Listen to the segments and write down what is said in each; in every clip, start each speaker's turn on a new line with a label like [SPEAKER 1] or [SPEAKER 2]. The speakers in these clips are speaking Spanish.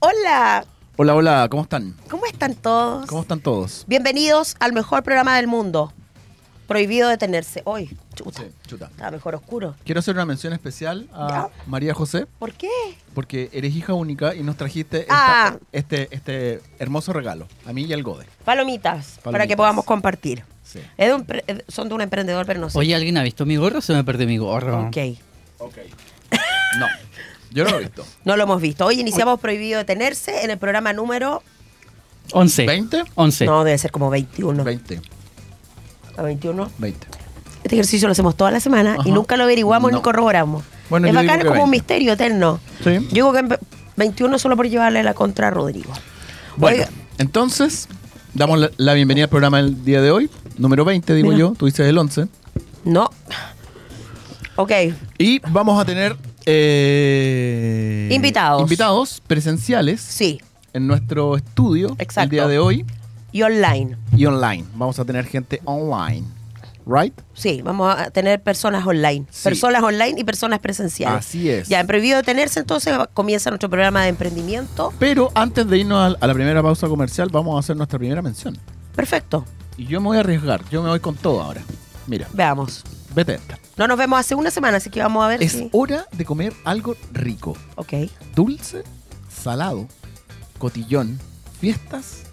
[SPEAKER 1] Hola,
[SPEAKER 2] Hola, hola, ¿cómo están?
[SPEAKER 1] ¿cómo están todos?
[SPEAKER 2] ¿Cómo están todos?
[SPEAKER 1] Bienvenidos al mejor programa del mundo. Prohibido detenerse. Hoy, chuta,
[SPEAKER 2] Sí, chuta.
[SPEAKER 1] está mejor oscuro.
[SPEAKER 2] Quiero hacer una mención especial a María José,
[SPEAKER 1] ¿Por qué?
[SPEAKER 2] porque eres hija única y nos trajiste esta-
[SPEAKER 1] Ah.
[SPEAKER 2] este, este hermoso regalo, a mí y al Gode.
[SPEAKER 1] Palomitas, para que
[SPEAKER 2] Palomitas.
[SPEAKER 1] podamos compartir.
[SPEAKER 2] Sí.
[SPEAKER 1] Es de un pre- es- son de un emprendedor, pero no sé.
[SPEAKER 3] Oye, ¿alguien ha visto mi gorro? Se me perdió mi
[SPEAKER 2] ah.
[SPEAKER 3] gorro.
[SPEAKER 1] Ok.
[SPEAKER 2] Ok. No, yo no lo he visto.
[SPEAKER 1] No lo hemos visto. Hoy iniciamos Prohibido detenerse en el programa número...
[SPEAKER 3] 11.
[SPEAKER 2] ¿20?
[SPEAKER 3] 11.
[SPEAKER 1] No, debe ser como 21.
[SPEAKER 2] 20,
[SPEAKER 1] ¿A 21?
[SPEAKER 2] 20.
[SPEAKER 1] Este ejercicio lo hacemos toda la semana
[SPEAKER 2] Ajá.
[SPEAKER 1] y nunca lo averiguamos
[SPEAKER 2] No.
[SPEAKER 1] ni corroboramos.
[SPEAKER 2] Bueno,
[SPEAKER 1] es
[SPEAKER 2] yo digo
[SPEAKER 1] bacán, es
[SPEAKER 2] que
[SPEAKER 1] como un
[SPEAKER 2] 20.
[SPEAKER 1] misterio eterno.
[SPEAKER 2] Sí.
[SPEAKER 1] Yo digo que en ve- 21 solo por llevarle la contra a Rodrigo.
[SPEAKER 2] Bueno,
[SPEAKER 1] Oiga,
[SPEAKER 2] entonces, damos la, la bienvenida al programa del día de hoy, número 20, digo
[SPEAKER 1] Mira.
[SPEAKER 2] yo, tú dices el 11.
[SPEAKER 1] no. Ok,
[SPEAKER 2] Y vamos a tener... eh,
[SPEAKER 1] Invitados.
[SPEAKER 2] Invitados presenciales.
[SPEAKER 1] sí.
[SPEAKER 2] en nuestro estudio
[SPEAKER 1] Exacto.
[SPEAKER 2] el día de hoy
[SPEAKER 1] Y online.
[SPEAKER 2] y online. Vamos a tener gente online, ¿right?
[SPEAKER 1] Sí, vamos a tener personas online.
[SPEAKER 2] Sí.
[SPEAKER 1] Personas online y personas presenciales.
[SPEAKER 2] Así es.
[SPEAKER 1] Ya, en Prohibido Detenerse, entonces va- comienza nuestro programa de emprendimiento.
[SPEAKER 2] Pero antes de irnos al- a, la primera pausa comercial, vamos a hacer nuestra primera mención.
[SPEAKER 1] Perfecto,
[SPEAKER 2] Y yo me voy a arriesgar, yo me voy con todo ahora. Mira,
[SPEAKER 1] veamos.
[SPEAKER 2] vete esta.
[SPEAKER 1] No nos vemos hace una semana, así que vamos a ver
[SPEAKER 2] Es
[SPEAKER 1] si...
[SPEAKER 2] hora de comer algo rico.
[SPEAKER 1] Ok.
[SPEAKER 2] Dulce, salado, cotillón, fiestas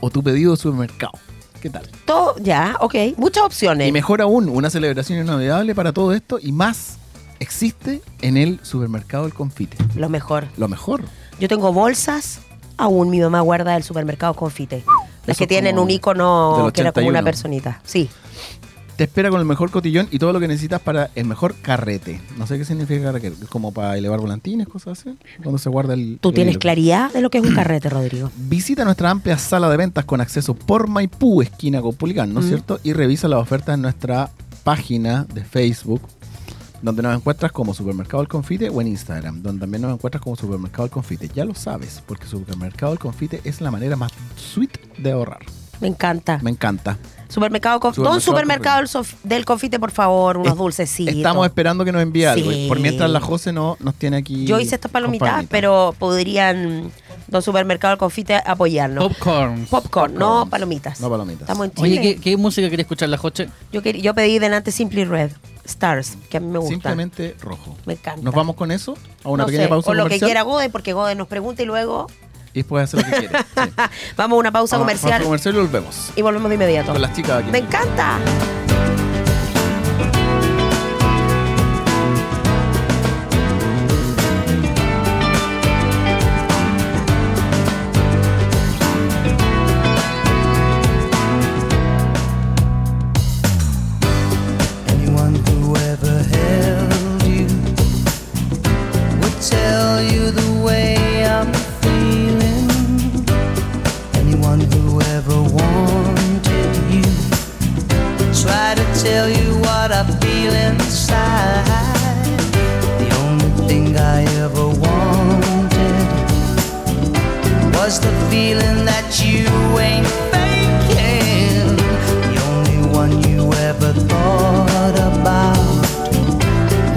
[SPEAKER 2] o tu pedido de supermercado. ¿Qué tal?
[SPEAKER 1] Todo, ya, ok. Muchas opciones.
[SPEAKER 2] Y mejor aún, una celebración inolvidable para todo esto y más existe en el supermercado El Confite.
[SPEAKER 1] Lo mejor.
[SPEAKER 2] Lo mejor.
[SPEAKER 1] Yo tengo bolsas, aún mi mamá guarda del supermercado confite. Las
[SPEAKER 2] Eso
[SPEAKER 1] que
[SPEAKER 2] es
[SPEAKER 1] tienen
[SPEAKER 2] como
[SPEAKER 1] un
[SPEAKER 2] del
[SPEAKER 1] icono que era como una
[SPEAKER 2] 81.
[SPEAKER 1] personita. Sí.
[SPEAKER 2] Te espera con el mejor cotillón y todo lo que necesitas para el mejor carrete. No sé qué significa carrete, como para elevar volantines, cosas así. Cuando se guarda el.
[SPEAKER 1] Tú
[SPEAKER 2] el
[SPEAKER 1] tienes
[SPEAKER 2] hilo.
[SPEAKER 1] claridad de lo que es un carrete, Rodrigo.
[SPEAKER 2] Visita nuestra amplia sala de ventas con acceso por Maipú, esquina Copulicán, ¿no es
[SPEAKER 1] Mm.
[SPEAKER 2] cierto? Y revisa las ofertas en nuestra página de Facebook, donde nos encuentras como Supermercado El Confite o en Instagram, donde también nos encuentras como Supermercado El Confite. Ya lo sabes, porque Supermercado El Confite es la manera más sweet de ahorrar.
[SPEAKER 1] Me encanta.
[SPEAKER 2] Me encanta.
[SPEAKER 1] Supermercado Conf-
[SPEAKER 2] Supermercado
[SPEAKER 1] Don Supermercado del, sof- del Confite, por favor, unos
[SPEAKER 2] Es-
[SPEAKER 1] dulcecitos.
[SPEAKER 2] Estamos esperando que nos envíe algo.
[SPEAKER 1] Sí.
[SPEAKER 2] Por mientras la Jose no nos tiene aquí.
[SPEAKER 1] Yo hice estas
[SPEAKER 2] con
[SPEAKER 1] palomitas,
[SPEAKER 2] palomitas.
[SPEAKER 1] pero podrían Don Supermercado del Confite apoyarnos.
[SPEAKER 3] Popcorn.
[SPEAKER 1] Popcorn, no
[SPEAKER 2] Popcorns.
[SPEAKER 1] palomitas.
[SPEAKER 2] No palomitas.
[SPEAKER 1] Estamos en Chile.
[SPEAKER 3] Oye, ¿qué, qué música quería escuchar la Joche?
[SPEAKER 1] yo, quería- yo pedí delante Simply Red, Stars, que a mí me gusta.
[SPEAKER 2] Simplemente rojo.
[SPEAKER 1] Me encanta.
[SPEAKER 2] Nos vamos con eso a una
[SPEAKER 1] No
[SPEAKER 2] pequeña
[SPEAKER 1] sé,
[SPEAKER 2] pausa
[SPEAKER 1] O lo que
[SPEAKER 2] comercial
[SPEAKER 1] quiera Gode, porque Gode nos pregunta y luego
[SPEAKER 2] y después hacer lo que quiere. Sí.
[SPEAKER 1] vamos a una pausa
[SPEAKER 2] Vamos a
[SPEAKER 1] comercial
[SPEAKER 2] Pausa comercial y volvemos.
[SPEAKER 1] y volvemos de inmediato.
[SPEAKER 2] Con las chicas aquí.
[SPEAKER 1] ¡Me encanta!
[SPEAKER 4] Anyone who ever held you would tell you the way I'm feeling. Anyone who ever wanted you would try to tell you what I feel inside. The only thing I ever wanted was the feeling that you ain't faking. The only one you ever thought about.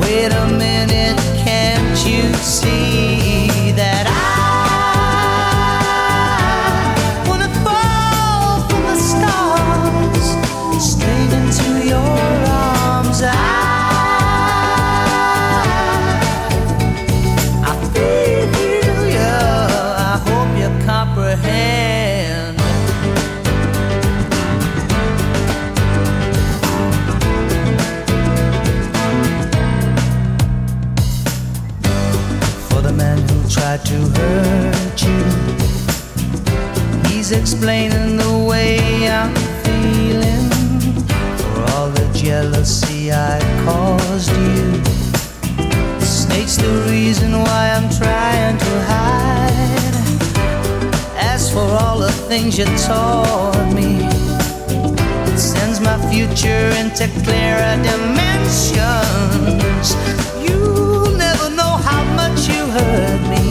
[SPEAKER 4] Wait a minute, can't you see that I wanna fall from the stars straight into your arms? I I feel you. I hope you comprehend. For the man who tried to hurt you, he's explaining the way I'm feeling. For all the jealousy I caused you. Snake's the reason why I'm trying to hide. As for all the things you taught me, it sends my future into clearer dimensions. You'll never know how much you hurt me.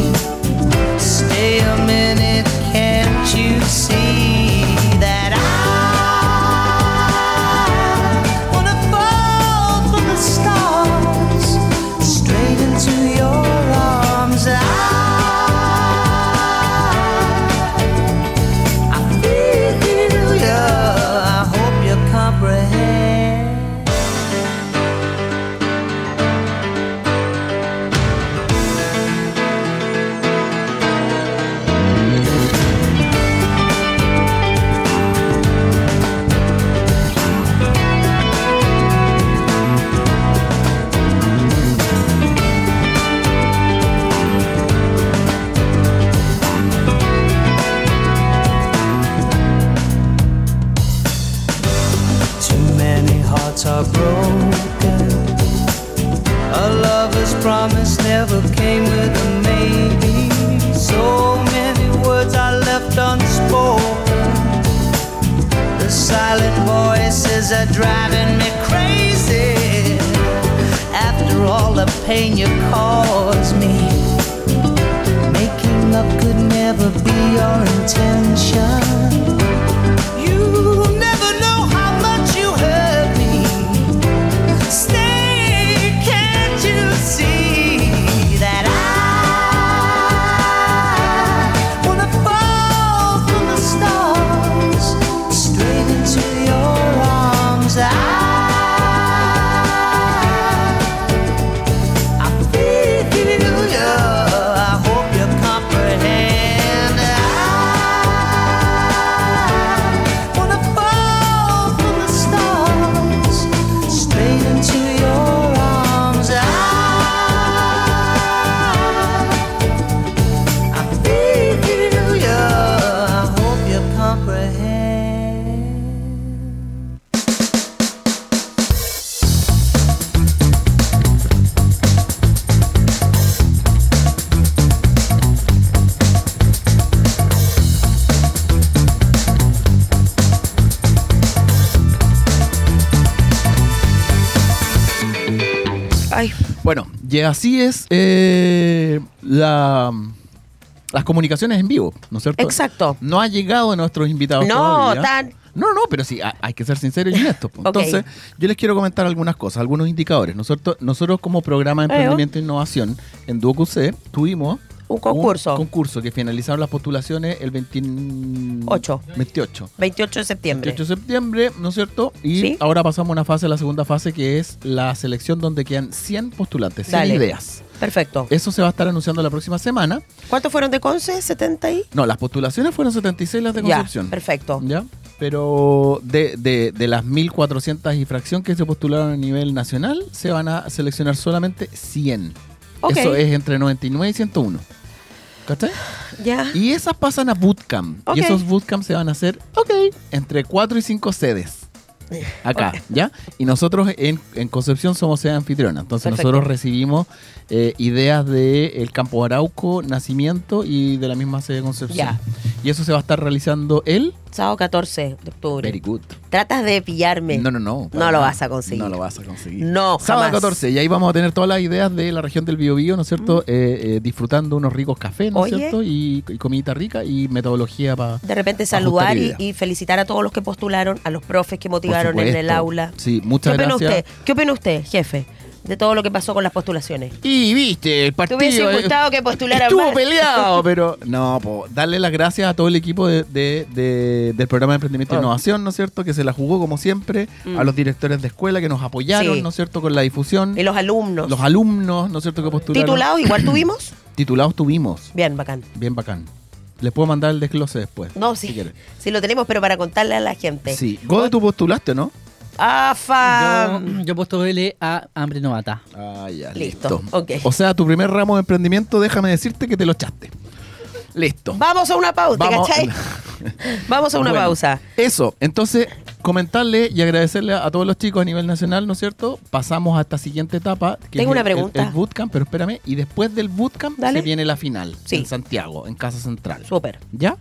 [SPEAKER 4] Stay a minute, can't you see that I wanna fall from the stars straight into your arms? I tears are driving me crazy. After all the pain you caused me, making up could never be your intention. You never know how much you hurt me. Stay, can't you see that I wanna fall from the stars straight into your arms? I, I feel you. I hope you comprehend. I wanna fall from the stars straight into your arms. I, I feel you. I hope you comprehend.
[SPEAKER 1] Ay,
[SPEAKER 2] Bueno, y así es eh, la- las comunicaciones en vivo, ¿no es cierto?
[SPEAKER 1] Exacto.
[SPEAKER 2] No ha llegado a nuestros invitados
[SPEAKER 1] No,
[SPEAKER 2] todavía.
[SPEAKER 1] tan-
[SPEAKER 2] No, no, pero sí, ha- hay que ser sinceros y honestos. po.
[SPEAKER 1] Ok.
[SPEAKER 2] Entonces, yo les quiero comentar algunas cosas, algunos indicadores. Nosotros, nosotros como programa de
[SPEAKER 1] Eo.
[SPEAKER 2] emprendimiento e innovación en DuoQC tuvimos
[SPEAKER 1] Un concurso.
[SPEAKER 2] un concurso que finalizaron las postulaciones el 20
[SPEAKER 1] Ocho.
[SPEAKER 2] 28.
[SPEAKER 1] 28 de septiembre.
[SPEAKER 2] 28 de septiembre, ¿no es cierto? Y
[SPEAKER 1] Sí.
[SPEAKER 2] ahora pasamos a una fase, la segunda fase, que es la selección donde quedan 100 postulantes, 100
[SPEAKER 1] Dale.
[SPEAKER 2] ideas.
[SPEAKER 1] Perfecto.
[SPEAKER 2] Eso se va a estar anunciando la próxima semana.
[SPEAKER 1] ¿Cuántos fueron de Conce? ¿70 y?
[SPEAKER 2] No, las postulaciones fueron 76 las de
[SPEAKER 1] Ya,
[SPEAKER 2] Concepción.
[SPEAKER 1] perfecto.
[SPEAKER 2] ¿Ya? Pero de, de- de las 1.400 y fracción que se postularon a nivel nacional, se van a seleccionar solamente 100.
[SPEAKER 1] Ok.
[SPEAKER 2] Eso es entre 99 y 101. ¿Cachai?
[SPEAKER 1] Ya.
[SPEAKER 2] Y esas pasan a bootcamp.
[SPEAKER 1] Ok.
[SPEAKER 2] Y esos bootcamps se van a hacer, ok, entre 4 y 5 sedes. Acá, ¿ya? Y nosotros en, en Concepción somos sede anfitriona. Entonces
[SPEAKER 1] Perfecto.
[SPEAKER 2] nosotros recibimos eh, ideas del el campo Arauco, Nacimiento y de la misma sede de Concepción.
[SPEAKER 1] Ya.
[SPEAKER 2] Y eso se va a estar realizando el...
[SPEAKER 1] Sábado 14 de octubre.
[SPEAKER 2] Very good.
[SPEAKER 1] Tratas de pillarme.
[SPEAKER 2] No, no, no. para
[SPEAKER 1] No lo
[SPEAKER 2] nada.
[SPEAKER 1] vas a conseguir.
[SPEAKER 2] No lo vas a conseguir.
[SPEAKER 1] No,
[SPEAKER 2] Sábado
[SPEAKER 1] jamás. Mm.
[SPEAKER 2] 14, y ahí vamos a tener todas las ideas de la región del Biobío, ¿no es cierto? Eh, eh, disfrutando unos ricos cafés, ¿no es
[SPEAKER 1] Oye.
[SPEAKER 2] cierto? Y, y comidita rica y metodología para...
[SPEAKER 1] De repente saludar y,
[SPEAKER 2] idea.
[SPEAKER 1] y felicitar a todos los que postularon, a los profes que motivaron en el aula.
[SPEAKER 2] Sí,
[SPEAKER 1] ¿Qué
[SPEAKER 2] muchas
[SPEAKER 1] opina
[SPEAKER 2] gracias.
[SPEAKER 1] usted? ¿Qué opina usted, jefe, de todo lo que pasó con las postulaciones?
[SPEAKER 2] Y viste, el partido.
[SPEAKER 1] ¿Te hubiese
[SPEAKER 2] eh,
[SPEAKER 1] gustado que postularan
[SPEAKER 2] Estuvo
[SPEAKER 1] más?
[SPEAKER 2] peleado, pero. No, po, darle las gracias a todo el equipo de, de- de- del programa de emprendimiento e
[SPEAKER 1] Ah.
[SPEAKER 2] innovación, ¿no es cierto? Que se la jugó como siempre. A los directores de escuela que nos apoyaron,
[SPEAKER 1] Mm. Sí.
[SPEAKER 2] ¿no es cierto? Con la difusión.
[SPEAKER 1] Y los alumnos.
[SPEAKER 2] Los alumnos, ¿no es cierto? Que postularon.
[SPEAKER 1] ¿Titulados igual tuvimos?
[SPEAKER 2] Titulados tuvimos.
[SPEAKER 1] Bien, bacán.
[SPEAKER 2] Bien bacán. Les puedo mandar el desglose después.
[SPEAKER 1] No,
[SPEAKER 2] si
[SPEAKER 1] sí.
[SPEAKER 2] quieren.
[SPEAKER 1] sí, lo tenemos, pero para contarle a la gente.
[SPEAKER 2] Sí. Gode, tú postulaste, ¿no?
[SPEAKER 1] AFA.
[SPEAKER 3] Yo, yo he puesto L a Hambre Novata.
[SPEAKER 2] Ah, ya,
[SPEAKER 1] Listo,
[SPEAKER 2] listo.
[SPEAKER 1] ok.
[SPEAKER 2] O sea, tu primer ramo de emprendimiento, déjame decirte que te lo echaste. Listo.
[SPEAKER 1] Vamos a una pausa,
[SPEAKER 2] Vamos-
[SPEAKER 1] ¿cachai? Vamos a una
[SPEAKER 2] Bueno,
[SPEAKER 1] pausa.
[SPEAKER 2] Eso, entonces, comentarle y agradecerle a, a todos los chicos a nivel nacional, ¿no es cierto? Pasamos a esta siguiente etapa. Que
[SPEAKER 1] Tengo una
[SPEAKER 2] es el- el-
[SPEAKER 1] pregunta.
[SPEAKER 2] El, bootcamp, pero espérame. Y después del bootcamp
[SPEAKER 1] Dale.
[SPEAKER 2] se viene la final
[SPEAKER 1] Sí.
[SPEAKER 2] en Santiago, en Casa Central.
[SPEAKER 1] Súper.
[SPEAKER 2] ¿Ya?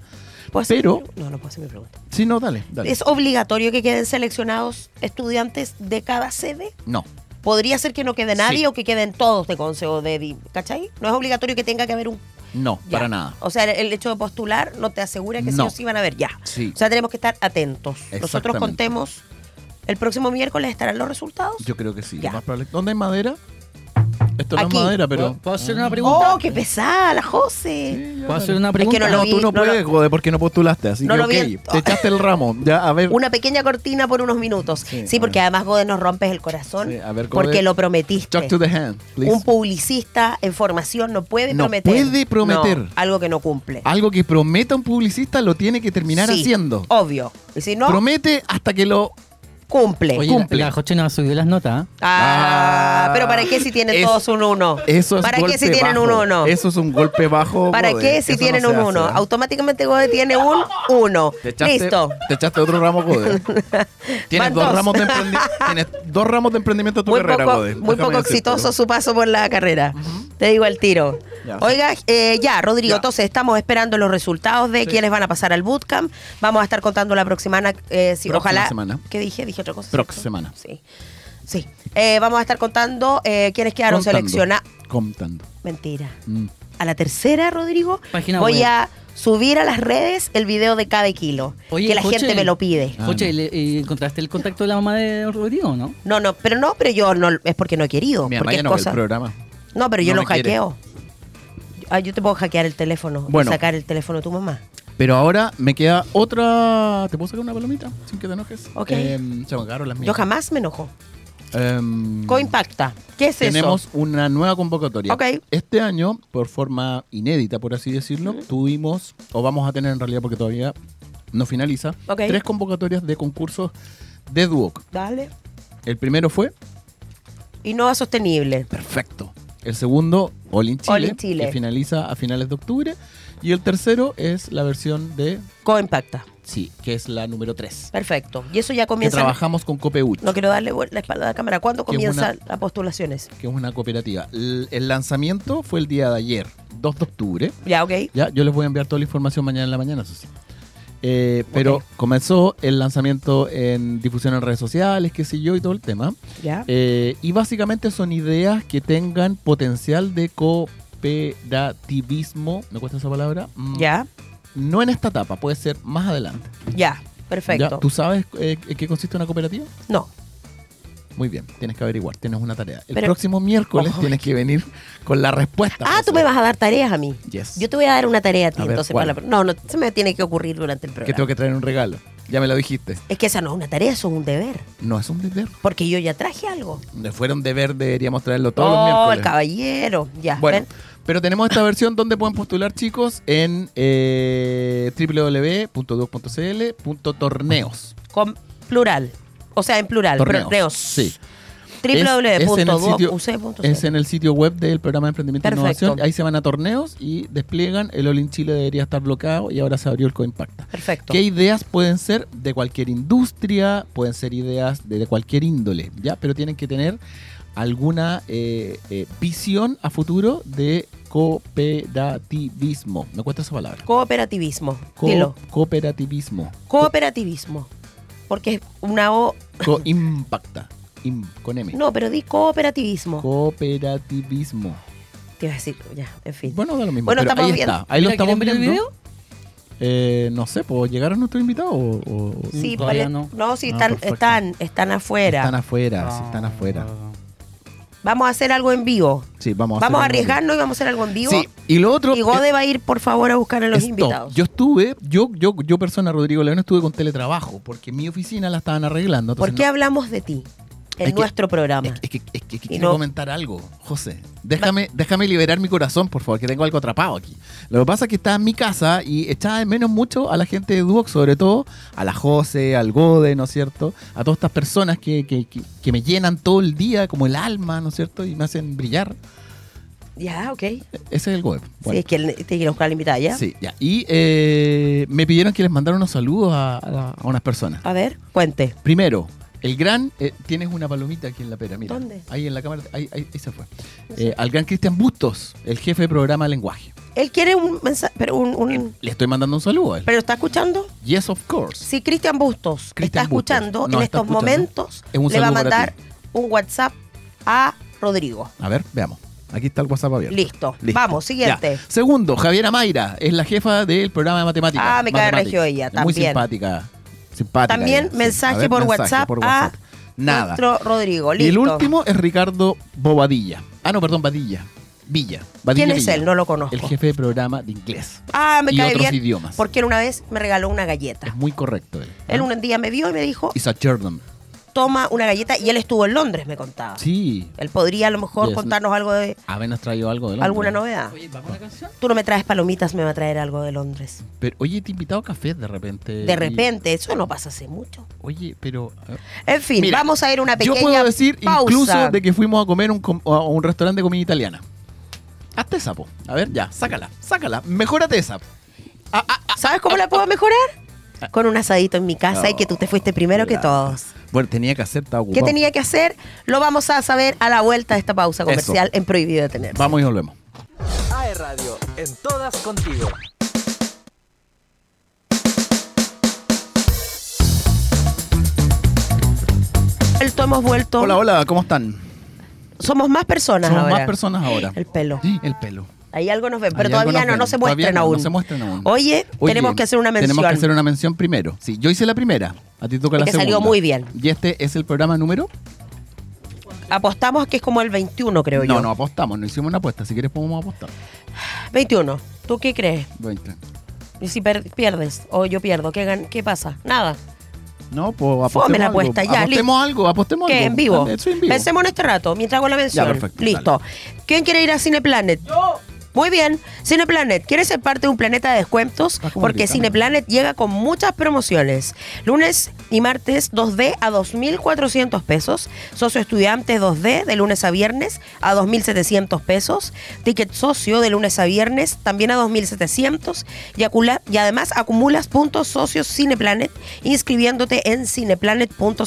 [SPEAKER 1] ¿Puedo hacer
[SPEAKER 2] Pero-
[SPEAKER 1] mi pre- No, no puedo hacer mi pregunta.
[SPEAKER 2] Sí, no, dale, dale.
[SPEAKER 1] ¿Es obligatorio que queden seleccionados estudiantes de cada sede?
[SPEAKER 2] No.
[SPEAKER 1] Podría ser que no quede nadie
[SPEAKER 2] Sí.
[SPEAKER 1] o que queden todos de Conce o de Di- ¿Cachai? No es obligatorio que tenga que haber un.
[SPEAKER 2] No,
[SPEAKER 1] ya.
[SPEAKER 2] para nada.
[SPEAKER 1] O sea, el hecho de postular no te asegura que sí
[SPEAKER 2] No.
[SPEAKER 1] o sí van a haber ya.
[SPEAKER 2] Sí.
[SPEAKER 1] O sea, tenemos que estar atentos. Nosotros
[SPEAKER 2] Exactamente.
[SPEAKER 1] contemos. El próximo miércoles estarán los resultados.
[SPEAKER 2] Yo creo que sí. lo
[SPEAKER 1] Ya.
[SPEAKER 2] más probable- ¿Dónde hay madera? Esto no
[SPEAKER 1] Aquí.
[SPEAKER 2] es madera,
[SPEAKER 3] Pero,
[SPEAKER 2] pero.
[SPEAKER 3] ¿Puedo hacer una pregunta?
[SPEAKER 1] ¡Oh, qué pesada, la José!
[SPEAKER 3] ¿Puedo hacer una pregunta?
[SPEAKER 1] no lo
[SPEAKER 2] No,
[SPEAKER 1] vi,
[SPEAKER 2] tú no,
[SPEAKER 1] no
[SPEAKER 2] puedes,
[SPEAKER 1] lo-
[SPEAKER 2] Gode, porque no postulaste. Así
[SPEAKER 1] No
[SPEAKER 2] que,
[SPEAKER 1] lo vi
[SPEAKER 2] ok,
[SPEAKER 1] en-
[SPEAKER 2] te echaste el ramo. Ya, a ver.
[SPEAKER 1] Una pequeña cortina por unos minutos. Sí,
[SPEAKER 2] Sí,
[SPEAKER 1] porque
[SPEAKER 2] a ver.
[SPEAKER 1] además, Godes, nos rompes el corazón
[SPEAKER 2] Sí, a ver, Gode.
[SPEAKER 1] porque lo prometiste.
[SPEAKER 2] Talk to the hand, please.
[SPEAKER 1] Un publicista en formación no puede
[SPEAKER 2] No
[SPEAKER 1] prometer.
[SPEAKER 2] puede prometer.
[SPEAKER 1] No, algo que no cumple.
[SPEAKER 2] Algo que prometa un publicista lo tiene que terminar
[SPEAKER 1] Sí,
[SPEAKER 2] haciendo.
[SPEAKER 1] Obvio. Y si no,
[SPEAKER 2] Promete hasta que lo.
[SPEAKER 1] cumple.
[SPEAKER 3] Oye, la-
[SPEAKER 2] Cumple.
[SPEAKER 3] la Joche no ha subido las notas. ¿ah?
[SPEAKER 1] Ah,
[SPEAKER 2] Ah,
[SPEAKER 1] pero ¿para qué si tienen
[SPEAKER 2] es-
[SPEAKER 1] todos un 1?
[SPEAKER 2] Eso es
[SPEAKER 1] ¿Para
[SPEAKER 2] golpe
[SPEAKER 1] qué si tienen
[SPEAKER 2] bajo.
[SPEAKER 1] un 1?
[SPEAKER 2] Eso es un golpe bajo.
[SPEAKER 1] ¿Para
[SPEAKER 2] Gode.
[SPEAKER 1] qué si
[SPEAKER 2] Eso
[SPEAKER 1] tienen
[SPEAKER 2] no se
[SPEAKER 1] un 1?
[SPEAKER 2] hace, ¿ah?
[SPEAKER 1] Automáticamente Gode tiene un 1.
[SPEAKER 2] Te echaste-
[SPEAKER 1] Listo.
[SPEAKER 2] Te echaste otro ramo, Gode.
[SPEAKER 1] Van
[SPEAKER 2] Tienes dos,
[SPEAKER 1] dos.
[SPEAKER 2] ramos de emprendi- tienes dos ramos de emprendimiento en tu
[SPEAKER 1] Muy
[SPEAKER 2] carrera,
[SPEAKER 1] poco,
[SPEAKER 2] Gode.
[SPEAKER 1] muy
[SPEAKER 2] Déjame
[SPEAKER 1] poco
[SPEAKER 2] decírtelo.
[SPEAKER 1] exitoso su paso por la carrera. Te digo al tiro.
[SPEAKER 2] Ya.
[SPEAKER 1] Oiga, eh, ya, Rodrigo,
[SPEAKER 2] Ya.
[SPEAKER 1] entonces estamos esperando los resultados de quiénes van a pasar al bootcamp. Vamos a estar contando la próxima, semana, eh, si-
[SPEAKER 2] Próxima
[SPEAKER 1] ojalá.
[SPEAKER 2] semana.
[SPEAKER 1] ¿Qué dije? Dije dije otra cosa.
[SPEAKER 2] Prox
[SPEAKER 1] ¿cierto?
[SPEAKER 2] semana.
[SPEAKER 1] Sí. Sí. Eh, vamos a estar contando eh, quiénes quedaron
[SPEAKER 2] Contando.
[SPEAKER 1] seleccionados.
[SPEAKER 2] Contando.
[SPEAKER 1] Mentira.
[SPEAKER 2] Mm.
[SPEAKER 1] A la tercera, Rodrigo,
[SPEAKER 3] Página
[SPEAKER 1] voy
[SPEAKER 3] web.
[SPEAKER 1] a subir a las redes el video de cada kilo.
[SPEAKER 3] Oye,
[SPEAKER 1] que la
[SPEAKER 3] Joche.
[SPEAKER 1] gente me lo pide.
[SPEAKER 2] Ah,
[SPEAKER 3] Joche,
[SPEAKER 2] no.
[SPEAKER 3] ¿le- eh, ¿encontraste el contacto de la mamá de Rodrigo o no?
[SPEAKER 1] No, no, pero no, pero yo no, es porque no he querido.
[SPEAKER 2] Mi mamá
[SPEAKER 1] porque
[SPEAKER 2] ya
[SPEAKER 1] es
[SPEAKER 2] no ve el
[SPEAKER 1] cosa.
[SPEAKER 2] programa.
[SPEAKER 1] No, pero yo
[SPEAKER 2] No
[SPEAKER 1] lo
[SPEAKER 2] me quiere.
[SPEAKER 1] hackeo. Ah, yo te puedo hackear el teléfono y
[SPEAKER 2] Bueno.
[SPEAKER 1] sacar el teléfono de tu mamá.
[SPEAKER 2] Pero ahora me queda otra. ¿Te puedo sacar una palomita? Sin que te enojes.
[SPEAKER 1] Ok.
[SPEAKER 2] Em, se me acabaron las mías.
[SPEAKER 1] Yo jamás me enojo.
[SPEAKER 2] Em,
[SPEAKER 1] Coimpacta. ¿Qué es
[SPEAKER 2] tenemos
[SPEAKER 1] eso?
[SPEAKER 2] una nueva convocatoria.
[SPEAKER 1] Ok.
[SPEAKER 2] Este año, por forma inédita, por así decirlo, tuvimos, o vamos a tener en realidad porque todavía no finaliza,
[SPEAKER 1] Ok.
[SPEAKER 2] tres convocatorias de concursos de Duoc.
[SPEAKER 1] Dale.
[SPEAKER 2] El primero fue
[SPEAKER 1] Innova sostenible.
[SPEAKER 2] Perfecto. El segundo, All in Chile,
[SPEAKER 1] All in Chile.
[SPEAKER 2] que finaliza a finales de octubre. Y el tercero es la versión de,
[SPEAKER 1] Coimpacta.
[SPEAKER 2] sí, que es la número 3.
[SPEAKER 1] Perfecto. Y eso ya
[SPEAKER 2] Que
[SPEAKER 1] comienza.
[SPEAKER 2] trabajamos con Copeuch,
[SPEAKER 1] No quiero darle vuel- la espalda a la cámara. ¿Cuándo
[SPEAKER 2] Que es
[SPEAKER 1] comienzan las postulaciones?
[SPEAKER 2] que es una cooperativa. L- El lanzamiento fue el día de ayer, 2 de octubre.
[SPEAKER 1] Ya, ok.
[SPEAKER 2] Ya, yo les voy a enviar toda la información mañana en la mañana, eso sí. Eh, pero comenzó el lanzamiento en difusión en redes sociales, qué sé yo, y todo el tema.
[SPEAKER 1] Ya.
[SPEAKER 2] Eh, y básicamente son ideas que tengan potencial de cooperativismo, me cuesta esa palabra, Mm,
[SPEAKER 1] Ya.
[SPEAKER 2] no en esta etapa, puede ser más adelante.
[SPEAKER 1] Ya. Perfecto.
[SPEAKER 2] ¿Ya? ¿Tú sabes eh, en qué consiste una cooperativa?
[SPEAKER 1] No.
[SPEAKER 2] Muy bien, tienes que averiguar, tienes una tarea. El
[SPEAKER 1] Pero-
[SPEAKER 2] próximo miércoles
[SPEAKER 1] Ojo,
[SPEAKER 2] tienes que venir con la respuesta.
[SPEAKER 1] Ah, tú me vas a dar tareas a mí.
[SPEAKER 2] Yes.
[SPEAKER 1] Yo te voy a dar una tarea a ti,
[SPEAKER 2] A ver,
[SPEAKER 1] entonces.
[SPEAKER 2] ¿cuál?
[SPEAKER 1] para la- No, no, se me tiene que ocurrir durante el
[SPEAKER 2] Que
[SPEAKER 1] programa.
[SPEAKER 2] tengo que traer un regalo. Ya me lo dijiste.
[SPEAKER 1] Es que esa no es una tarea, eso es un deber.
[SPEAKER 2] No es un deber.
[SPEAKER 1] Porque yo ya traje algo.
[SPEAKER 2] No fuera un deber, deberíamos traerlo todos los
[SPEAKER 1] oh,
[SPEAKER 2] miércoles.
[SPEAKER 1] el caballero. Ya.
[SPEAKER 2] Bueno,
[SPEAKER 1] ven.
[SPEAKER 2] pero tenemos esta versión donde pueden postular, chicos, en eh, www.duoc.cl.torneos.
[SPEAKER 1] Con plural. O sea, en plural.
[SPEAKER 2] Torneos,
[SPEAKER 1] Torneos.
[SPEAKER 2] sí. Es- es en el sitio- Es
[SPEAKER 1] www.duoc.cl.
[SPEAKER 2] en el sitio web del programa de emprendimiento e
[SPEAKER 1] Perfecto.
[SPEAKER 2] innovación. Ahí se van a torneos y despliegan. El All in Chile debería estar bloqueado y ahora se abrió el Coimpacta.
[SPEAKER 1] Perfecto.
[SPEAKER 2] ¿Qué ideas pueden ser de cualquier industria? Pueden ser ideas de, de cualquier índole, ¿ya? Pero tienen que tener alguna eh, eh, visión a futuro de cooperativismo. Me cuesta esa palabra.
[SPEAKER 1] Cooperativismo.
[SPEAKER 2] Co-
[SPEAKER 1] Dilo.
[SPEAKER 2] Cooperativismo.
[SPEAKER 1] Cooperativismo. Porque es una O.
[SPEAKER 2] Co-impacta. Im- con M.
[SPEAKER 1] No, pero di cooperativismo.
[SPEAKER 2] Cooperativismo.
[SPEAKER 1] Te iba a decir, ya, en fin.
[SPEAKER 2] Bueno, da lo mismo.
[SPEAKER 1] Bueno,
[SPEAKER 2] pero
[SPEAKER 1] estamos
[SPEAKER 2] ahí
[SPEAKER 1] viendo.
[SPEAKER 2] está. Ahí lo
[SPEAKER 3] Mira,
[SPEAKER 2] estamos
[SPEAKER 3] ¿quieren ver
[SPEAKER 2] viendo.
[SPEAKER 3] el video?
[SPEAKER 2] Eh, no sé, pues llegaron nuestros invitados o, o- o-
[SPEAKER 1] sí,
[SPEAKER 3] todavía
[SPEAKER 1] pale- no.
[SPEAKER 3] no.
[SPEAKER 1] sí,
[SPEAKER 2] Ah,
[SPEAKER 1] están,
[SPEAKER 2] perfecto.
[SPEAKER 1] están, están afuera.
[SPEAKER 2] están afuera, sí, están afuera.
[SPEAKER 1] Vamos a hacer algo en vivo.
[SPEAKER 2] Sí, vamos a
[SPEAKER 1] Vamos a
[SPEAKER 2] hacer algo.
[SPEAKER 1] arriesgarnos y vamos a hacer algo en vivo.
[SPEAKER 2] Sí, y lo otro
[SPEAKER 1] Y Gode va a ir, por favor, a buscar a los
[SPEAKER 2] Stop.
[SPEAKER 1] invitados.
[SPEAKER 2] Yo estuve, yo, yo, yo persona, Rodrigo León, estuve con teletrabajo porque mi oficina la estaban arreglando.
[SPEAKER 1] ¿Por qué
[SPEAKER 2] entonces no-
[SPEAKER 1] hablamos de ti en
[SPEAKER 2] Es que-
[SPEAKER 1] nuestro programa?
[SPEAKER 2] es que, es que- es que- es que
[SPEAKER 1] Y
[SPEAKER 2] quiero
[SPEAKER 1] no-
[SPEAKER 2] comentar algo, José. Déjame, déjame liberar mi corazón, por favor, que tengo algo atrapado aquí. Lo que pasa es que estaba en mi casa y echaba de menos mucho a la gente de Duoc, sobre todo a la José, al Gode, ¿no es cierto? A todas estas personas que, que- que- que me llenan todo el día, como el alma, ¿no es cierto? Y me hacen brillar.
[SPEAKER 1] Ya, ok.
[SPEAKER 2] Ese es el Gode.
[SPEAKER 1] Sí,
[SPEAKER 2] Bueno.
[SPEAKER 1] es que él te quiere buscar a la invitada, ¿ya?
[SPEAKER 2] Sí, ya. Y eh, me pidieron que les mandara unos saludos a, a- a unas personas.
[SPEAKER 1] A ver, cuente.
[SPEAKER 2] Primero, el gran. eh, tienes una palomita aquí en la pera, mira.
[SPEAKER 1] ¿Dónde?
[SPEAKER 2] Ahí en la cámara. Ahí, ahí- ahí se fue. Eh, al gran Cristian Bustos, el jefe de programa Lenguaje.
[SPEAKER 1] Él quiere un mensaje, pero un, un-
[SPEAKER 2] Le estoy mandando un saludo a él.
[SPEAKER 1] pero está escuchando.
[SPEAKER 2] Yes, of course.
[SPEAKER 1] Si Cristian Bustos
[SPEAKER 2] Cristian
[SPEAKER 1] está
[SPEAKER 2] Bustos.
[SPEAKER 1] escuchando
[SPEAKER 2] No,
[SPEAKER 1] en
[SPEAKER 2] está
[SPEAKER 1] estos
[SPEAKER 2] escuchando.
[SPEAKER 1] momentos,
[SPEAKER 2] Es un
[SPEAKER 1] le va a
[SPEAKER 2] saludo para
[SPEAKER 1] mandar
[SPEAKER 2] ti.
[SPEAKER 1] un WhatsApp a Rodrigo.
[SPEAKER 2] A ver, veamos. Aquí está el WhatsApp abierto.
[SPEAKER 1] Listo. Vamos, siguiente.
[SPEAKER 2] Ya. Segundo, Javiera Mayra, es la jefa del programa de matemáticas.
[SPEAKER 1] Ah, me cae
[SPEAKER 2] Matemáticas.
[SPEAKER 1] regio ella,
[SPEAKER 2] Muy
[SPEAKER 1] también.
[SPEAKER 2] simpática. Simpática.
[SPEAKER 1] También
[SPEAKER 2] ella, sí.
[SPEAKER 1] mensaje
[SPEAKER 2] A ver,
[SPEAKER 1] por WhatsApp
[SPEAKER 2] por
[SPEAKER 1] a
[SPEAKER 2] WhatsApp. Nada.
[SPEAKER 1] Nuestro Rodrigo, listo.
[SPEAKER 2] Y el último es Ricardo Bobadilla. Ah, no, perdón, Badilla. Villa. Badilla
[SPEAKER 1] ¿Quién es
[SPEAKER 2] Villa.
[SPEAKER 1] él? No lo conozco.
[SPEAKER 2] El jefe de programa de inglés.
[SPEAKER 1] Ah, me
[SPEAKER 2] y
[SPEAKER 1] cae
[SPEAKER 2] otros
[SPEAKER 1] bien.
[SPEAKER 2] idiomas.
[SPEAKER 1] Porque él una vez me regaló una galleta.
[SPEAKER 2] Es muy correcto él.
[SPEAKER 1] Él
[SPEAKER 2] ¿Ah?
[SPEAKER 1] un día me vio y me dijo,
[SPEAKER 2] Isaac Jordan.
[SPEAKER 1] toma una galleta. Y él estuvo en Londres, me contaba.
[SPEAKER 2] Sí.
[SPEAKER 1] Él podría a lo mejor
[SPEAKER 2] Yes.
[SPEAKER 1] contarnos algo de
[SPEAKER 2] Habernos traído algo de Londres.
[SPEAKER 1] alguna novedad.
[SPEAKER 3] Oye, ¿vamos a la canción?
[SPEAKER 1] Tú no me traes palomitas, me va a traer algo de Londres.
[SPEAKER 2] Pero, oye, te he invitado a café de repente.
[SPEAKER 1] De
[SPEAKER 2] Y-
[SPEAKER 1] repente, eso no pasa hace mucho.
[SPEAKER 2] oye, pero. eh,
[SPEAKER 1] En fin,
[SPEAKER 2] Mira,
[SPEAKER 1] vamos a ir a una pequeña
[SPEAKER 2] Yo puedo decir
[SPEAKER 1] pausa.
[SPEAKER 2] incluso de que fuimos a comer un com- a un restaurante de comida italiana. Hazte sapo. A ver, ya, sácala, sácala. Mejórate esa. Ah, ah, ah.
[SPEAKER 1] ¿Sabes cómo la puedo mejorar? Con un asadito en mi casa y que tú te fuiste primero que
[SPEAKER 2] Claro.
[SPEAKER 1] todos.
[SPEAKER 2] Bueno, tenía que hacer, estaba
[SPEAKER 1] ¿Qué
[SPEAKER 2] ocupado.
[SPEAKER 1] tenía que hacer? Lo vamos a saber a la vuelta de esta pausa comercial en Prohibido Detenerse.
[SPEAKER 2] Vamos y volvemos.
[SPEAKER 5] AE Radio, en todas contigo.
[SPEAKER 1] vuelto, hemos vuelto.
[SPEAKER 2] Hola, hola, ¿cómo están?
[SPEAKER 1] Somos más personas
[SPEAKER 2] Somos
[SPEAKER 1] ahora.
[SPEAKER 2] más personas ahora.
[SPEAKER 1] El pelo.
[SPEAKER 2] El pelo.
[SPEAKER 1] Ahí algo nos ven, pero
[SPEAKER 2] Hay
[SPEAKER 1] todavía
[SPEAKER 2] algunos
[SPEAKER 1] no, no
[SPEAKER 2] pelos.
[SPEAKER 1] se
[SPEAKER 2] Todavía
[SPEAKER 1] muestran
[SPEAKER 2] no,
[SPEAKER 1] aún.
[SPEAKER 2] No se muestran aún.
[SPEAKER 1] Oye, tenemos que hacer una mención.
[SPEAKER 2] Tenemos que hacer una mención primero. Sí, yo hice la primera. A ti te toca la
[SPEAKER 1] Porque
[SPEAKER 2] segunda.
[SPEAKER 1] salió muy bien.
[SPEAKER 2] Y este es el programa número.
[SPEAKER 1] Apostamos que es como el 21, creo
[SPEAKER 2] no,
[SPEAKER 1] yo.
[SPEAKER 2] no apostamos, no hicimos una apuesta. Si quieres, podemos apostar.
[SPEAKER 1] 21. ¿Tú qué crees?
[SPEAKER 2] 20.
[SPEAKER 1] ¿Y si per- pierdes? ¿O yo pierdo? ¿Qué, gan- qué pasa? Nada.
[SPEAKER 2] No, pues apostemos.
[SPEAKER 1] la
[SPEAKER 2] algo.
[SPEAKER 1] apuesta, ya,
[SPEAKER 2] Apostemos algo, apostemos
[SPEAKER 1] ¿Qué?
[SPEAKER 2] algo.
[SPEAKER 1] ¿En vivo?
[SPEAKER 2] Eso en vivo.
[SPEAKER 1] Pensemos en este rato, mientras hago la mención.
[SPEAKER 2] Ya, perfecto,
[SPEAKER 1] Listo. ¿Quién quiere ir a Cineplanet? Yo. Muy bien, Cineplanet, ¿quieres ser parte de un planeta de descuentos?
[SPEAKER 2] Está como
[SPEAKER 1] Porque
[SPEAKER 2] gritando.
[SPEAKER 1] Cineplanet llega con muchas promociones. Lunes y martes 2D a 2.400 pesos. Socio estudiante 2D de lunes a viernes a 2.700 pesos. Ticket socio de lunes a viernes también a 2.700. Y, acula- y además acumulas puntos socios Cineplanet inscribiéndote en cineplanet.cl.
[SPEAKER 2] Punto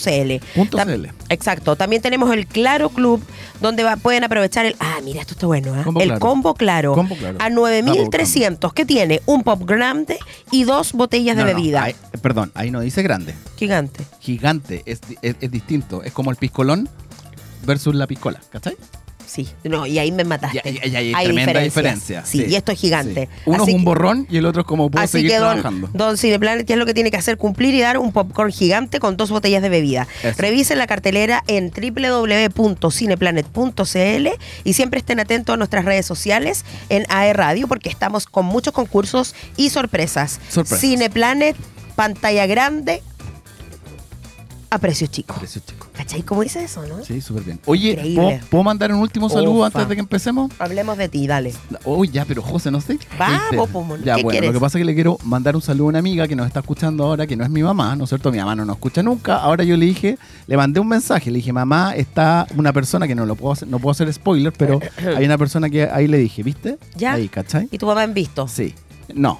[SPEAKER 1] Tam-
[SPEAKER 2] CL.
[SPEAKER 1] Exacto. También tenemos el Claro Club, donde va- pueden aprovechar el. Ah, mira, esto está bueno. ¿ah?
[SPEAKER 2] Combo
[SPEAKER 1] el
[SPEAKER 2] Claro.
[SPEAKER 1] combo claro,
[SPEAKER 2] Combo Claro.
[SPEAKER 1] A 9,300, que tiene un pop grande y dos botellas
[SPEAKER 2] No,
[SPEAKER 1] de
[SPEAKER 2] no,
[SPEAKER 1] bebida.
[SPEAKER 2] ahí- perdón, ahí no dice grande.
[SPEAKER 1] Gigante.
[SPEAKER 2] Gigante. Es, di- es- es distinto. Es como el piscolón versus la piscola. ¿Cachai?
[SPEAKER 1] Sí. No, y ahí me mataste.
[SPEAKER 2] Y- y- y hay tremenda
[SPEAKER 1] diferencias.
[SPEAKER 2] diferencia.
[SPEAKER 1] Sí, y esto es gigante.
[SPEAKER 2] sí. Uno
[SPEAKER 1] Así
[SPEAKER 2] es un
[SPEAKER 1] que-
[SPEAKER 2] borrón y el otro es como puedo
[SPEAKER 1] Así
[SPEAKER 2] seguir
[SPEAKER 1] que
[SPEAKER 2] trabajando.
[SPEAKER 1] don, don Cineplanet, ¿qué es lo que tiene que hacer? Cumplir y dar un popcorn gigante con dos botellas de bebida.
[SPEAKER 2] Eso.
[SPEAKER 1] Revisen la cartelera en www.cineplanet.cl y siempre estén atentos a nuestras redes sociales en AE Radio porque estamos con muchos concursos y sorpresas.
[SPEAKER 2] Sorpresas.
[SPEAKER 1] Cineplanet, pantalla grande a precio chico.
[SPEAKER 2] Precio chico.
[SPEAKER 1] ¿Cachai cómo dice eso, no?
[SPEAKER 2] Sí, súper bien. Oye,
[SPEAKER 1] Increíble.
[SPEAKER 2] ¿puedo, puedo mandar un último saludo
[SPEAKER 1] Ufa.
[SPEAKER 2] antes de que empecemos?
[SPEAKER 1] Hablemos de ti, dale.
[SPEAKER 2] Uy, ya, pero José, no sé.
[SPEAKER 1] Vamos,
[SPEAKER 2] Este,
[SPEAKER 1] po, mono,
[SPEAKER 2] Ya,
[SPEAKER 1] pues, ¿qué
[SPEAKER 2] bueno,
[SPEAKER 1] quieres?
[SPEAKER 2] lo que pasa es que le quiero mandar un saludo a una amiga que nos está escuchando ahora, que no es mi mamá, ¿no es cierto? Mi mamá no nos escucha nunca. Ahora yo le dije, le mandé un mensaje, le dije, mamá, está una persona que no lo puedo hacer, no puedo hacer spoiler, pero hay una persona que ahí le dije, ¿viste?
[SPEAKER 1] Ya.
[SPEAKER 2] Ahí, ¿cachai?
[SPEAKER 1] ¿Y tu papá en visto?
[SPEAKER 2] Sí. No.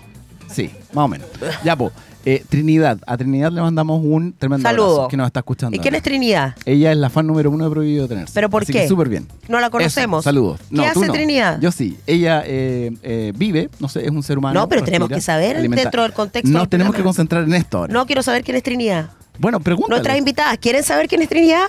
[SPEAKER 2] Sí, más o menos. Ya, po. eh, Trinidad, a Trinidad le mandamos un tremendo
[SPEAKER 1] Saludo.
[SPEAKER 2] abrazo que nos está escuchando.
[SPEAKER 1] ¿Y quién
[SPEAKER 2] ahora.
[SPEAKER 1] es Trinidad?
[SPEAKER 2] Ella es la fan número uno de Prohibido Tenerse.
[SPEAKER 1] ¿Pero por
[SPEAKER 2] Así
[SPEAKER 1] qué?
[SPEAKER 2] que súper bien.
[SPEAKER 1] No la conocemos.
[SPEAKER 2] Eso, saludos.
[SPEAKER 1] ¿Qué
[SPEAKER 2] No, tú
[SPEAKER 1] hace
[SPEAKER 2] no.
[SPEAKER 1] Trinidad?
[SPEAKER 2] Yo sí. Ella eh, eh, vive, no sé, es un ser humano.
[SPEAKER 1] No, pero tenemos que saber dentro del contexto
[SPEAKER 2] Nos
[SPEAKER 1] del
[SPEAKER 2] tenemos
[SPEAKER 1] programa.
[SPEAKER 2] que concentrar en esto ahora.
[SPEAKER 1] No quiero saber quién es Trinidad.
[SPEAKER 2] Bueno, pregúntale.
[SPEAKER 1] Nuestras invitadas, ¿quieren saber quién es Trinidad?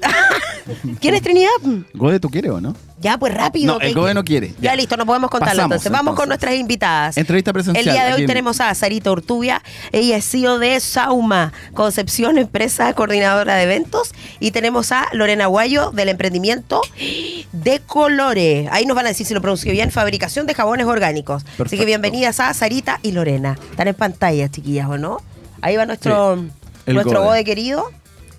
[SPEAKER 1] ¿Quién es Trinidad?
[SPEAKER 2] Gode, ¿tú quieres o no?
[SPEAKER 1] Ya, pues rápido.
[SPEAKER 2] No, el
[SPEAKER 1] que-
[SPEAKER 2] Gode no quiere.
[SPEAKER 1] Ya, listo, no podemos contarlo.
[SPEAKER 2] Pasamos,
[SPEAKER 1] entonces, vamos con
[SPEAKER 2] entonces.
[SPEAKER 1] nuestras invitadas.
[SPEAKER 2] Entrevista presencial,
[SPEAKER 1] El día de hoy
[SPEAKER 2] aquí en-
[SPEAKER 1] tenemos a Sarita Ortubia. Ella es CEO de Sauma, Concepción, empresa coordinadora de eventos. Y tenemos a Lorena Guayo del emprendimiento de Colore. Ahí nos van a decir si lo pronuncio bien: fabricación de jabones orgánicos. Así que
[SPEAKER 2] Perfecto.
[SPEAKER 1] bienvenidas a Sarita y Lorena. Están en pantalla, chiquillas, ¿o no? Ahí va nuestro,
[SPEAKER 2] Sí, el
[SPEAKER 1] nuestro
[SPEAKER 2] Gode.
[SPEAKER 1] Gode querido.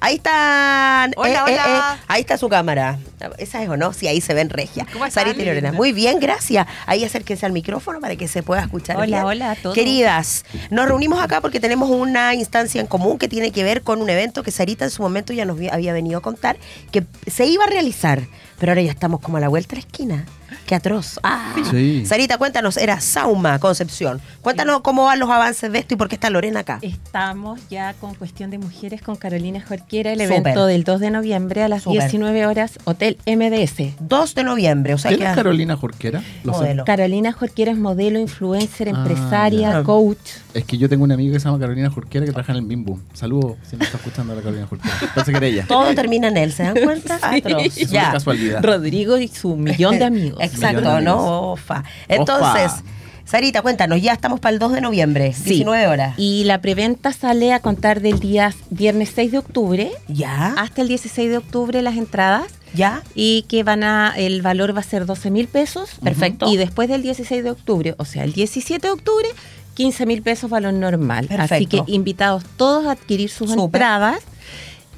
[SPEAKER 1] Ahí están.
[SPEAKER 6] Hola, hola.
[SPEAKER 1] eh, Ahí está su cámara. Esa es o no, sí, ahí se ven regia.
[SPEAKER 6] ¿Cómo están,
[SPEAKER 1] Sarita y Lorena.
[SPEAKER 6] linda?
[SPEAKER 1] Muy bien, gracias. Ahí acérquense al micrófono para que se pueda escuchar.
[SPEAKER 6] Hola,
[SPEAKER 1] bien.
[SPEAKER 6] hola a todos.
[SPEAKER 1] Queridas, nos reunimos acá porque tenemos una instancia en común que tiene que ver con un evento que Sarita en su momento ya nos vi- había venido a contar que se iba a realizar, pero ahora ya estamos como a la vuelta de la esquina. Qué atroz. Ah.
[SPEAKER 2] Sí.
[SPEAKER 1] Sarita, cuéntanos, era Sauma, Concepción. Cuéntanos cómo van los avances de esto y por qué está Lorena acá.
[SPEAKER 6] Estamos ya con Cuestión de Mujeres con Carolina Jorquera, el
[SPEAKER 1] Súper.
[SPEAKER 6] evento del 2 de noviembre a las
[SPEAKER 1] Súper.
[SPEAKER 6] 19 horas, Hotel MDS.
[SPEAKER 1] 2 de noviembre, o sea
[SPEAKER 2] ¿Quién
[SPEAKER 1] que
[SPEAKER 2] es Carolina Jorquera? Lo sé.
[SPEAKER 1] Modelo.
[SPEAKER 6] Carolina Jorquera es modelo, influencer,
[SPEAKER 2] Ah,
[SPEAKER 6] empresaria,
[SPEAKER 1] ya.
[SPEAKER 6] coach.
[SPEAKER 2] Es que yo tengo una amiga que se llama Carolina Jorquera que trabaja en el Bimbo. Saludos si me está escuchando la Carolina Jorquera. Pensé que era ella.
[SPEAKER 1] todo termina en él, ¿se dan cuenta? Atroz.
[SPEAKER 2] Es una casualidad.
[SPEAKER 6] Rodrigo y su millón de amigos.
[SPEAKER 1] Exacto,
[SPEAKER 2] Millón de
[SPEAKER 1] ¿no? Ofa. Entonces,
[SPEAKER 2] Ofa.
[SPEAKER 1] Sarita, cuéntanos, ya estamos para el 2 de noviembre,
[SPEAKER 6] Sí.
[SPEAKER 1] 19 horas.
[SPEAKER 6] Y la preventa sale a contar del día viernes 6 de octubre
[SPEAKER 1] ¿Ya?
[SPEAKER 6] hasta el 16 de octubre las entradas.
[SPEAKER 1] ¿Ya?
[SPEAKER 6] y que van a el valor va a ser 12 mil pesos.
[SPEAKER 1] Perfecto.
[SPEAKER 6] Y después del 16 de octubre, o sea, el 17 de octubre, 15 mil pesos valor normal. Así
[SPEAKER 1] Perfecto.
[SPEAKER 6] que invitados todos a adquirir sus
[SPEAKER 1] Súper.
[SPEAKER 6] entradas.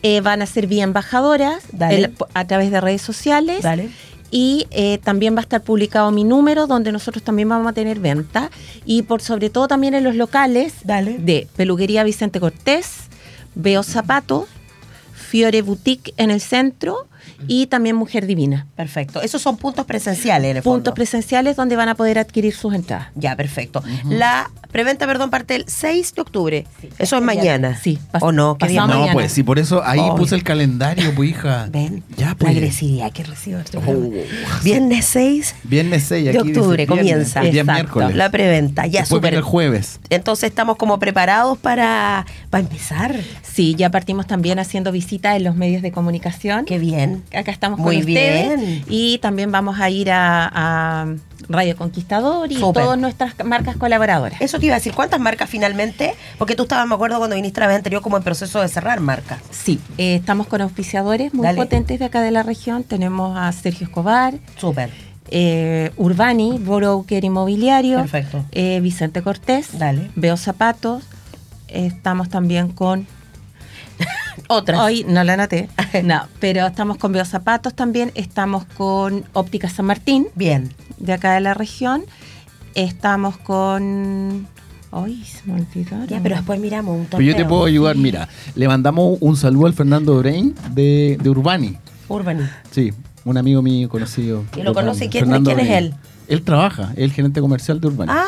[SPEAKER 6] Eh, van a ser vía embajadoras
[SPEAKER 1] Dale.
[SPEAKER 6] el- a través de redes sociales.
[SPEAKER 1] Dale.
[SPEAKER 6] Y eh, también va a estar publicado mi número, donde nosotros también vamos a tener venta. Y por sobre todo también en los locales
[SPEAKER 1] Dale.
[SPEAKER 6] de Peluquería Vicente Cortés, Veo Zapato, Fiore Boutique en el centro y también Mujer Divina.
[SPEAKER 1] Perfecto. Esos son puntos presenciales, en el
[SPEAKER 6] Puntos
[SPEAKER 1] fondo.
[SPEAKER 6] presenciales donde van a poder adquirir sus entradas.
[SPEAKER 1] Ya, perfecto. La preventa, perdón, parte el 6 de octubre. Eso es
[SPEAKER 6] ya.
[SPEAKER 1] mañana.
[SPEAKER 6] Sí, pas-
[SPEAKER 1] ¿O no? ¿Qué día?
[SPEAKER 2] No,
[SPEAKER 6] pasamos mañana.
[SPEAKER 2] pues, sí, por eso ahí
[SPEAKER 1] Ay.
[SPEAKER 2] puse el calendario, pues, hija.
[SPEAKER 1] Ven,
[SPEAKER 2] Ya,
[SPEAKER 1] la
[SPEAKER 2] pues.
[SPEAKER 1] agresividad que recibo. en este
[SPEAKER 2] Oh.
[SPEAKER 1] programa. Viernes 6
[SPEAKER 2] Viernes 6
[SPEAKER 1] de
[SPEAKER 2] aquí dice
[SPEAKER 1] octubre
[SPEAKER 2] viernes,
[SPEAKER 1] comienza.
[SPEAKER 2] El día
[SPEAKER 6] Exacto.
[SPEAKER 2] miércoles.
[SPEAKER 1] la preventa. Ya,
[SPEAKER 2] Después
[SPEAKER 1] súper.
[SPEAKER 2] viene el jueves.
[SPEAKER 1] Entonces estamos como preparados para, para empezar.
[SPEAKER 6] Sí, ya partimos también haciendo visitas en los medios de comunicación.
[SPEAKER 1] Qué bien.
[SPEAKER 6] Acá estamos
[SPEAKER 1] Muy
[SPEAKER 6] con ustedes
[SPEAKER 1] bien.
[SPEAKER 6] y también vamos a ir a, a Radio Conquistador y
[SPEAKER 1] Súper.
[SPEAKER 6] todas nuestras marcas colaboradoras.
[SPEAKER 1] Eso te iba a decir, ¿cuántas marcas finalmente? Porque tú estabas, me acuerdo, cuando viniste la vez anterior como en proceso de cerrar marcas.
[SPEAKER 6] Sí, eh, estamos con auspiciadores muy
[SPEAKER 1] Dale.
[SPEAKER 6] potentes de acá de la región. Tenemos a Sergio Escobar,
[SPEAKER 1] Súper.
[SPEAKER 6] eh, Urbani, Broker Inmobiliario,
[SPEAKER 1] Perfecto.
[SPEAKER 6] eh, Vicente Cortés,
[SPEAKER 1] Dale.
[SPEAKER 6] Veo Zapatos. Estamos también con
[SPEAKER 1] Otras.
[SPEAKER 6] Hoy no la anoté. No, pero estamos con Biozapatos también, estamos con Óptica San Martín,
[SPEAKER 1] Bien.
[SPEAKER 6] de acá de la región. Estamos con. Ay, se me olvidaron.
[SPEAKER 1] Ya, pero después miramos un
[SPEAKER 2] Pero Pues yo te
[SPEAKER 1] torneo.
[SPEAKER 2] puedo ayudar, mira. Le mandamos un saludo al Fernando Brain de, de Urbani.
[SPEAKER 1] Urban.
[SPEAKER 2] Sí, un amigo mío conocido.
[SPEAKER 1] ¿Y
[SPEAKER 2] de
[SPEAKER 1] lo
[SPEAKER 2] Urbani,
[SPEAKER 1] conoce? ¿Quién-
[SPEAKER 2] Fernando
[SPEAKER 1] quién es
[SPEAKER 2] Brain.
[SPEAKER 1] él?
[SPEAKER 2] Él trabaja, es el gerente comercial de Urbani.
[SPEAKER 1] Ah,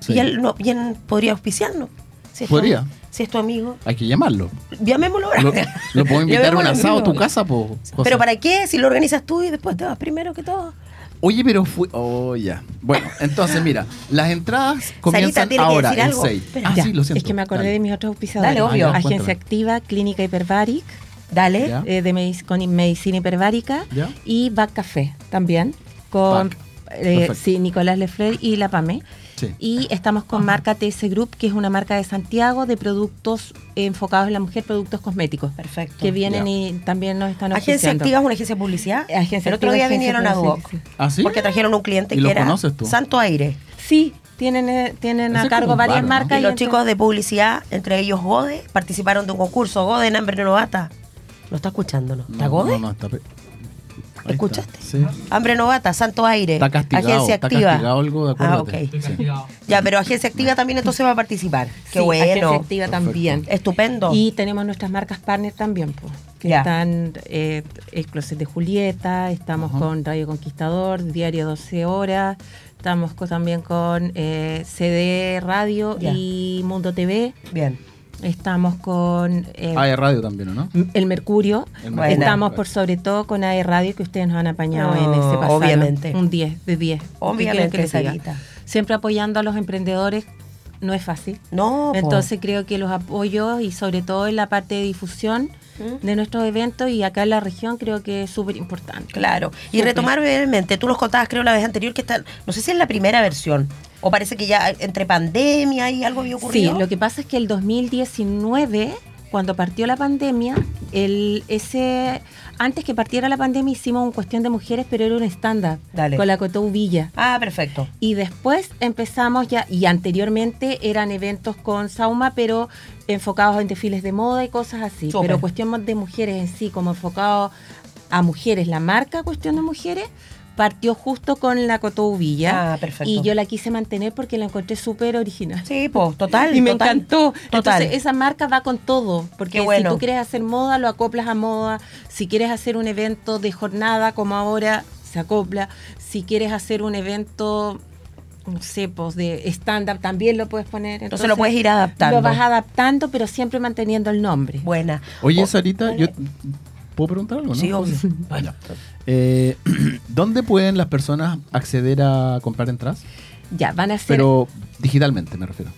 [SPEAKER 2] Sí.
[SPEAKER 1] y él, no, y él podría auspiciarnos. Si es tu-
[SPEAKER 2] Podría.
[SPEAKER 1] si es tu amigo.
[SPEAKER 2] Hay que llamarlo.
[SPEAKER 1] Llamémoslo ahora.
[SPEAKER 2] Lo, lo puedo invitar a un
[SPEAKER 1] Llamémoslo
[SPEAKER 2] asado a tu
[SPEAKER 1] mismo.
[SPEAKER 2] casa, po. José.
[SPEAKER 1] Pero ¿para qué? Si lo organizas tú y después te vas primero que todo.
[SPEAKER 2] Oye, pero fue. Oh, ya. Bueno, entonces, mira, las entradas comienzan
[SPEAKER 1] tiene que
[SPEAKER 2] ahora,
[SPEAKER 1] decir
[SPEAKER 2] el
[SPEAKER 1] algo.
[SPEAKER 2] 6.
[SPEAKER 1] Espera.
[SPEAKER 2] Ah,
[SPEAKER 6] Ya,
[SPEAKER 2] sí, lo siento.
[SPEAKER 6] Es que me acordé
[SPEAKER 2] Dale.
[SPEAKER 6] de mis otros auspiciadores.
[SPEAKER 1] Dale, obvio.
[SPEAKER 2] Ah, ya,
[SPEAKER 6] Agencia
[SPEAKER 2] cuéntame.
[SPEAKER 6] Activa, Clínica Hiperbaric,
[SPEAKER 1] Dale.
[SPEAKER 2] Ya.
[SPEAKER 6] eh, de medic- con Medicina Hiperbárica.
[SPEAKER 2] Ya.
[SPEAKER 6] Y Back Café también, con
[SPEAKER 2] Back.
[SPEAKER 6] eh,
[SPEAKER 2] Perfecto.
[SPEAKER 6] sí, Nicolás Lefler y La Pame.
[SPEAKER 2] Sí.
[SPEAKER 6] Y estamos con marca TS Group, que es una marca de Santiago de productos enfocados en la mujer, productos cosméticos.
[SPEAKER 1] Perfecto.
[SPEAKER 6] que vienen
[SPEAKER 2] Ya.
[SPEAKER 6] y también nos están
[SPEAKER 1] Agencia
[SPEAKER 6] ofreciendo.
[SPEAKER 1] Activa es una agencia de publicidad.
[SPEAKER 6] Eh, Agencia
[SPEAKER 1] El otro
[SPEAKER 6] Activa,
[SPEAKER 1] día
[SPEAKER 6] agencia
[SPEAKER 1] vinieron a
[SPEAKER 6] comercial,
[SPEAKER 1] Duoc.
[SPEAKER 6] sí.
[SPEAKER 2] ¿Ah, sí?
[SPEAKER 1] Porque trajeron un cliente
[SPEAKER 2] ¿Y
[SPEAKER 1] que
[SPEAKER 2] los
[SPEAKER 1] era
[SPEAKER 2] conoces tú?
[SPEAKER 1] Santo Aire.
[SPEAKER 6] Sí, tienen, eh, tienen
[SPEAKER 2] Ese
[SPEAKER 6] a
[SPEAKER 2] es
[SPEAKER 6] cargo
[SPEAKER 2] como un
[SPEAKER 6] varias
[SPEAKER 2] bar, ¿no?
[SPEAKER 6] marcas.
[SPEAKER 1] Y
[SPEAKER 6] y
[SPEAKER 1] los
[SPEAKER 6] entonces-
[SPEAKER 1] chicos de publicidad, entre ellos Gode, participaron de un concurso. Gode, en hambre no bata. No está escuchando, ¿no? ¿Está
[SPEAKER 2] No,
[SPEAKER 1] Gode?
[SPEAKER 2] no, no, está. pe- Ahí
[SPEAKER 1] ¿Escuchaste? Eh,
[SPEAKER 2] está. Sí.
[SPEAKER 1] Hambre novata, Santo Aire.
[SPEAKER 2] Está castigado,
[SPEAKER 1] Agencia
[SPEAKER 2] está
[SPEAKER 1] activa.
[SPEAKER 2] castigado el Gode,
[SPEAKER 1] Ah,
[SPEAKER 2] acuérdate.
[SPEAKER 1] ok. Ya, pero agencia activa también entonces va a participar. Qué
[SPEAKER 6] Sí, Agencia
[SPEAKER 1] bueno.
[SPEAKER 6] Activa
[SPEAKER 2] Perfecto.
[SPEAKER 6] también.
[SPEAKER 1] Estupendo.
[SPEAKER 6] Y tenemos nuestras marcas partner también, pues, que
[SPEAKER 1] Ya.
[SPEAKER 6] están eh, el Closet de Julieta, estamos con Radio Conquistador, Diario 12 Horas, estamos co- también con eh, CD Radio
[SPEAKER 1] Ya.
[SPEAKER 6] y Mundo TV,
[SPEAKER 1] Bien.
[SPEAKER 6] estamos con eh,
[SPEAKER 2] Ah, de radio también, ¿o no?
[SPEAKER 6] El Mercurio.
[SPEAKER 2] El
[SPEAKER 1] Buena.
[SPEAKER 6] Estamos por sobre todo con AE Radio que ustedes nos han apañado
[SPEAKER 1] No,
[SPEAKER 6] en ese pasado.
[SPEAKER 1] Oh, obviamente.
[SPEAKER 6] Un 10 de 10. ¿Qué quieren
[SPEAKER 1] Obviamente,
[SPEAKER 6] que les diga?
[SPEAKER 1] Sarita.
[SPEAKER 6] Siempre apoyando a los emprendedores no es fácil.
[SPEAKER 1] No, po.
[SPEAKER 6] Entonces creo que los apoyos y sobre todo en la parte de difusión
[SPEAKER 1] ¿Mm?
[SPEAKER 6] de nuestros eventos y acá en la región creo que es súper importante.
[SPEAKER 1] Claro. Y
[SPEAKER 6] Súper.
[SPEAKER 1] retomar brevemente, tú nos contabas, creo, la vez anterior que está. No sé si es la primera versión. O parece que ya entre pandemia y algo había
[SPEAKER 6] Sí,
[SPEAKER 1] ocurrido.
[SPEAKER 6] lo que pasa es que el 2019, cuando partió la pandemia, el, ese, antes que partiera la pandemia hicimos un cuestión de mujeres, pero era un estándar
[SPEAKER 1] Dale.
[SPEAKER 6] con la Cotou Villa.
[SPEAKER 1] Ah, perfecto.
[SPEAKER 6] Y después empezamos ya, y anteriormente eran eventos con Sauma, pero enfocados en desfiles de moda y cosas así.
[SPEAKER 1] Súper.
[SPEAKER 6] Pero cuestión de mujeres en sí, como enfocado a mujeres, la marca cuestión de mujeres partió justo con la Cotou Villa.
[SPEAKER 1] Ah, perfecto.
[SPEAKER 6] Y yo la quise mantener porque la encontré súper original.
[SPEAKER 1] Sí, pues, total.
[SPEAKER 6] Y me
[SPEAKER 1] total.
[SPEAKER 6] encantó.
[SPEAKER 1] Total.
[SPEAKER 6] Entonces, esa marca va con todo. Porque
[SPEAKER 1] Qué bueno.
[SPEAKER 6] si tú quieres hacer moda, lo acoplas a moda. Si quieres hacer un evento de jornada como ahora, se acopla. Si quieres hacer un evento, no sé, pues de stand-up, también lo puedes poner.
[SPEAKER 1] Entonces, lo puedes ir adaptando.
[SPEAKER 6] Lo vas adaptando, pero siempre manteniendo el nombre.
[SPEAKER 1] Buena.
[SPEAKER 2] Oye,
[SPEAKER 1] O-
[SPEAKER 2] Sarita, yo puedo preguntar algo, ¿no?
[SPEAKER 1] Sí, obvio.
[SPEAKER 2] Ah, ya. Eh, ¿Dónde pueden las personas acceder a comprar entradas?
[SPEAKER 6] Ya, van a ser
[SPEAKER 2] Pero digitalmente, me refiero.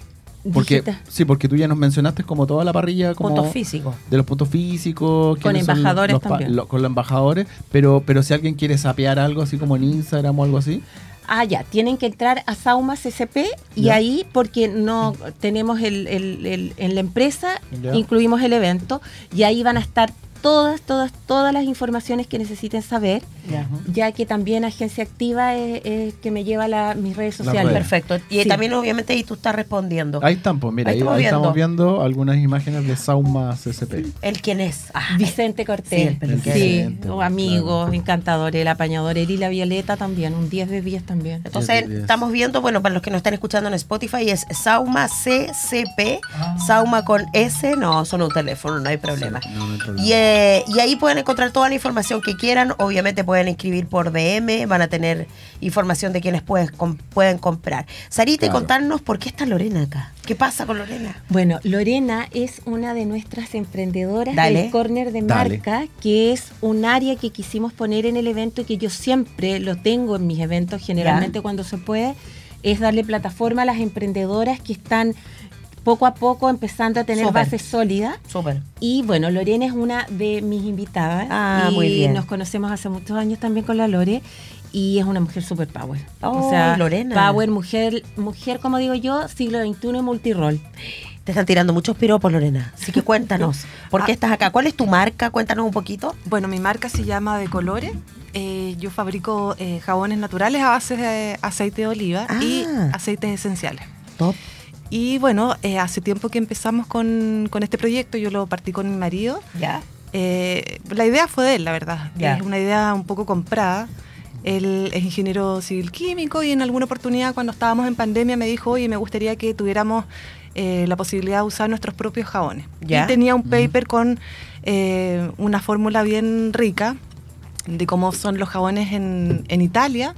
[SPEAKER 2] Porque
[SPEAKER 6] Digital.
[SPEAKER 2] sí, porque tú ya nos mencionaste como toda la parrilla como
[SPEAKER 1] Puntos físicos.
[SPEAKER 2] de los puntos físicos,
[SPEAKER 6] Con
[SPEAKER 2] quiénes son
[SPEAKER 6] embajadores
[SPEAKER 2] los pa-
[SPEAKER 6] también.
[SPEAKER 2] lo- con los embajadores, pero pero si alguien quiere sapear algo así como en Instagram o algo así,
[SPEAKER 6] Ah, ya, tienen que entrar a Sauma CCP y
[SPEAKER 2] Ya.
[SPEAKER 6] ahí, porque no tenemos el, el- el- en la empresa,
[SPEAKER 2] Ya.
[SPEAKER 6] incluimos el evento y ahí van a estar todas, todas, todas las informaciones que necesiten saber,
[SPEAKER 1] Ya.
[SPEAKER 6] ya que también Agencia Activa es, es que me lleva a mis redes
[SPEAKER 2] Las
[SPEAKER 6] sociales.
[SPEAKER 2] redes.
[SPEAKER 1] Perfecto. Y
[SPEAKER 6] Sí.
[SPEAKER 1] también, obviamente, ahí tú estás respondiendo.
[SPEAKER 2] ahí están, pues mira, ahí, ahí estamos, viendo. algunas imágenes de Sauma CCP.
[SPEAKER 1] El quién es. Ah,
[SPEAKER 6] Vicente
[SPEAKER 1] Sí,
[SPEAKER 6] Cortés,
[SPEAKER 1] el peluquero.
[SPEAKER 6] sí,
[SPEAKER 2] Vicente,
[SPEAKER 6] un amigo,
[SPEAKER 2] claro.
[SPEAKER 6] encantador, el apañador, él y la Violeta también, un 10 de 10 también.
[SPEAKER 1] Entonces,
[SPEAKER 2] Yes, yes.
[SPEAKER 1] estamos viendo, bueno, para los que nos están escuchando en Spotify, es Sauma
[SPEAKER 2] Ah.
[SPEAKER 1] CCP, Sauma con S, no, son un teléfono, no hay problema.
[SPEAKER 2] Sí, no, no hay problema.
[SPEAKER 1] Y Eh, y ahí pueden encontrar toda la información que quieran. Obviamente pueden inscribir por DM, van a tener información de quienes puedes com- pueden comprar. Sarita, y
[SPEAKER 2] Claro.
[SPEAKER 1] contarnos por qué está Lorena acá. ¿Qué pasa con Lorena?
[SPEAKER 7] Bueno, Lorena es una de nuestras emprendedoras
[SPEAKER 1] Dale.
[SPEAKER 7] del corner de
[SPEAKER 2] Dale.
[SPEAKER 7] marca, que es un área que quisimos poner en el evento y que yo siempre lo tengo en mis eventos, generalmente cuando se puede, es darle plataforma a las emprendedoras que están poco a poco empezando a tener
[SPEAKER 1] Súper.
[SPEAKER 7] base sólida.
[SPEAKER 1] Súper.
[SPEAKER 7] Y bueno, Lorena es una de mis invitadas
[SPEAKER 1] Ah,
[SPEAKER 7] y
[SPEAKER 1] muy bien.
[SPEAKER 7] nos conocemos hace muchos años también con la Lore y es una mujer super power.
[SPEAKER 1] Ay, Oh, Lorena.
[SPEAKER 7] power, mujer, mujer como digo yo, siglo XXI y multirol.
[SPEAKER 1] Te están tirando muchos piropos, Lorena. Así que cuéntanos, ¿por
[SPEAKER 2] Ah.
[SPEAKER 1] qué estás acá? ¿Cuál es tu marca? Cuéntanos un poquito.
[SPEAKER 8] Bueno, mi marca se llama De Colores. Eh, yo fabrico eh, jabones naturales a base de aceite de oliva y
[SPEAKER 1] Ah.
[SPEAKER 8] aceites esenciales.
[SPEAKER 1] Top.
[SPEAKER 8] Y bueno, eh, hace tiempo que empezamos con, con este proyecto, yo lo partí con mi marido.
[SPEAKER 1] ¿Ya?
[SPEAKER 8] Eh, la idea fue de él, la verdad.
[SPEAKER 1] Ya.
[SPEAKER 8] Es una idea un poco comprada. Él es ingeniero civil químico y en alguna oportunidad cuando estábamos en pandemia me dijo, oye, me gustaría que tuviéramos eh, la posibilidad de usar nuestros propios jabones.
[SPEAKER 1] Ya.
[SPEAKER 8] Y tenía un paper con eh, una fórmula bien rica de cómo son los jabones en, en Italia,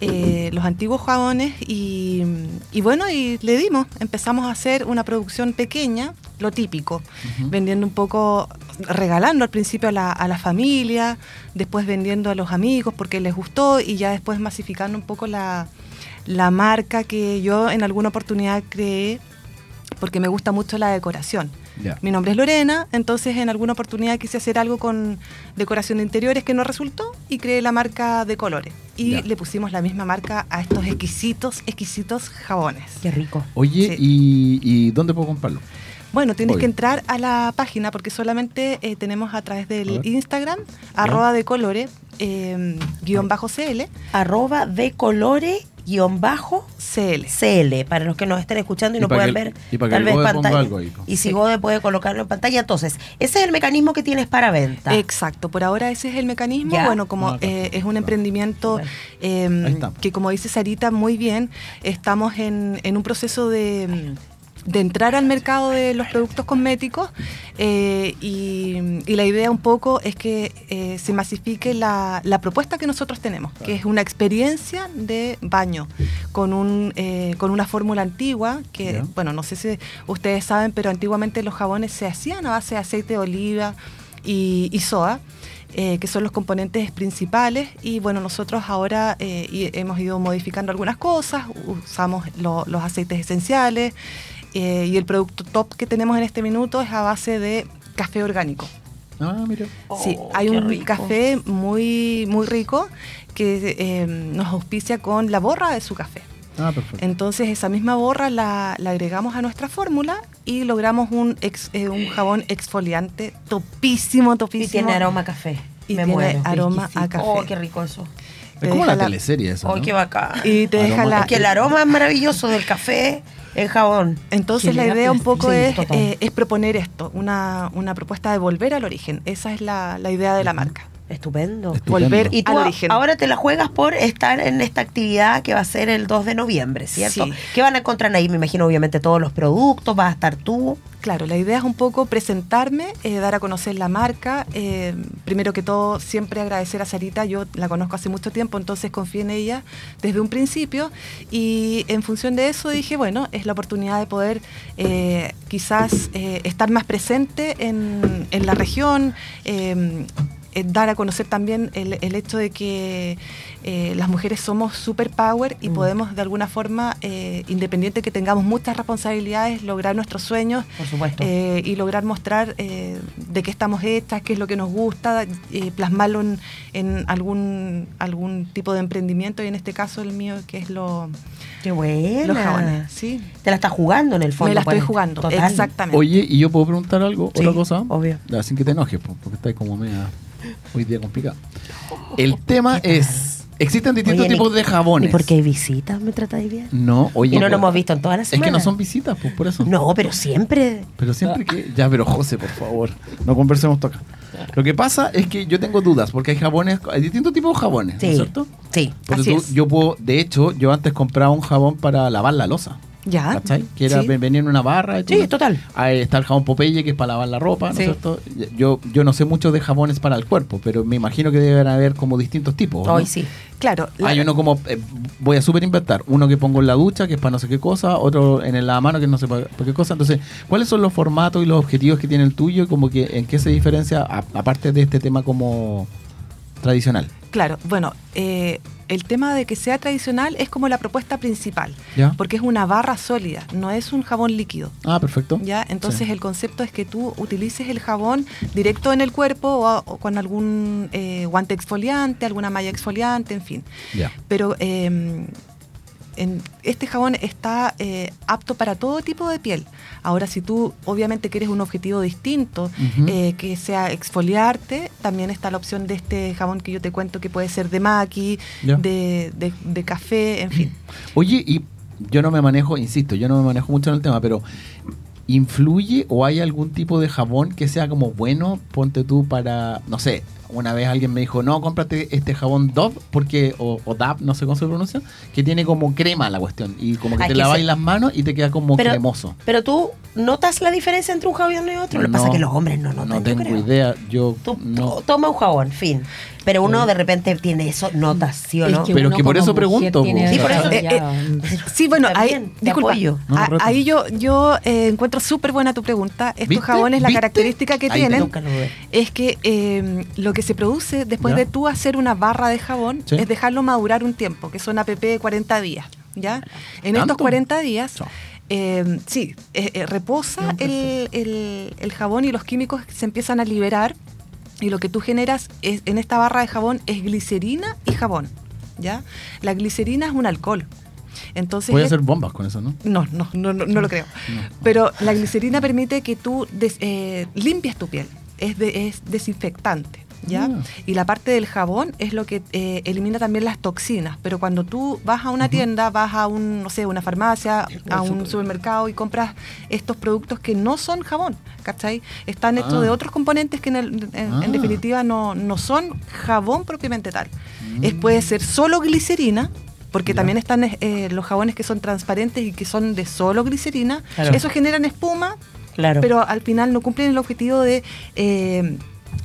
[SPEAKER 8] eh, los antiguos jabones y, y bueno, y le dimos, empezamos a hacer una producción pequeña, lo típico, vendiendo un poco, regalando al principio a la, a la familia, después vendiendo a los amigos porque les gustó y ya después masificando un poco la, la marca que yo en alguna oportunidad creé porque me gusta mucho la decoración.
[SPEAKER 2] Ya.
[SPEAKER 8] Mi nombre es Lorena, entonces en alguna oportunidad quise hacer algo con decoración de interiores que no resultó y creé la marca de colores. Y
[SPEAKER 2] Ya.
[SPEAKER 8] le pusimos la misma marca a estos exquisitos, exquisitos jabones.
[SPEAKER 1] Qué rico.
[SPEAKER 2] Oye,
[SPEAKER 8] Sí.
[SPEAKER 2] y, y dónde puedo comprarlo?
[SPEAKER 8] Bueno, tienes
[SPEAKER 2] Voy.
[SPEAKER 8] que entrar a la página porque solamente eh, tenemos a través
[SPEAKER 2] A
[SPEAKER 8] del
[SPEAKER 2] ver.
[SPEAKER 8] Instagram, arroba de colores, eh, guión bajo CL,
[SPEAKER 1] Arroba de colores guión bajo
[SPEAKER 8] CL.
[SPEAKER 1] CL, para los que nos estén escuchando y,
[SPEAKER 2] Y
[SPEAKER 1] no
[SPEAKER 2] para
[SPEAKER 1] pueden
[SPEAKER 2] que el-
[SPEAKER 1] ver
[SPEAKER 2] y para que
[SPEAKER 1] tal
[SPEAKER 2] el
[SPEAKER 1] vez
[SPEAKER 2] Gode ponga
[SPEAKER 1] pantalla.
[SPEAKER 2] algo ahí. pues.
[SPEAKER 1] Y si Gode puede colocarlo en pantalla, entonces, ese es el mecanismo que tienes para venta.
[SPEAKER 8] Eh, Exacto, por ahora ese es el mecanismo.
[SPEAKER 1] Ya.
[SPEAKER 8] Bueno, como
[SPEAKER 2] Ah,
[SPEAKER 8] eh, es un emprendimiento
[SPEAKER 1] Súper.
[SPEAKER 8] eh,
[SPEAKER 2] Ahí estamos.
[SPEAKER 8] que como dice Sarita muy bien, estamos en, en un proceso de, mm, de entrar al mercado de los productos cosméticos eh, y, y la idea un poco es que eh, se masifique la, la propuesta que nosotros tenemos, que es una experiencia de baño con, un, eh, con una fórmula antigua que,
[SPEAKER 2] Ya.
[SPEAKER 8] bueno, no sé si ustedes saben, pero antiguamente los jabones se hacían a base de aceite de oliva y, y soda, eh, que son los componentes principales. Y bueno, nosotros ahora eh, y hemos ido modificando algunas cosas, usamos lo- los aceites esenciales eh, y el producto top que tenemos en este minuto es a base de café orgánico.
[SPEAKER 2] Ah, mira.
[SPEAKER 8] Sí, hay un café muy, muy rico que eh, nos auspicia con la borra de su café.
[SPEAKER 2] Ah, perfecto.
[SPEAKER 8] Entonces esa misma borra la, la agregamos a nuestra fórmula y logramos un, ex- eh, un jabón exfoliante topísimo,
[SPEAKER 1] Y
[SPEAKER 8] topísimo.
[SPEAKER 1] tiene aroma a café.
[SPEAKER 8] Y
[SPEAKER 1] Me
[SPEAKER 8] tiene
[SPEAKER 1] muero.
[SPEAKER 8] aroma
[SPEAKER 1] Exquisito.
[SPEAKER 8] a café.
[SPEAKER 1] Oh, qué rico eso.
[SPEAKER 8] te
[SPEAKER 2] es como la
[SPEAKER 8] deja la-
[SPEAKER 2] teleserie esa.
[SPEAKER 1] Oh,
[SPEAKER 2] ¿no?
[SPEAKER 1] qué bacán.
[SPEAKER 8] Y te
[SPEAKER 2] Aroma
[SPEAKER 8] deja
[SPEAKER 2] a
[SPEAKER 8] la...
[SPEAKER 1] Es que el aroma es maravilloso del café en jabón.
[SPEAKER 8] Entonces
[SPEAKER 1] Qué
[SPEAKER 8] la
[SPEAKER 1] legal
[SPEAKER 8] idea un
[SPEAKER 1] plástico.
[SPEAKER 8] poco
[SPEAKER 1] Sí,
[SPEAKER 8] es,
[SPEAKER 1] total.
[SPEAKER 8] eh, es proponer esto, una, una propuesta de volver al origen. Esa es la, la idea de la marca.
[SPEAKER 1] Estupendo.
[SPEAKER 2] Estupendo.
[SPEAKER 8] Volver
[SPEAKER 1] Y tú
[SPEAKER 8] al
[SPEAKER 1] a-
[SPEAKER 8] origen.
[SPEAKER 1] ahora te la juegas por estar en esta actividad que va a ser el 2 de noviembre, ¿cierto?
[SPEAKER 8] Sí.
[SPEAKER 1] Que van a encontrar ahí, me imagino, obviamente, todos los productos, vas a estar tú.
[SPEAKER 8] Claro, la idea es un poco presentarme, eh, dar a conocer la marca. eh, primero que todo, siempre agradecer a Sarita, yo la conozco hace mucho tiempo, entonces confié en ella desde un principio. Y en función de eso dije, bueno, es la oportunidad de poder eh, quizás eh, estar más presente en, en la región. eh, eh, dar a conocer también el, el hecho de que eh, las mujeres somos superpower y podemos de alguna forma, eh, independiente que tengamos muchas responsabilidades, lograr nuestros sueños
[SPEAKER 1] Por supuesto.
[SPEAKER 8] eh, y lograr mostrar eh, de qué estamos hechas, qué es lo que nos gusta, eh, plasmarlo en, en algún, algún tipo de emprendimiento y en este caso el mío que es lo,
[SPEAKER 1] Qué bueno.
[SPEAKER 8] los jabones. ¿sí?
[SPEAKER 1] Te la estás jugando en el fondo.
[SPEAKER 8] Me la estoy
[SPEAKER 1] pues.
[SPEAKER 8] jugando,
[SPEAKER 1] Total.
[SPEAKER 8] exactamente.
[SPEAKER 2] Oye, ¿y yo puedo preguntar algo?
[SPEAKER 1] Sí,
[SPEAKER 2] ¿Otra cosa?
[SPEAKER 1] obvio.
[SPEAKER 2] Ya, sin que te enojes, po, porque está como media... Hoy día complicado. El tema es... Existen
[SPEAKER 1] Oye,
[SPEAKER 2] distintos
[SPEAKER 1] ni-
[SPEAKER 2] tipos este de jabones.
[SPEAKER 1] ¿Y por qué hay visitas? ¿Me tratáis bien?
[SPEAKER 2] No, oye...
[SPEAKER 1] Y no lo
[SPEAKER 2] pero-
[SPEAKER 1] hemos visto en toda la
[SPEAKER 2] Es
[SPEAKER 1] semana.
[SPEAKER 2] que no son visitas, pues, por eso.
[SPEAKER 1] No, pero siempre.
[SPEAKER 2] Pero siempre que... Ya, pero José, por favor. No conversemos toca. Lo que pasa es que yo tengo dudas, porque hay jabones... Hay distintos tipos de jabones, ¿no
[SPEAKER 1] Sí.
[SPEAKER 2] es cierto?
[SPEAKER 1] Sí.
[SPEAKER 2] Porque
[SPEAKER 8] Así
[SPEAKER 2] tú-
[SPEAKER 8] es.
[SPEAKER 2] yo puedo... De hecho, yo antes compraba un jabón para lavar la losa.
[SPEAKER 8] Ya.
[SPEAKER 2] ¿Cachai? Que era
[SPEAKER 8] Sí.
[SPEAKER 2] ven- venir en una barra. y
[SPEAKER 1] Sí,
[SPEAKER 2] todo.
[SPEAKER 1] total.
[SPEAKER 2] Ahí está el jabón Popeye, que es para lavar la ropa, ¿no es
[SPEAKER 8] Sí.
[SPEAKER 2] cierto? Yo, yo no sé mucho de jabones para el cuerpo, pero me imagino que deben haber como distintos tipos. ¿no?
[SPEAKER 1] Hoy sí.
[SPEAKER 8] Claro. la-
[SPEAKER 2] Hay uno como, eh, voy a super inventar, uno que pongo en la ducha, que es para no sé qué cosa, otro en el mano que no sé para para qué cosa. Entonces, ¿cuáles son los formatos y los objetivos que tiene el tuyo? Como que, ¿En qué se diferencia, a- aparte de este tema como tradicional?
[SPEAKER 8] Claro, bueno, eh, el tema de que sea tradicional es como la propuesta principal,
[SPEAKER 2] ¿Ya?
[SPEAKER 8] porque es una barra sólida, no es un jabón líquido.
[SPEAKER 2] Ah, perfecto.
[SPEAKER 8] ¿Ya? Entonces
[SPEAKER 2] Sí.
[SPEAKER 8] el concepto es que tú utilices el jabón directo en el cuerpo o, a- o con algún eh, guante exfoliante, alguna malla exfoliante, en fin.
[SPEAKER 2] Ya.
[SPEAKER 8] Pero eh, en- este jabón está eh, apto para todo tipo de piel. Ahora, si tú obviamente quieres un objetivo distinto,
[SPEAKER 2] Ujú.
[SPEAKER 8] eh, que sea exfoliarte, también está la opción de este jabón que yo te cuento que puede ser de maqui,
[SPEAKER 2] Ya.
[SPEAKER 8] de, de- de café, en fin.
[SPEAKER 2] Oye, y yo no me manejo, insisto, yo no me manejo mucho en el tema, pero ¿influye o hay algún tipo de jabón que sea como bueno? Ponte tú para, no sé, una vez alguien me dijo, no, cómprate este jabón Dove, porque, o, o Dab, no sé cómo se pronuncia, que tiene como crema la cuestión, y como que
[SPEAKER 1] Ah,
[SPEAKER 2] te
[SPEAKER 1] que
[SPEAKER 2] laváis
[SPEAKER 1] se-
[SPEAKER 2] las manos y te queda como
[SPEAKER 1] Pero-
[SPEAKER 2] cremoso.
[SPEAKER 1] Pero tú notas la diferencia entre un jabón y otro. Lo que pasa
[SPEAKER 2] No,
[SPEAKER 1] es que los hombres no notan.
[SPEAKER 2] No
[SPEAKER 1] yo
[SPEAKER 2] tengo
[SPEAKER 1] creo.
[SPEAKER 2] idea, yo
[SPEAKER 1] Tú
[SPEAKER 2] no.
[SPEAKER 1] to- toma un jabón, fin. Pero uno de repente tiene eso, notas, ¿sí o
[SPEAKER 7] Es
[SPEAKER 1] no?
[SPEAKER 7] que
[SPEAKER 2] Pero
[SPEAKER 7] uno
[SPEAKER 2] que por
[SPEAKER 7] como
[SPEAKER 2] eso
[SPEAKER 7] mujer
[SPEAKER 2] pregunto,
[SPEAKER 7] tiene
[SPEAKER 2] po.
[SPEAKER 1] Sí, por eso-
[SPEAKER 7] desarrollado.
[SPEAKER 8] eh, Sí, bueno,
[SPEAKER 1] Está
[SPEAKER 8] ahí,
[SPEAKER 1] bien, Eh, te
[SPEAKER 8] disculpa,
[SPEAKER 1] apoyo.
[SPEAKER 2] No,
[SPEAKER 8] a-
[SPEAKER 2] no, no.
[SPEAKER 8] ahí yo, yo eh, encuentro súper buena tu pregunta. Estos
[SPEAKER 2] ¿Viste?
[SPEAKER 8] jabones, la
[SPEAKER 2] ¿Viste?
[SPEAKER 8] característica que
[SPEAKER 2] Ahí te
[SPEAKER 8] tienen
[SPEAKER 1] Nunca lo dudé.
[SPEAKER 8] es que eh, lo que se produce después
[SPEAKER 2] Ya.
[SPEAKER 8] de tú hacer una barra de jabón
[SPEAKER 2] Sí.
[SPEAKER 8] es dejarlo madurar un tiempo, que son APP de 40 días. ¿ya? En estos
[SPEAKER 2] ¿Tanto?
[SPEAKER 8] 40 días,
[SPEAKER 2] Chao.
[SPEAKER 8] eh, sí, eh, eh, reposa el, el- el jabón y los químicos se empiezan a liberar. Y lo que tú generas es- en esta barra de jabón es glicerina y jabón. ¿ya? La glicerina es un alcohol. Entonces,
[SPEAKER 2] Voy a
[SPEAKER 8] es-
[SPEAKER 2] hacer bombas con eso, ¿no?
[SPEAKER 8] no, no, no, no, no lo creo. Pero la glicerina permite que tú des- eh, limpies tu piel. Es, de- es desinfectante. ¿Ya?
[SPEAKER 2] Ah.
[SPEAKER 8] Y la parte del jabón es lo que eh, elimina también las toxinas. Pero cuando tú vas a una tienda, vas a un, no sé, una farmacia, a un supermercado y compras estos productos que no son jabón, ¿cachai? Están hechos
[SPEAKER 2] Ah.
[SPEAKER 8] de otros componentes que en, el- en- en
[SPEAKER 2] Ah.
[SPEAKER 8] definitiva no, no son jabón propiamente tal. Es, puede ser solo glicerina, porque
[SPEAKER 2] Ya.
[SPEAKER 8] también están eh, los jabones que son transparentes y que son de solo glicerina.
[SPEAKER 1] Claro.
[SPEAKER 8] Eso generan espuma,
[SPEAKER 1] Claro.
[SPEAKER 8] pero al final no cumplen el objetivo de eh,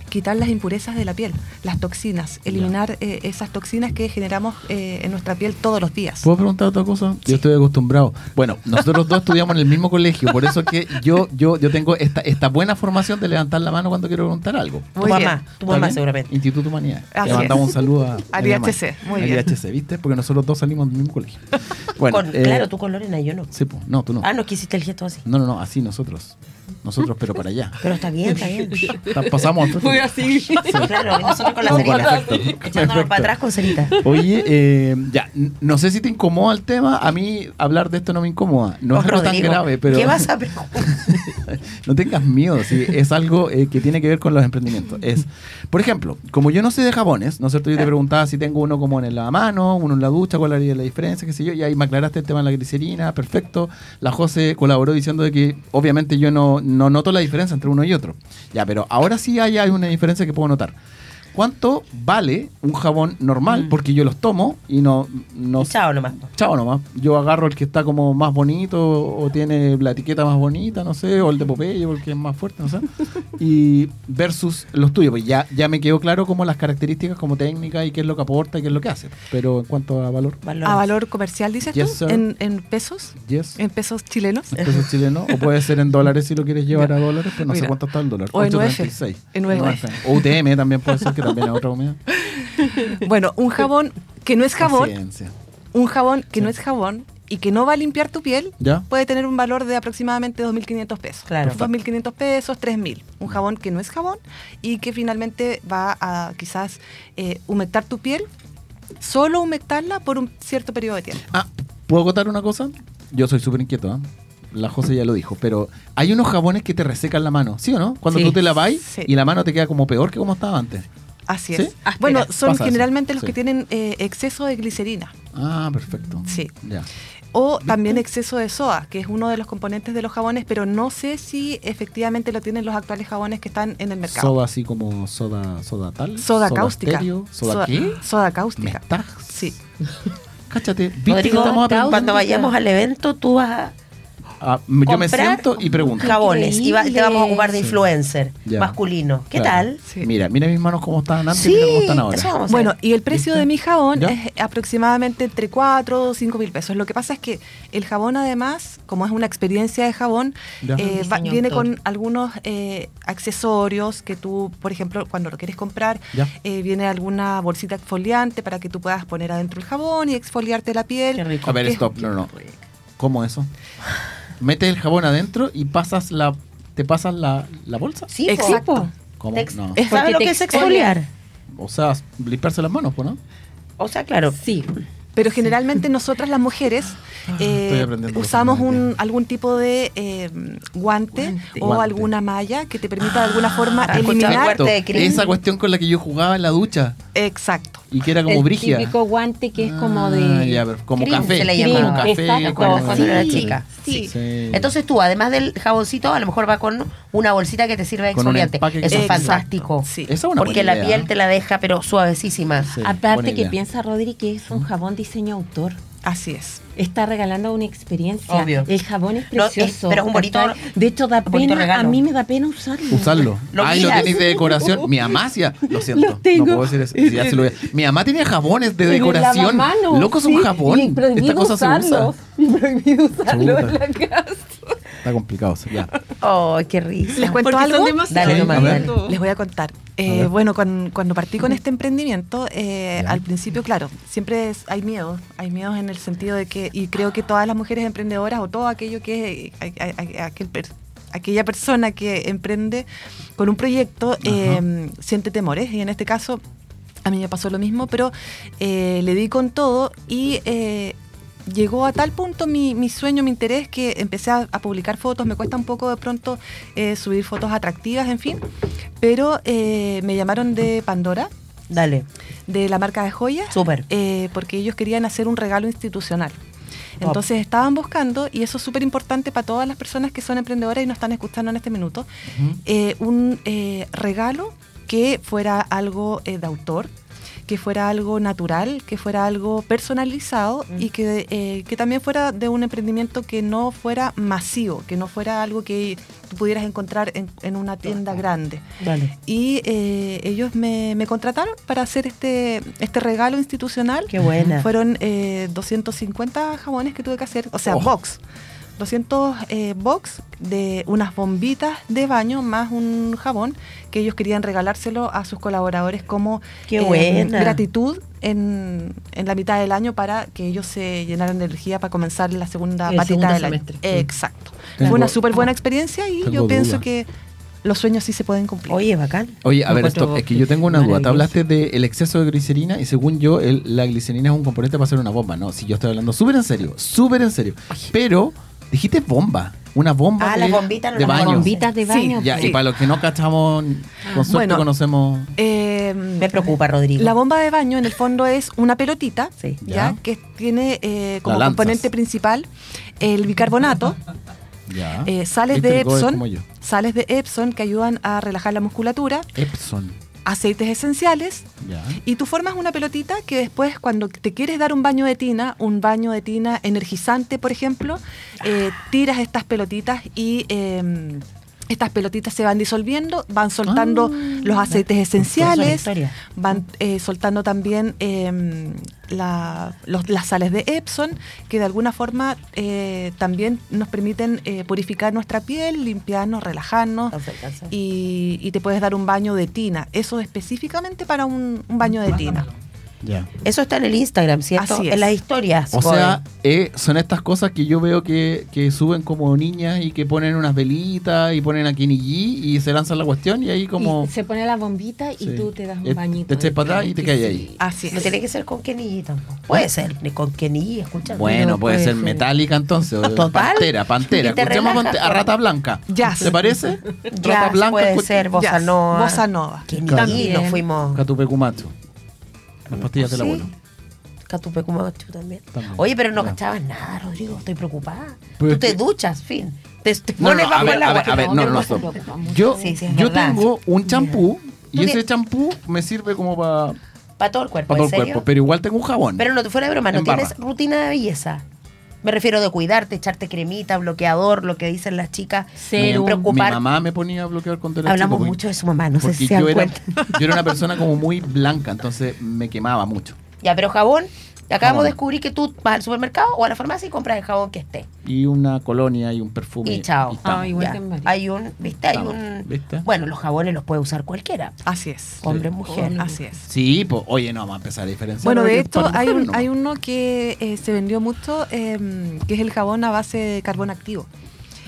[SPEAKER 8] quitar las impurezas de la piel, las toxinas, eliminar eh, esas toxinas que generamos eh, en nuestra piel todos los días.
[SPEAKER 2] ¿Puedo preguntar otra cosa? Yo estoy acostumbrado. Bueno, nosotros dos estudiamos en el mismo colegio, por eso es que yo, yo, yo tengo esta, esta buena formación de levantar la mano cuando quiero preguntar algo.
[SPEAKER 1] tu
[SPEAKER 8] Muy bien.
[SPEAKER 1] mamá, tu
[SPEAKER 2] ¿Está
[SPEAKER 1] mamá
[SPEAKER 2] bien?
[SPEAKER 1] seguramente. Ah,
[SPEAKER 2] Instituto Humanidad.
[SPEAKER 8] Así
[SPEAKER 2] Le mandamos
[SPEAKER 8] es.
[SPEAKER 2] un saludo a
[SPEAKER 8] Al
[SPEAKER 2] mi mamá.
[SPEAKER 8] IHC, muy
[SPEAKER 2] Al
[SPEAKER 8] bien.
[SPEAKER 2] IHC, ¿viste? Porque nosotros dos salimos del mismo colegio. Bueno,
[SPEAKER 1] Con-
[SPEAKER 2] eh,
[SPEAKER 1] claro, tú con Lorena y yo no.
[SPEAKER 2] Sí, po. no, tú no.
[SPEAKER 1] Ah, no, que hiciste el gesto así.
[SPEAKER 2] No, no, no, así nosotros. Nosotros, pero para allá.
[SPEAKER 1] Pero está bien, está bien.
[SPEAKER 2] Ta- Pasamos. al-
[SPEAKER 7] así.
[SPEAKER 1] Claro, y nosotros con la
[SPEAKER 2] Con- con
[SPEAKER 1] cerita.
[SPEAKER 2] efecto.
[SPEAKER 1] Echándonos
[SPEAKER 2] Perfecto.
[SPEAKER 1] para atrás con cerita.
[SPEAKER 2] Oye, eh, ya, n- no sé si te incomoda el tema. A mí hablar de esto no me incomoda. No
[SPEAKER 1] Oh,
[SPEAKER 2] es algo tan
[SPEAKER 1] Rodrigo,
[SPEAKER 2] grave, pero.
[SPEAKER 1] ¿Qué vas a preguntar?
[SPEAKER 2] no tengas miedo, si es algo eh, que tiene que ver con los emprendimientos. Es, por ejemplo, como yo no sé de jabones, ¿no es cierto? Yo te preguntaba si tengo uno como en el lavamano, uno en la ducha, cuál haría la diferencia, qué sé yo, y ahí me aclaraste el tema de la glicerina, perfecto. La José colaboró diciendo de que obviamente yo no, no noto la diferencia entre uno y otro. Ya, pero ahora sí hay, hay una diferencia que puedo notar. ¿Cuánto vale un jabón normal? Porque yo los tomo y no... no
[SPEAKER 1] Y Chao nomás.
[SPEAKER 2] Chao nomás. Yo agarro el que está como más bonito o tiene la etiqueta más bonita, no sé, o el de Popeye porque es más fuerte, no sé. Y versus los tuyos, pues ya, ya me quedó claro como las características como técnica y qué es lo que aporta y qué es lo que hace. Pero en cuanto a valor,
[SPEAKER 1] Valores.
[SPEAKER 8] ¿A Ah, valor comercial, dices
[SPEAKER 2] Yes,
[SPEAKER 8] tú?
[SPEAKER 2] sir.
[SPEAKER 8] ¿En, en pesos?
[SPEAKER 2] yes.
[SPEAKER 8] ¿En pesos chilenos?
[SPEAKER 2] Pesos chilenos, o puede ser en dólares si lo quieres llevar a dólares, pues no sé
[SPEAKER 8] Mira.
[SPEAKER 2] cuánto está el dólar.
[SPEAKER 8] O en UF.
[SPEAKER 2] 8.36.
[SPEAKER 8] En UF.
[SPEAKER 2] O UTM también puede ser, que también es otra comida.
[SPEAKER 8] bueno, un jabón que no es jabón,
[SPEAKER 2] Paciencia.
[SPEAKER 8] un jabón que no es jabón y que no va a limpiar tu piel
[SPEAKER 2] ¿Ya?
[SPEAKER 8] puede tener un valor de aproximadamente 2.500 pesos.
[SPEAKER 1] Claro.
[SPEAKER 8] 2.500 pesos, 3.000. Un jabón que no es jabón y que finalmente va a quizás eh, humectar tu piel, solo humectarla por un cierto periodo de tiempo.
[SPEAKER 2] Ah, ¿puedo contar una cosa? Yo soy súper inquieto, ¿ah? La José ya lo dijo, pero hay unos jabones que te resecan la mano, ¿sí o no? Cuando
[SPEAKER 8] Sí.
[SPEAKER 2] tú te laváis
[SPEAKER 8] Sí.
[SPEAKER 2] y la mano te queda como peor que como estaba antes.
[SPEAKER 8] Así
[SPEAKER 2] ¿Sí?
[SPEAKER 8] es. Bueno,
[SPEAKER 2] Áspera.
[SPEAKER 8] son
[SPEAKER 2] Pasa eso.
[SPEAKER 8] generalmente los
[SPEAKER 2] Sí.
[SPEAKER 8] que tienen eh, exceso de glicerina
[SPEAKER 2] Ah, perfecto.
[SPEAKER 8] Sí.
[SPEAKER 2] Ya.
[SPEAKER 8] o también exceso de soda, que es uno de los componentes de los jabones, pero no sé si efectivamente lo tienen los actuales jabones que están en el mercado.
[SPEAKER 2] Soda así como soda, soda tal.
[SPEAKER 8] Soda cáustica.
[SPEAKER 2] estéreo, soda,
[SPEAKER 8] Soda-
[SPEAKER 2] qué?
[SPEAKER 8] Soda
[SPEAKER 2] Me
[SPEAKER 8] cáustica.
[SPEAKER 2] estás.
[SPEAKER 8] Sí.
[SPEAKER 2] cáchate, viste que
[SPEAKER 1] Rodrigo,
[SPEAKER 2] estamos aprendiendo.
[SPEAKER 1] cuando vayamos al evento, tú vas a
[SPEAKER 2] Ah, me- yo me
[SPEAKER 1] comprar
[SPEAKER 2] siento y pregunto.
[SPEAKER 1] jabones y va- te vamos a ocupar de
[SPEAKER 2] Sí.
[SPEAKER 1] influencer
[SPEAKER 2] Ya.
[SPEAKER 1] masculino. ¿Qué
[SPEAKER 2] Claro.
[SPEAKER 1] tal?
[SPEAKER 8] Sí.
[SPEAKER 2] Mira, mira mis manos cómo estaban antes y
[SPEAKER 1] Sí,
[SPEAKER 2] mira cómo están ahora.
[SPEAKER 1] eso vamos a
[SPEAKER 8] Bueno,
[SPEAKER 1] hacer.
[SPEAKER 8] y el precio de mi jabón
[SPEAKER 2] ¿Ya?
[SPEAKER 8] es aproximadamente entre 4 o 5 mil pesos. Lo que pasa es que el jabón, además, como es una experiencia de jabón,
[SPEAKER 2] Ya.
[SPEAKER 8] eh, va-
[SPEAKER 6] Diseño
[SPEAKER 8] viene
[SPEAKER 6] autor.
[SPEAKER 8] con algunos eh, accesorios que tú, por ejemplo, cuando lo quieres comprar,
[SPEAKER 2] Ya.
[SPEAKER 8] eh, viene alguna bolsita exfoliante para que tú puedas poner adentro el jabón y exfoliarte la piel.
[SPEAKER 6] Qué rico.
[SPEAKER 2] A ver,
[SPEAKER 8] Qué-
[SPEAKER 2] stop, no, no. ¿Cómo eso? Metes el jabón adentro y pasas la, te pasas la, la bolsa.
[SPEAKER 1] Sí, po.
[SPEAKER 8] Exacto.
[SPEAKER 2] ¿Cómo?
[SPEAKER 1] Te ex-
[SPEAKER 2] No.
[SPEAKER 1] ¿Sabes
[SPEAKER 6] Porque
[SPEAKER 1] lo
[SPEAKER 6] te
[SPEAKER 1] que es
[SPEAKER 6] exfoliar.
[SPEAKER 1] exfoliar?
[SPEAKER 2] O sea, limpiarse las manos, pues, ¿no?
[SPEAKER 1] O sea, claro.
[SPEAKER 6] Sí,
[SPEAKER 8] Pero generalmente nosotras las mujeres
[SPEAKER 2] Ah,
[SPEAKER 8] eh,
[SPEAKER 2] estoy aprendiendo
[SPEAKER 8] usamos
[SPEAKER 2] cosas nuevas.
[SPEAKER 8] un, algún tipo de eh, guante, o
[SPEAKER 2] Guante.
[SPEAKER 8] alguna malla que te permita de alguna forma
[SPEAKER 1] Ah,
[SPEAKER 8] eliminar.
[SPEAKER 1] cuarto de crimen.
[SPEAKER 2] Esa cuestión con la que yo jugaba en la ducha
[SPEAKER 8] Exacto.
[SPEAKER 2] y que era como
[SPEAKER 7] el
[SPEAKER 2] brigia.
[SPEAKER 7] típico guante que es como
[SPEAKER 2] Ah,
[SPEAKER 7] de
[SPEAKER 2] ya, pero como
[SPEAKER 1] cream,
[SPEAKER 2] café.
[SPEAKER 1] se le
[SPEAKER 2] como
[SPEAKER 1] llamaba.
[SPEAKER 2] café,
[SPEAKER 7] Exacto,
[SPEAKER 2] como-
[SPEAKER 1] cuando era chica.
[SPEAKER 8] Sí.
[SPEAKER 2] Sí.
[SPEAKER 1] Eh. Entonces tú, además del jaboncito, a lo mejor va con una bolsita que te sirve de
[SPEAKER 2] Con un
[SPEAKER 1] exfoliante.
[SPEAKER 2] empaque que-
[SPEAKER 1] Eso es
[SPEAKER 8] Exacto.
[SPEAKER 1] fantástico.
[SPEAKER 8] Sí.
[SPEAKER 2] Esa es una
[SPEAKER 1] porque
[SPEAKER 2] buena
[SPEAKER 1] la
[SPEAKER 2] idea.
[SPEAKER 1] piel te la deja, pero suavecísima.
[SPEAKER 2] Sí, buena
[SPEAKER 7] aparte que
[SPEAKER 2] idea.
[SPEAKER 7] piensa Rodri que es un jabón diseño autor.
[SPEAKER 8] Así es.
[SPEAKER 7] Está regalando una experiencia.
[SPEAKER 1] Obvio.
[SPEAKER 7] El jabón es
[SPEAKER 1] No, es-
[SPEAKER 7] precioso.
[SPEAKER 1] pero es un bonito-
[SPEAKER 7] ¿cachai? De hecho, da
[SPEAKER 1] un bonito
[SPEAKER 7] pena. A
[SPEAKER 1] regalo.
[SPEAKER 7] mí me da pena usarlo.
[SPEAKER 2] Usarlo.
[SPEAKER 1] Lo
[SPEAKER 2] Ahí lo
[SPEAKER 1] miras.
[SPEAKER 2] tenéis de decoración. Mi mamá hacía. Lo siento.
[SPEAKER 7] Los tengo.
[SPEAKER 2] No puedo decir eso. Sí, ya se lo voy a- Mi mamá tenía jabones de
[SPEAKER 7] En el
[SPEAKER 2] decoración.
[SPEAKER 7] lavamanos,
[SPEAKER 2] Loco, es un
[SPEAKER 7] sí,
[SPEAKER 2] jabón.
[SPEAKER 7] y prohibido
[SPEAKER 2] Esta cosa
[SPEAKER 7] usarlo,
[SPEAKER 2] se
[SPEAKER 7] Y prohibido usarlo
[SPEAKER 2] Chuta.
[SPEAKER 7] en la casa.
[SPEAKER 2] usa. Está complicado. sí, Ya.
[SPEAKER 1] ¡Oh, qué risa!
[SPEAKER 8] ¿Les cuento
[SPEAKER 6] Porque son
[SPEAKER 8] algo?
[SPEAKER 6] demasiado
[SPEAKER 1] Dale
[SPEAKER 2] Sí,
[SPEAKER 1] nomás,
[SPEAKER 2] a ver.
[SPEAKER 1] dale.
[SPEAKER 8] Les voy a contar. Eh,
[SPEAKER 2] A ver.
[SPEAKER 8] bueno, cuan- cuando partí con este emprendimiento, eh,
[SPEAKER 2] Ya.
[SPEAKER 8] al principio, claro, siempre es- hay miedos. Hay miedos en el sentido de que, y creo que todas las mujeres emprendedoras o todo aquello que a- a- a- aquel per- aquella persona que emprende con un proyecto eh, siente temores. Y en este caso, a mí me pasó lo mismo, pero eh, le di con todo y eh, llegó a tal punto mi, mi sueño, mi interés, que empecé a, a publicar fotos. Me cuesta un poco de pronto eh, subir fotos atractivas, en fin. Pero eh, me llamaron de Pandora,
[SPEAKER 1] Dale,
[SPEAKER 8] de la marca de joyas,
[SPEAKER 1] súper.
[SPEAKER 8] eh, porque ellos querían hacer un regalo institucional. Entonces estaban buscando, y eso es súper importante para todas las personas que son emprendedoras y nos están escuchando en este minuto, eh, un eh, regalo que fuera algo eh, de autor, que fuera algo natural, que fuera algo personalizado y que, eh, que también fuera de un emprendimiento que no fuera masivo, que no fuera algo que tú pudieras encontrar en, en una tienda grande.
[SPEAKER 1] Dale.
[SPEAKER 8] Y eh, ellos me, me contrataron para hacer este, este regalo institucional.
[SPEAKER 1] Qué buena.
[SPEAKER 8] Fueron eh, 250 jabones que tuve que hacer, o sea,
[SPEAKER 1] Oh.
[SPEAKER 8] box. 200 eh, box de unas bombitas de baño más un jabón que ellos querían regalárselo a sus colaboradores como eh,
[SPEAKER 1] Qué buena.
[SPEAKER 8] gratitud en, en la mitad del año para que ellos se llenaran de energía para comenzar la segunda
[SPEAKER 6] El
[SPEAKER 8] patita
[SPEAKER 6] segundo
[SPEAKER 8] del
[SPEAKER 6] semestre.
[SPEAKER 8] año.
[SPEAKER 1] Mm.
[SPEAKER 8] Exacto.
[SPEAKER 2] Tengo-
[SPEAKER 8] Fue una súper buena experiencia y
[SPEAKER 2] tengo
[SPEAKER 8] yo pienso
[SPEAKER 2] duda.
[SPEAKER 8] que los sueños sí se pueden cumplir.
[SPEAKER 1] Oye, bacán.
[SPEAKER 2] Oye, a
[SPEAKER 6] Lo
[SPEAKER 2] ver,
[SPEAKER 6] encuentro
[SPEAKER 2] stop. Es que yo tengo una duda. Te hablaste del exceso de glicerina y según yo, el- la glicerina es un componente para hacer una bomba. No, si yo estoy hablando súper en serio, súper en serio. Pero dijiste bomba. Una bomba
[SPEAKER 1] Ah,
[SPEAKER 2] de,
[SPEAKER 1] las bombitas,
[SPEAKER 2] de
[SPEAKER 1] las
[SPEAKER 2] baño.
[SPEAKER 7] Bombitas de
[SPEAKER 8] Sí,
[SPEAKER 7] baño.
[SPEAKER 2] Ya, y
[SPEAKER 7] pues.
[SPEAKER 2] para los que no cachamos, con suerte
[SPEAKER 8] Bueno.
[SPEAKER 2] conocemos.
[SPEAKER 8] Eh,
[SPEAKER 1] Me preocupa, Rodrigo.
[SPEAKER 8] La bomba de baño en el fondo es una pelotita,
[SPEAKER 1] Sí.
[SPEAKER 8] ya,
[SPEAKER 2] Ya.
[SPEAKER 8] que tiene eh, como
[SPEAKER 2] La lanzas.
[SPEAKER 8] componente principal el bicarbonato,
[SPEAKER 2] Ya.
[SPEAKER 8] eh, sales
[SPEAKER 2] Viste,
[SPEAKER 8] de
[SPEAKER 2] el codo es
[SPEAKER 8] Epson,
[SPEAKER 2] como yo.
[SPEAKER 8] sales de Epson que ayudan a relajar la musculatura,
[SPEAKER 2] Epson.
[SPEAKER 8] aceites esenciales
[SPEAKER 2] Ya.
[SPEAKER 8] y tú formas una pelotita que después cuando te quieres dar un baño de tina, un baño de tina energizante, por ejemplo, eh, tiras estas pelotitas y eh, estas pelotitas se van disolviendo, van soltando los aceites esenciales,
[SPEAKER 1] historia.
[SPEAKER 8] van eh, soltando también eh, la- los- las sales de Epson, que de alguna forma eh, también nos permiten eh, purificar nuestra piel, limpiarnos, relajarnos y, y te puedes dar un baño de tina. Eso específicamente para un, un baño de tina.
[SPEAKER 2] Ya.
[SPEAKER 1] Eso está en el Instagram, ¿cierto?
[SPEAKER 8] Así es.
[SPEAKER 1] En las historias.
[SPEAKER 2] O
[SPEAKER 1] Goy.
[SPEAKER 2] sea, eh, son estas cosas que yo veo que, que suben como niñas y que ponen unas velitas y ponen a Kinigi y se lanzan la cuestión y ahí como...
[SPEAKER 7] Y se pone la bombita y
[SPEAKER 2] Sí.
[SPEAKER 7] tú te das
[SPEAKER 2] Eh,
[SPEAKER 7] un bañito.
[SPEAKER 2] te echas
[SPEAKER 7] de
[SPEAKER 2] para atrás y te
[SPEAKER 7] tranqui,
[SPEAKER 2] caes ahí.
[SPEAKER 7] sí.
[SPEAKER 8] Así
[SPEAKER 1] no
[SPEAKER 8] es.
[SPEAKER 1] tiene que ser con Kenny tampoco. Puede ser ni con Kenny, escucha.
[SPEAKER 2] Bueno,
[SPEAKER 6] Pero
[SPEAKER 2] puede
[SPEAKER 6] puede
[SPEAKER 2] ser
[SPEAKER 6] ser.
[SPEAKER 2] metálica entonces. o
[SPEAKER 1] Total.
[SPEAKER 2] Pantera, pantera.
[SPEAKER 1] Y te
[SPEAKER 2] Escuchemos
[SPEAKER 1] relajas,
[SPEAKER 2] pante- a
[SPEAKER 1] por-
[SPEAKER 2] Rata Blanca.
[SPEAKER 8] Jazz.
[SPEAKER 2] ¿Te parece?
[SPEAKER 1] Ya
[SPEAKER 2] Rata Blanca.
[SPEAKER 1] puede
[SPEAKER 2] escu-
[SPEAKER 1] ser Bossa
[SPEAKER 8] Jazz,
[SPEAKER 1] Nova.
[SPEAKER 8] Bossa Nova.
[SPEAKER 1] Kenny,
[SPEAKER 2] Claro.
[SPEAKER 1] nos
[SPEAKER 6] También.
[SPEAKER 1] fuimos.
[SPEAKER 2] Catupecumacho. Las pastillas del
[SPEAKER 1] Sí.
[SPEAKER 2] abuelo.
[SPEAKER 1] Catupecumachu también.
[SPEAKER 2] También.
[SPEAKER 1] Oye, pero no
[SPEAKER 2] Ya.
[SPEAKER 1] cachabas nada, Rodrigo. Estoy preocupada.
[SPEAKER 2] Pero
[SPEAKER 1] Tú te
[SPEAKER 2] es que-
[SPEAKER 1] duchas, fin. Te, te
[SPEAKER 2] No,
[SPEAKER 1] pones
[SPEAKER 2] no, a
[SPEAKER 1] bajo
[SPEAKER 2] ver,
[SPEAKER 1] el
[SPEAKER 2] a
[SPEAKER 1] agua.
[SPEAKER 2] ver, a ver, no, no, no, stop. Yo,
[SPEAKER 1] Sí, sí, es
[SPEAKER 2] yo
[SPEAKER 1] verdad.
[SPEAKER 2] tengo un champú
[SPEAKER 1] Tú
[SPEAKER 2] y ese
[SPEAKER 1] tienes-
[SPEAKER 2] champú me sirve como para
[SPEAKER 1] Para todo el cuerpo,
[SPEAKER 2] Para todo el
[SPEAKER 1] ¿en serio?
[SPEAKER 2] cuerpo. Pero igual tengo un jabón.
[SPEAKER 1] Pero no, fuera de broma, no
[SPEAKER 2] En barra.
[SPEAKER 1] tienes rutina de belleza. Me refiero de cuidarte, echarte cremita, bloqueador, lo que dicen las chicas.
[SPEAKER 6] Serum.
[SPEAKER 1] preocupar.
[SPEAKER 2] Mi mamá me ponía a bloquear con teléfono.
[SPEAKER 1] Hablamos mucho de su mamá, no sé si se dan
[SPEAKER 2] yo era,
[SPEAKER 1] cuenta.
[SPEAKER 2] yo era una persona como muy blanca, entonces me quemaba mucho.
[SPEAKER 1] Ya, pero jabón, acabamos
[SPEAKER 2] Jabón.
[SPEAKER 1] de descubrir que tú vas al supermercado o a la farmacia y compras el jabón que esté.
[SPEAKER 2] Y una colonia y un perfume.
[SPEAKER 1] Y chao.
[SPEAKER 2] estamos.
[SPEAKER 6] Ah, igual
[SPEAKER 1] Ya.
[SPEAKER 6] que en María.
[SPEAKER 1] Hay un, ¿viste? Hay
[SPEAKER 2] Estamos.
[SPEAKER 1] un.
[SPEAKER 2] ¿Viste?
[SPEAKER 1] Bueno, los jabones los puede usar cualquiera,
[SPEAKER 8] Así es.
[SPEAKER 1] hombre, mujer.
[SPEAKER 2] Oh.
[SPEAKER 1] Ah,
[SPEAKER 8] Así es.
[SPEAKER 2] Sí, pues, oye, no, vamos a empezar a diferenciar.
[SPEAKER 8] Bueno, de
[SPEAKER 2] Oye,
[SPEAKER 8] esto
[SPEAKER 2] para
[SPEAKER 8] hay,
[SPEAKER 2] mujeres
[SPEAKER 8] un-
[SPEAKER 2] nomás.
[SPEAKER 8] hay uno que eh, se vendió mucho, eh, que es el jabón a base de carbón activo,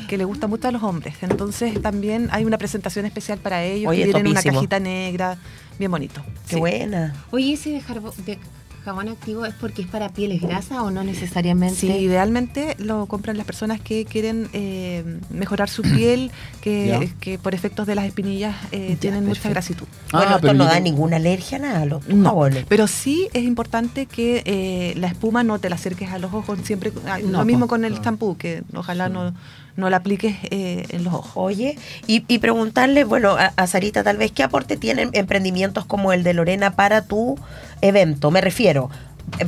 [SPEAKER 8] que le gusta mucho a los hombres. Entonces también hay una presentación especial para ellos,
[SPEAKER 1] Oye,
[SPEAKER 8] que vienen en una
[SPEAKER 1] topísimo.
[SPEAKER 8] cajita negra, bien bonito.
[SPEAKER 1] Qué
[SPEAKER 2] Ah,
[SPEAKER 1] buena.
[SPEAKER 7] Oye, ese de, jarbo- de jabón activo es porque es para pieles grasas o no necesariamente.
[SPEAKER 8] Sí, idealmente lo compran las personas que quieren eh, mejorar su piel, que,
[SPEAKER 2] Ya.
[SPEAKER 8] que por efectos de las espinillas eh, tienen mucha grasitud.
[SPEAKER 2] Ah,
[SPEAKER 1] bueno, esto
[SPEAKER 2] pero
[SPEAKER 1] no
[SPEAKER 2] yo
[SPEAKER 1] da
[SPEAKER 2] tengo-
[SPEAKER 1] ninguna alergia, nada, los
[SPEAKER 8] No,
[SPEAKER 1] jabones.
[SPEAKER 8] pero sí es importante que eh, la espuma no te la acerques a los ojos siempre. ah, lo mismo con el champú, que ojalá no, no la apliques eh, en los ojos.
[SPEAKER 1] Oye, y, y preguntarle, bueno, a, a Sarita tal vez, ¿qué aporte tienen emprendimientos como el de Lorena para tu evento? Me refiero,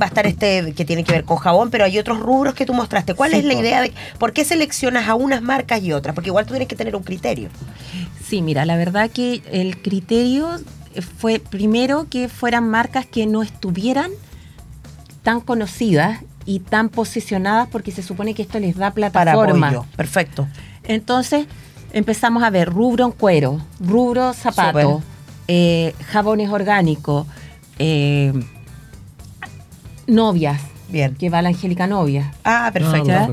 [SPEAKER 1] va a estar este que tiene que ver con jabón, pero hay otros rubros que tú mostraste. ¿Cuál
[SPEAKER 6] Sí,
[SPEAKER 1] es la
[SPEAKER 6] po.
[SPEAKER 1] idea de por qué seleccionas a unas marcas y otras? Porque igual tú tienes que tener un criterio.
[SPEAKER 6] Sí, mira, la verdad que el criterio fue primero que fueran marcas que no estuvieran tan conocidas y tan posicionadas porque se supone que esto les da
[SPEAKER 1] Para
[SPEAKER 6] plataforma.
[SPEAKER 1] apoyo. Perfecto.
[SPEAKER 6] Entonces empezamos a ver rubro en cuero, rubro zapato,
[SPEAKER 1] Súper.
[SPEAKER 6] eh, jabones orgánicos, eh, novias,
[SPEAKER 1] Bien.
[SPEAKER 6] que va la Angélica Novia.
[SPEAKER 1] Ah, perfecto.
[SPEAKER 6] ¿Ya?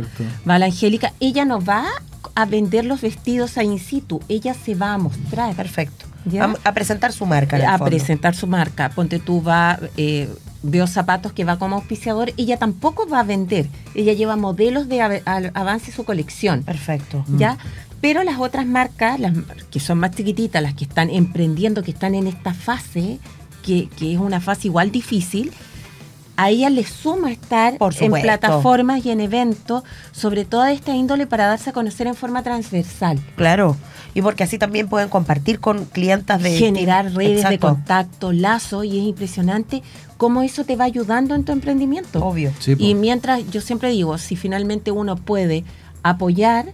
[SPEAKER 6] Va la Angélica, ella no va a vender los vestidos a in situ, ella se va a mostrar.
[SPEAKER 1] Perfecto.
[SPEAKER 6] ¿Ya?
[SPEAKER 1] A, a presentar su marca. en el
[SPEAKER 6] a
[SPEAKER 1] fondo.
[SPEAKER 6] presentar su marca. Ponte tú va, eh, veo zapatos que va como auspiciador, ella tampoco va a vender. Ella lleva modelos de ave- al- avance su colección.
[SPEAKER 1] Perfecto.
[SPEAKER 6] ¿Ya? Pero las otras marcas, las mar- que son más chiquititas, las que están emprendiendo, que están en esta fase, que, que es una fase igual difícil, a ellas les suma estar
[SPEAKER 1] Por
[SPEAKER 6] en
[SPEAKER 1] supuesto.
[SPEAKER 6] plataformas y en eventos, sobre toda esta índole para darse a conocer en forma transversal.
[SPEAKER 1] Claro. Y porque así también pueden compartir con clientas de...
[SPEAKER 6] generar redes de
[SPEAKER 1] Exacto.
[SPEAKER 6] contacto, lazos, y es impresionante cómo eso te va ayudando en tu emprendimiento.
[SPEAKER 1] Obvio.
[SPEAKER 2] Sí, po.
[SPEAKER 6] Y mientras, yo siempre digo, si finalmente uno puede apoyar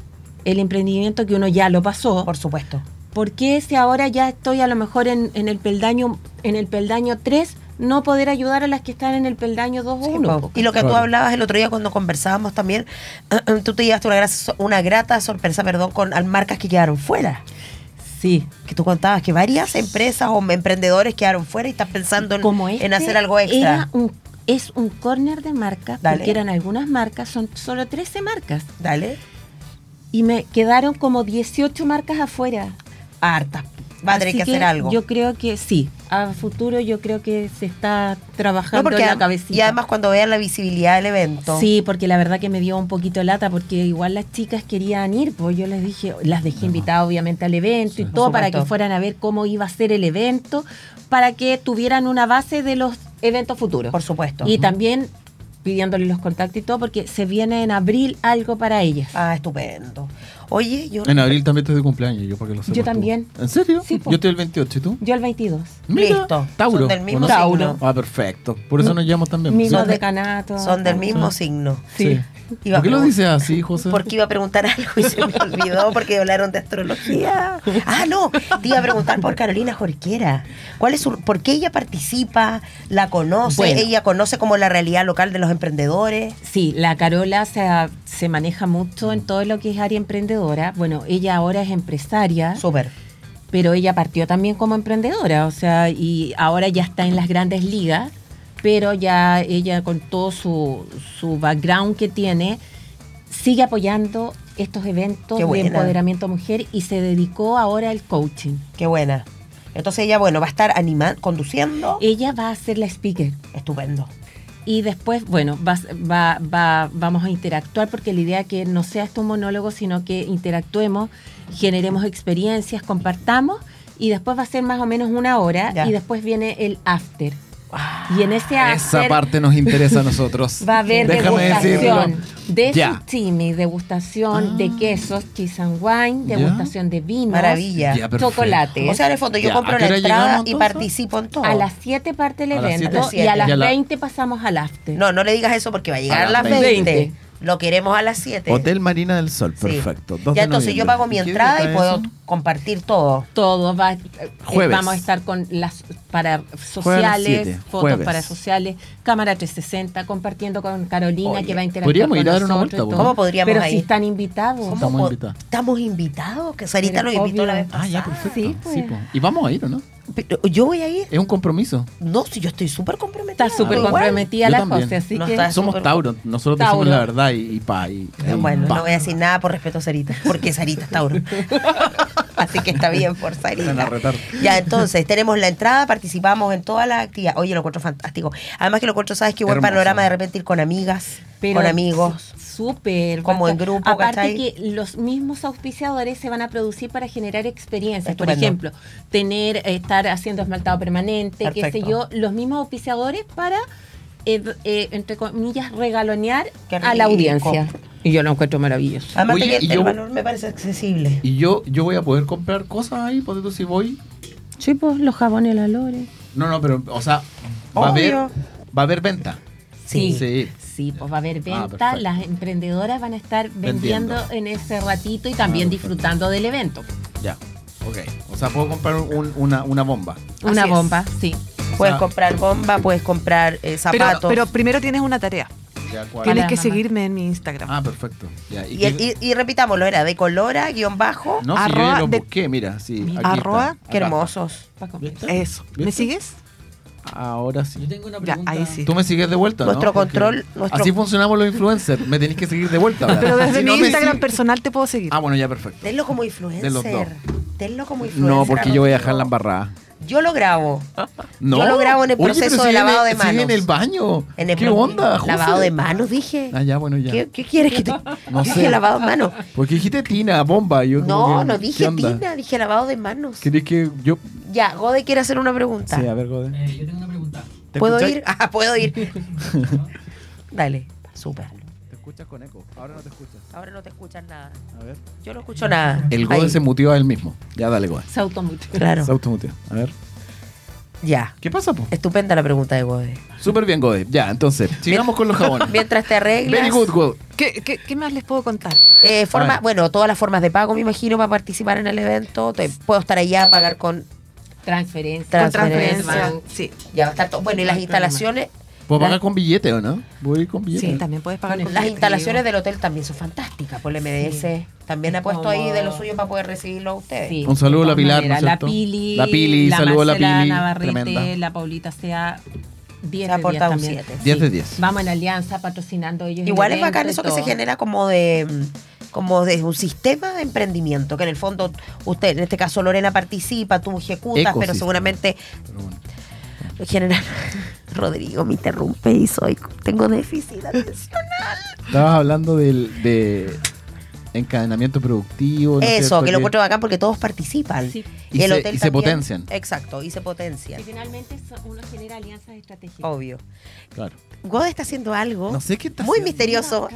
[SPEAKER 6] el emprendimiento que uno ya lo pasó,
[SPEAKER 1] Por supuesto.
[SPEAKER 6] ¿por qué si ahora ya estoy a lo mejor en, en el peldaño en el peldaño 3, no poder ayudar a las que están en el peldaño 2 o
[SPEAKER 1] Sí,
[SPEAKER 6] 1?
[SPEAKER 1] po. y lo que tú
[SPEAKER 2] Claro.
[SPEAKER 1] hablabas el otro día cuando conversábamos también, tú te llevaste una, grasa- una grata sorpresa, perdón, con al- marcas que quedaron fuera.
[SPEAKER 6] Sí.
[SPEAKER 1] Que tú contabas que varias empresas o em, emprendedores quedaron fuera y estás pensando en,
[SPEAKER 6] como
[SPEAKER 1] en
[SPEAKER 6] este
[SPEAKER 1] hacer algo extra.
[SPEAKER 6] era un- es un corner de marcas,
[SPEAKER 1] Dale.
[SPEAKER 6] porque eran algunas marcas, son solo 13 marcas.
[SPEAKER 1] Dale.
[SPEAKER 6] y me quedaron como 18 marcas afuera.
[SPEAKER 1] Harta. Va a tener
[SPEAKER 6] Así
[SPEAKER 1] que hacer algo.
[SPEAKER 6] Yo creo que sí. A futuro yo creo que se está trabajando
[SPEAKER 1] No, porque
[SPEAKER 6] en la
[SPEAKER 1] adem-
[SPEAKER 6] cabecita.
[SPEAKER 1] y además cuando vean la visibilidad del evento.
[SPEAKER 6] Sí, porque la verdad que me dio un poquito lata porque igual las chicas querían ir, pues yo les dije, las dejé invitadas obviamente al evento y
[SPEAKER 2] Por
[SPEAKER 6] todo para que
[SPEAKER 1] supuesto.
[SPEAKER 6] fueran a ver cómo iba a ser el evento, para que tuvieran una base de los eventos futuros.
[SPEAKER 1] Por supuesto.
[SPEAKER 6] Y también pidiéndoles los contactos y todo porque se viene en abril algo para ellas.
[SPEAKER 1] Ah, estupendo. Oye, yo...
[SPEAKER 2] En abril también estoy de cumpleaños, yo para que lo sepas.
[SPEAKER 6] Yo
[SPEAKER 2] tú.
[SPEAKER 6] también.
[SPEAKER 2] ¿En serio?
[SPEAKER 6] Sí, po.
[SPEAKER 2] yo estoy el 28, ¿y tú?
[SPEAKER 6] Yo el 22.
[SPEAKER 2] Mira,
[SPEAKER 1] Listo.
[SPEAKER 2] Tauro.
[SPEAKER 1] Son del mismo
[SPEAKER 2] ¿o no?
[SPEAKER 1] Tauro.
[SPEAKER 2] Ah, perfecto. Por eso nos llamamos también.
[SPEAKER 6] Mismo
[SPEAKER 1] Son de-
[SPEAKER 6] decanato.
[SPEAKER 1] Son del
[SPEAKER 6] todo.
[SPEAKER 1] mismo signo.
[SPEAKER 2] Sí.
[SPEAKER 1] Iba
[SPEAKER 2] ¿Por qué
[SPEAKER 1] a
[SPEAKER 2] lo
[SPEAKER 1] pregun-
[SPEAKER 2] dices así, José?
[SPEAKER 1] Porque iba a preguntar algo y se me olvidó porque hablaron de astrología. Ah, no, te iba a preguntar por Carolina Jorquera. ¿Cuál es su, ¿Por qué ella participa? ¿La conoce?
[SPEAKER 6] Bueno.
[SPEAKER 1] ¿Ella conoce como la realidad local de los emprendedores?
[SPEAKER 6] Sí, la Carola se, se maneja mucho en todo lo que es área emprendedora. Bueno, ella ahora es
[SPEAKER 2] Ah.
[SPEAKER 6] empresaria,
[SPEAKER 1] Súper.
[SPEAKER 6] pero ella partió también como emprendedora, o sea, y ahora ya está en las grandes ligas, pero ya ella con todo su, su background que tiene, sigue apoyando estos eventos
[SPEAKER 1] Qué
[SPEAKER 6] de
[SPEAKER 1] buena.
[SPEAKER 6] empoderamiento mujer y se dedicó ahora al coaching.
[SPEAKER 1] Qué buena. Entonces ella, bueno, va a estar animando, conduciendo.
[SPEAKER 6] Ella va a ser la speaker.
[SPEAKER 1] Estupendo.
[SPEAKER 6] Y después, bueno, vas- va- va- vamos a interactuar porque la idea es que no sea esto un monólogo, sino que interactuemos, generemos experiencias, compartamos y después va a ser más o menos una hora
[SPEAKER 1] Ya.
[SPEAKER 6] y después viene el after.
[SPEAKER 1] Ah,
[SPEAKER 6] Y en ese
[SPEAKER 2] Esa
[SPEAKER 6] after
[SPEAKER 2] parte nos interesa a nosotros.
[SPEAKER 6] va a haber
[SPEAKER 2] Déjame
[SPEAKER 6] degustación.
[SPEAKER 2] decirlo.
[SPEAKER 6] de
[SPEAKER 2] Ya.
[SPEAKER 6] sashimi, degustación de
[SPEAKER 1] Ah.
[SPEAKER 6] quesos, cheese and wine,
[SPEAKER 2] Ya.
[SPEAKER 6] degustación de vinos,
[SPEAKER 1] Maravilla.
[SPEAKER 2] Ya, perfecto.
[SPEAKER 6] chocolate.
[SPEAKER 1] O sea, en el fondo, yo
[SPEAKER 2] Ya,
[SPEAKER 1] compro
[SPEAKER 2] ¿a qué
[SPEAKER 1] la
[SPEAKER 2] hora
[SPEAKER 1] entrada
[SPEAKER 2] llegamos,
[SPEAKER 1] y
[SPEAKER 2] entonces?
[SPEAKER 1] participo en todo.
[SPEAKER 6] a las 7 parte el
[SPEAKER 2] A las
[SPEAKER 6] evento
[SPEAKER 1] siete.
[SPEAKER 6] y a las
[SPEAKER 2] Y a la-
[SPEAKER 6] 20 pasamos al after.
[SPEAKER 1] No, no le digas eso porque va a llegar a
[SPEAKER 2] A
[SPEAKER 1] las
[SPEAKER 2] las
[SPEAKER 1] 20.
[SPEAKER 9] 20.
[SPEAKER 1] Lo queremos a las 7.
[SPEAKER 2] Hotel Marina del Sol,
[SPEAKER 1] Sí.
[SPEAKER 2] perfecto.
[SPEAKER 1] Ya entonces yo pago mi entrada y puedo compartir todo.
[SPEAKER 6] Todo va eh,
[SPEAKER 2] Jueves.
[SPEAKER 6] vamos a estar con las para sociales,
[SPEAKER 2] siete,
[SPEAKER 6] fotos
[SPEAKER 2] jueves.
[SPEAKER 6] para sociales, cámara 360 compartiendo con Carolina
[SPEAKER 2] Oye,
[SPEAKER 6] que va a interactuar
[SPEAKER 2] podríamos
[SPEAKER 6] con
[SPEAKER 2] ir a dar una
[SPEAKER 6] nosotros y
[SPEAKER 2] vuelta,
[SPEAKER 6] todo.
[SPEAKER 1] ¿Cómo podríamos
[SPEAKER 6] Pero
[SPEAKER 1] ahí?
[SPEAKER 6] si están invitados.
[SPEAKER 1] ¿Cómo
[SPEAKER 2] Estamos
[SPEAKER 1] po-
[SPEAKER 2] invitados.
[SPEAKER 1] Estamos invitados, que Sarita
[SPEAKER 6] Pero
[SPEAKER 1] nos invitó
[SPEAKER 6] obvio.
[SPEAKER 1] la vez
[SPEAKER 2] Ah, ya,
[SPEAKER 1] pasada.
[SPEAKER 2] perfecto.
[SPEAKER 6] Sí,
[SPEAKER 2] Sí,
[SPEAKER 6] pues.
[SPEAKER 2] po. Y vamos a ir, ¿o no?
[SPEAKER 1] Pero yo voy a ir.
[SPEAKER 2] Es un compromiso.
[SPEAKER 1] No, si yo estoy súper comprometida.
[SPEAKER 6] Está súper
[SPEAKER 1] Igual.
[SPEAKER 6] comprometida
[SPEAKER 2] Yo
[SPEAKER 6] la
[SPEAKER 2] también.
[SPEAKER 6] José, así
[SPEAKER 1] No
[SPEAKER 6] que
[SPEAKER 1] está-
[SPEAKER 2] Somos
[SPEAKER 1] súper-
[SPEAKER 2] Tauro, nosotros decimos
[SPEAKER 6] Tauro. Ah,
[SPEAKER 2] la verdad y, y pa. Y,
[SPEAKER 1] Eh,
[SPEAKER 2] y
[SPEAKER 1] Bueno,
[SPEAKER 2] pa.
[SPEAKER 1] no voy a decir nada por respeto a Sarita, porque Sarita es Tauro. Así que está bien por
[SPEAKER 2] Van a
[SPEAKER 1] Sarita.
[SPEAKER 2] retar.
[SPEAKER 1] Ya, entonces, tenemos la entrada, participamos en todas las actividades. Oye, lo encuentro fantástico. Además que lo encuentro, ¿sabes qué buen
[SPEAKER 2] Hermoso.
[SPEAKER 1] panorama de repente ir con amigas,
[SPEAKER 6] Pero
[SPEAKER 1] con amigos?
[SPEAKER 6] Súper.
[SPEAKER 1] Como
[SPEAKER 6] bacán.
[SPEAKER 1] en grupo,
[SPEAKER 6] Aparte
[SPEAKER 1] ¿cachai?
[SPEAKER 6] que los mismos auspiciadores se van a producir para generar experiencias. Por
[SPEAKER 1] Estupendo.
[SPEAKER 6] ejemplo, tener, eh, estar haciendo esmaltado permanente, qué sé
[SPEAKER 1] Perfecto.
[SPEAKER 6] yo, los mismos auspiciadores para, eh, eh, entre comillas, regalonear
[SPEAKER 1] Qué
[SPEAKER 6] a
[SPEAKER 1] rico.
[SPEAKER 6] la audiencia. Y yo lo encuentro maravilloso.
[SPEAKER 1] Además
[SPEAKER 2] Oye,
[SPEAKER 1] de que
[SPEAKER 2] y
[SPEAKER 1] el
[SPEAKER 2] yo-
[SPEAKER 1] valor me parece accesible.
[SPEAKER 2] Y yo, yo voy a poder comprar cosas ahí, por ejemplo, si voy.
[SPEAKER 6] Sí, pues los jabones, la lore.
[SPEAKER 2] No, no, pero, o sea, va a haber,
[SPEAKER 1] Obvio.
[SPEAKER 2] va a haber venta.
[SPEAKER 6] Sí.
[SPEAKER 2] Sí.
[SPEAKER 6] Sí, pues va a haber
[SPEAKER 2] Ah,
[SPEAKER 6] venta,
[SPEAKER 2] perfecto.
[SPEAKER 6] las emprendedoras van a estar vendiendo,
[SPEAKER 2] Vendiendo.
[SPEAKER 6] en ese ratito y también
[SPEAKER 2] Ah, perfecto.
[SPEAKER 6] disfrutando del evento.
[SPEAKER 2] Ya, ok. O sea, puedo comprar un- una, una bomba.
[SPEAKER 6] Una
[SPEAKER 8] Así es.
[SPEAKER 6] bomba, sí.
[SPEAKER 1] Puedes
[SPEAKER 2] sea-
[SPEAKER 1] comprar bomba, puedes comprar eh,
[SPEAKER 8] Pero,
[SPEAKER 1] zapatos.
[SPEAKER 8] pero primero tienes una tarea.
[SPEAKER 2] Ya, ¿cuál?
[SPEAKER 6] Tienes-
[SPEAKER 8] Tienes
[SPEAKER 6] Para
[SPEAKER 8] que
[SPEAKER 6] mamá.
[SPEAKER 8] seguirme en mi Instagram.
[SPEAKER 2] Ah, perfecto. Ya,
[SPEAKER 1] y,
[SPEAKER 2] qué-
[SPEAKER 1] y, y repitámoslo, era de colora, guión bajo.
[SPEAKER 2] no, si yo ya
[SPEAKER 8] arroba
[SPEAKER 2] lo
[SPEAKER 8] de-
[SPEAKER 2] busqué, mira, sí. aquí está.
[SPEAKER 8] Arroba,
[SPEAKER 2] Acá
[SPEAKER 1] Qué
[SPEAKER 2] está.
[SPEAKER 1] hermosos.
[SPEAKER 6] pa' comer.
[SPEAKER 1] Eh,
[SPEAKER 2] ¿Viste?
[SPEAKER 8] Eso. ¿Me
[SPEAKER 2] ¿Viste?
[SPEAKER 8] sigues?
[SPEAKER 2] Ahora sí.
[SPEAKER 3] Yo tengo una
[SPEAKER 8] Ya,
[SPEAKER 3] pregunta.
[SPEAKER 8] ahí sí.
[SPEAKER 2] Tú me sigues de vuelta, ¿no?
[SPEAKER 1] Nuestro
[SPEAKER 2] Porque
[SPEAKER 1] control, nuestro-
[SPEAKER 2] Así funcionamos los influencers. Me tenéis que seguir de vuelta. ahora.
[SPEAKER 8] Pero desde
[SPEAKER 2] Si no
[SPEAKER 8] mi
[SPEAKER 2] me
[SPEAKER 8] Instagram
[SPEAKER 2] sigues-
[SPEAKER 8] personal te puedo seguir.
[SPEAKER 2] Ah, bueno, ya perfecto.
[SPEAKER 1] Tenlo como
[SPEAKER 2] De los dos.
[SPEAKER 1] influencer. Tenlo como influencer.
[SPEAKER 2] No, porque yo Ah, voy a dejar la
[SPEAKER 1] Rodrigo.
[SPEAKER 2] embarrada.
[SPEAKER 1] Yo lo grabo.
[SPEAKER 2] No.
[SPEAKER 1] Yo lo grabo en el
[SPEAKER 2] Oye,
[SPEAKER 1] proceso
[SPEAKER 2] pero
[SPEAKER 1] de
[SPEAKER 2] si
[SPEAKER 1] lavado
[SPEAKER 2] en
[SPEAKER 1] de
[SPEAKER 2] el- si
[SPEAKER 1] manos.
[SPEAKER 2] en el baño.
[SPEAKER 1] En el
[SPEAKER 2] ¿Qué
[SPEAKER 1] pro-
[SPEAKER 2] onda? José?
[SPEAKER 1] Lavado de manos, dije.
[SPEAKER 2] Ah, ya, bueno, ya.
[SPEAKER 1] ¿Qué, qué quieres que te.?
[SPEAKER 2] No
[SPEAKER 1] dije
[SPEAKER 2] sé.
[SPEAKER 1] lavado de manos.
[SPEAKER 2] Porque dijiste Tina, bomba. Yo como
[SPEAKER 1] No,
[SPEAKER 2] que,
[SPEAKER 1] no
[SPEAKER 2] ¿qué
[SPEAKER 1] dije
[SPEAKER 2] onda?
[SPEAKER 1] Tina, dije lavado de manos.
[SPEAKER 2] ¿Querés que yo...?
[SPEAKER 1] Ya, Gode quiere hacer una pregunta.
[SPEAKER 2] Sí, a ver, Gode.
[SPEAKER 3] Eh, yo tengo una pregunta.
[SPEAKER 2] ¿Te
[SPEAKER 1] ¿Puedo
[SPEAKER 2] escuchas-
[SPEAKER 1] ir? Ah, puedo ir. Dale, súper.
[SPEAKER 2] Te escuchas con eco. Ahora no te escuchas.
[SPEAKER 1] Ahora no te escuchan nada.
[SPEAKER 2] A ver.
[SPEAKER 1] Yo no escucho nada.
[SPEAKER 2] El Gode
[SPEAKER 1] Ahí.
[SPEAKER 2] se mutió a él mismo. Ya, dale, Gode.
[SPEAKER 6] Se automutió.
[SPEAKER 1] Claro.
[SPEAKER 2] Se automutió. A ver.
[SPEAKER 1] Ya.
[SPEAKER 2] ¿Qué pasa, po?
[SPEAKER 1] Estupenda la pregunta de Gode.
[SPEAKER 2] Súper bien, Gode. Ya, entonces, sigamos con los jabones.
[SPEAKER 1] Mientras te arreglas.
[SPEAKER 2] Very good, Gode.
[SPEAKER 8] ¿Qué, qué, qué más les puedo contar?
[SPEAKER 1] Eh, forma,
[SPEAKER 2] A ver.
[SPEAKER 1] bueno, todas las formas de pago, me imagino, para participar en el evento. Te- puedo estar allá, pagar con.
[SPEAKER 6] Transferencia.
[SPEAKER 8] Con
[SPEAKER 1] Transferencia.
[SPEAKER 8] transferencia. Sí.
[SPEAKER 1] Ya va a estar todo. Bueno, y las
[SPEAKER 6] No hay
[SPEAKER 1] instalaciones.
[SPEAKER 2] ¿Puedo
[SPEAKER 1] Las-
[SPEAKER 2] pagar con billete o no? Voy a ir con billete.
[SPEAKER 8] Sí, también puedes pagar
[SPEAKER 6] Con
[SPEAKER 8] con
[SPEAKER 1] Las
[SPEAKER 8] tarjeta.
[SPEAKER 1] instalaciones del hotel también son fantásticas, por el MDS. También ha puesto ahí de lo suyo para poder recibirlo a ustedes.
[SPEAKER 6] Sí,
[SPEAKER 2] Un saludo a la
[SPEAKER 6] de todas
[SPEAKER 2] Pilar,
[SPEAKER 6] maneras.
[SPEAKER 2] ¿no es
[SPEAKER 6] la
[SPEAKER 2] cierto?
[SPEAKER 6] Pili.
[SPEAKER 2] La Pili, saludo a la
[SPEAKER 6] Marcela
[SPEAKER 2] Pili,
[SPEAKER 6] Navarrete,
[SPEAKER 2] tremenda.
[SPEAKER 6] la Paulita sea 10
[SPEAKER 1] Se ha
[SPEAKER 6] de 10
[SPEAKER 1] portado un
[SPEAKER 6] también.
[SPEAKER 1] siete.
[SPEAKER 2] 10 de 10.
[SPEAKER 6] Vamos en alianza patrocinando ellos.
[SPEAKER 1] Igual
[SPEAKER 6] el
[SPEAKER 1] es bacán
[SPEAKER 6] evento y
[SPEAKER 1] eso que se
[SPEAKER 6] todo.
[SPEAKER 1] genera como de como de un sistema de emprendimiento, que en el fondo usted, en este caso Lorena participa, tú ejecutas, pero
[SPEAKER 2] Ecosistema.
[SPEAKER 1] seguramente
[SPEAKER 2] Pero bueno.
[SPEAKER 1] general Rodrigo me interrumpe y soy tengo déficit de atención.
[SPEAKER 2] Estabas hablando del de encadenamiento productivo. ¿no es
[SPEAKER 1] Eso,
[SPEAKER 2] cierto?
[SPEAKER 1] que lo encuentro bacán porque todos participan.
[SPEAKER 6] Sí.
[SPEAKER 2] Y se- y se
[SPEAKER 1] también-
[SPEAKER 2] potencian.
[SPEAKER 1] Exacto, y se
[SPEAKER 6] Y
[SPEAKER 1] potencian.
[SPEAKER 6] finalmente so- uno genera alianzas estratégicas.
[SPEAKER 1] Obvio.
[SPEAKER 2] Claro.
[SPEAKER 1] God está haciendo algo
[SPEAKER 2] No sé qué está
[SPEAKER 1] muy
[SPEAKER 2] haciendo.
[SPEAKER 1] misterioso.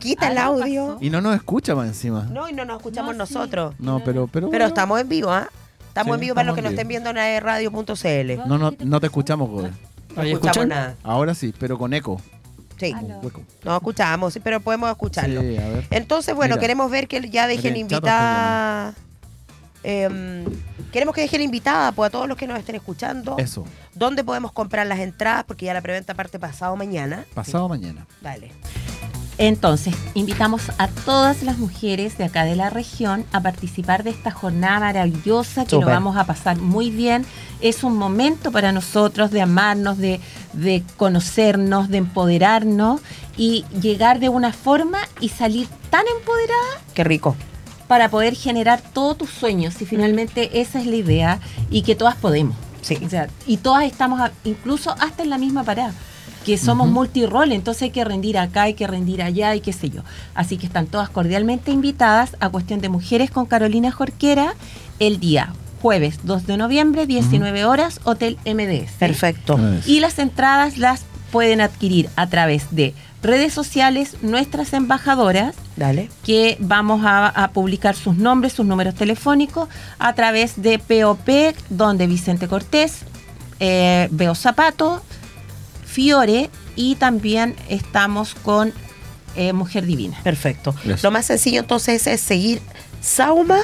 [SPEAKER 1] Quita el
[SPEAKER 6] Algo
[SPEAKER 1] audio.
[SPEAKER 6] pasó.
[SPEAKER 2] Y no nos escucha más encima. No,
[SPEAKER 1] No, y no nos escuchamos
[SPEAKER 6] No, sí.
[SPEAKER 1] nosotros.
[SPEAKER 2] pero, pero.
[SPEAKER 1] Pero
[SPEAKER 2] bueno.
[SPEAKER 1] estamos en vivo, ¿ah? Estamos
[SPEAKER 2] Sí,
[SPEAKER 1] en vivo para los que nos
[SPEAKER 2] estamos
[SPEAKER 1] estén
[SPEAKER 2] en
[SPEAKER 1] viendo en radio.cl.
[SPEAKER 2] No, no, no te escuchamos, Gode.
[SPEAKER 1] No
[SPEAKER 3] Ahí
[SPEAKER 1] escuchamos
[SPEAKER 3] escuchan.
[SPEAKER 1] nada.
[SPEAKER 2] Ahora sí, pero con eco.
[SPEAKER 1] Sí,
[SPEAKER 2] Con hueco.
[SPEAKER 1] no escuchamos, sí, pero podemos escucharlo.
[SPEAKER 2] Sí, a ver.
[SPEAKER 1] Entonces, bueno,
[SPEAKER 2] Mira.
[SPEAKER 1] queremos ver que ya dejen
[SPEAKER 2] Miren, chato
[SPEAKER 1] invitada. em, queremos que dejen invitada pues, a todos los que nos estén escuchando.
[SPEAKER 2] Eso.
[SPEAKER 1] ¿Dónde podemos comprar las entradas? Porque ya la preventa parte pasado mañana.
[SPEAKER 2] Pasado mañana.
[SPEAKER 1] Dale.
[SPEAKER 6] Entonces, invitamos a todas las mujeres de acá de la región a participar de esta jornada maravillosa que
[SPEAKER 1] Súper.
[SPEAKER 6] lo vamos a pasar muy bien. Es un momento para nosotros de amarnos, de, de conocernos, de empoderarnos y llegar de una forma y salir tan empoderada
[SPEAKER 1] Qué rico.
[SPEAKER 6] para poder generar todos tus sueños. Y
[SPEAKER 1] Mm.
[SPEAKER 6] finalmente esa es la idea y que todas podemos.
[SPEAKER 1] Sí.
[SPEAKER 6] O sea, y todas estamos a- incluso hasta en la misma parada, que somos multirol, entonces hay que rendir acá, hay que rendir allá y qué sé yo. Así que están todas cordialmente invitadas a Cuestión de Mujeres con Carolina Jorquera el día jueves 2 de noviembre, 19 horas, Hotel MDS.
[SPEAKER 1] Perfecto.
[SPEAKER 2] Ah, es.
[SPEAKER 6] Y las entradas las
[SPEAKER 7] pueden adquirir a través de redes sociales nuestras embajadoras,
[SPEAKER 1] Dale.
[SPEAKER 7] que vamos a, a publicar sus nombres, sus números telefónicos a través de POP, donde Vicente Cortés, eh, Veo Zapato, Fiore y también estamos con eh, Mujer Divina.
[SPEAKER 1] Perfecto.
[SPEAKER 2] Yes.
[SPEAKER 1] Lo más sencillo entonces es seguir Sauma,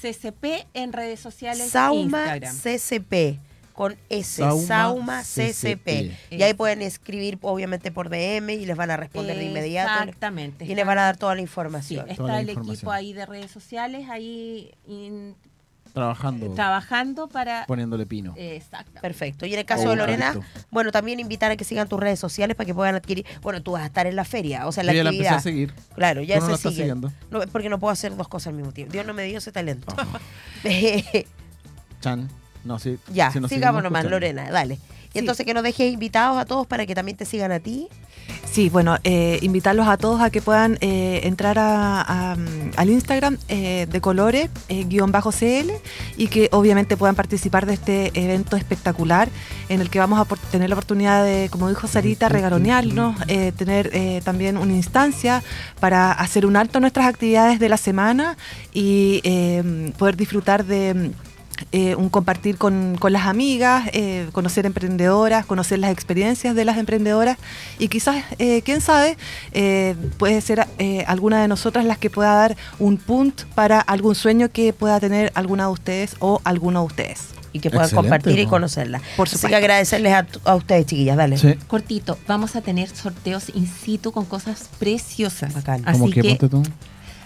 [SPEAKER 7] CCP en redes sociales. e
[SPEAKER 1] Sauma
[SPEAKER 7] Instagram.
[SPEAKER 1] CCP. Con S,
[SPEAKER 2] Sauma
[SPEAKER 1] Sauma, CCP.
[SPEAKER 2] CCP.
[SPEAKER 1] Y ahí pueden escribir, obviamente, por DM y les van a responder de inmediato.
[SPEAKER 7] Exactamente.
[SPEAKER 1] Y les van a dar toda la
[SPEAKER 7] Sí,
[SPEAKER 1] información.
[SPEAKER 2] Toda
[SPEAKER 7] está
[SPEAKER 2] la
[SPEAKER 7] el equipo
[SPEAKER 2] información.
[SPEAKER 7] ahí de redes sociales, ahí in-
[SPEAKER 2] Trabajando,
[SPEAKER 7] trabajando para...
[SPEAKER 2] poniéndole pino.
[SPEAKER 7] Exacto.
[SPEAKER 1] Perfecto. Y en el caso de
[SPEAKER 2] Oh,
[SPEAKER 1] Lorena,
[SPEAKER 2] perfecto.
[SPEAKER 1] bueno, también invitar a que sigan tus redes sociales para que puedan adquirir. Bueno, tú vas a estar en la feria, o sea, en
[SPEAKER 2] Yo
[SPEAKER 1] la
[SPEAKER 2] ya la empecé a
[SPEAKER 1] actividad.
[SPEAKER 2] seguir.
[SPEAKER 1] Claro, ya
[SPEAKER 2] Tú no
[SPEAKER 1] se
[SPEAKER 2] la estás
[SPEAKER 1] sigue.
[SPEAKER 2] siguiendo.
[SPEAKER 1] No, es porque no puedo hacer dos cosas al mismo tiempo. Dios no me dio ese talento.
[SPEAKER 2] Ah. Chan. No, sí.
[SPEAKER 1] ya,
[SPEAKER 2] sí
[SPEAKER 1] sigamos
[SPEAKER 2] nos seguimos
[SPEAKER 1] nomás,
[SPEAKER 2] escuchando.
[SPEAKER 1] Lorena, dale. Y
[SPEAKER 8] Sí.
[SPEAKER 1] entonces que nos dejes invitados a todos para que también te sigan a ti.
[SPEAKER 8] Sí, bueno, eh, invitarlos a todos a que puedan eh, entrar a- a, mm, al Instagram eh, de colores, eh, guión bajo CL, y que obviamente puedan participar de este evento espectacular en el que vamos a por- tener la oportunidad de, como dijo Sarita, regalonearnos, eh, tener eh, también una instancia para hacer un alto en nuestras actividades de la semana y eh, poder disfrutar de... mm, eh, un compartir con, con las amigas, eh, conocer emprendedoras, conocer las experiencias de las emprendedoras y quizás, eh, quién sabe, eh, puede ser eh, alguna de nosotras las que pueda dar un punt para algún sueño que pueda tener alguna de ustedes o alguno de ustedes.
[SPEAKER 1] Y que puedan
[SPEAKER 2] Excelente,
[SPEAKER 1] compartir y
[SPEAKER 2] po.
[SPEAKER 1] conocerla.
[SPEAKER 8] Por
[SPEAKER 1] Así que
[SPEAKER 8] supuesto.
[SPEAKER 1] agradecerles a, tu- a ustedes, chiquillas, dale.
[SPEAKER 2] Sí.
[SPEAKER 7] Cortito, vamos a tener sorteos in situ con cosas preciosas.
[SPEAKER 1] Bacán.
[SPEAKER 2] ¿Cómo
[SPEAKER 7] Así
[SPEAKER 2] que,
[SPEAKER 7] que
[SPEAKER 2] ponte tú?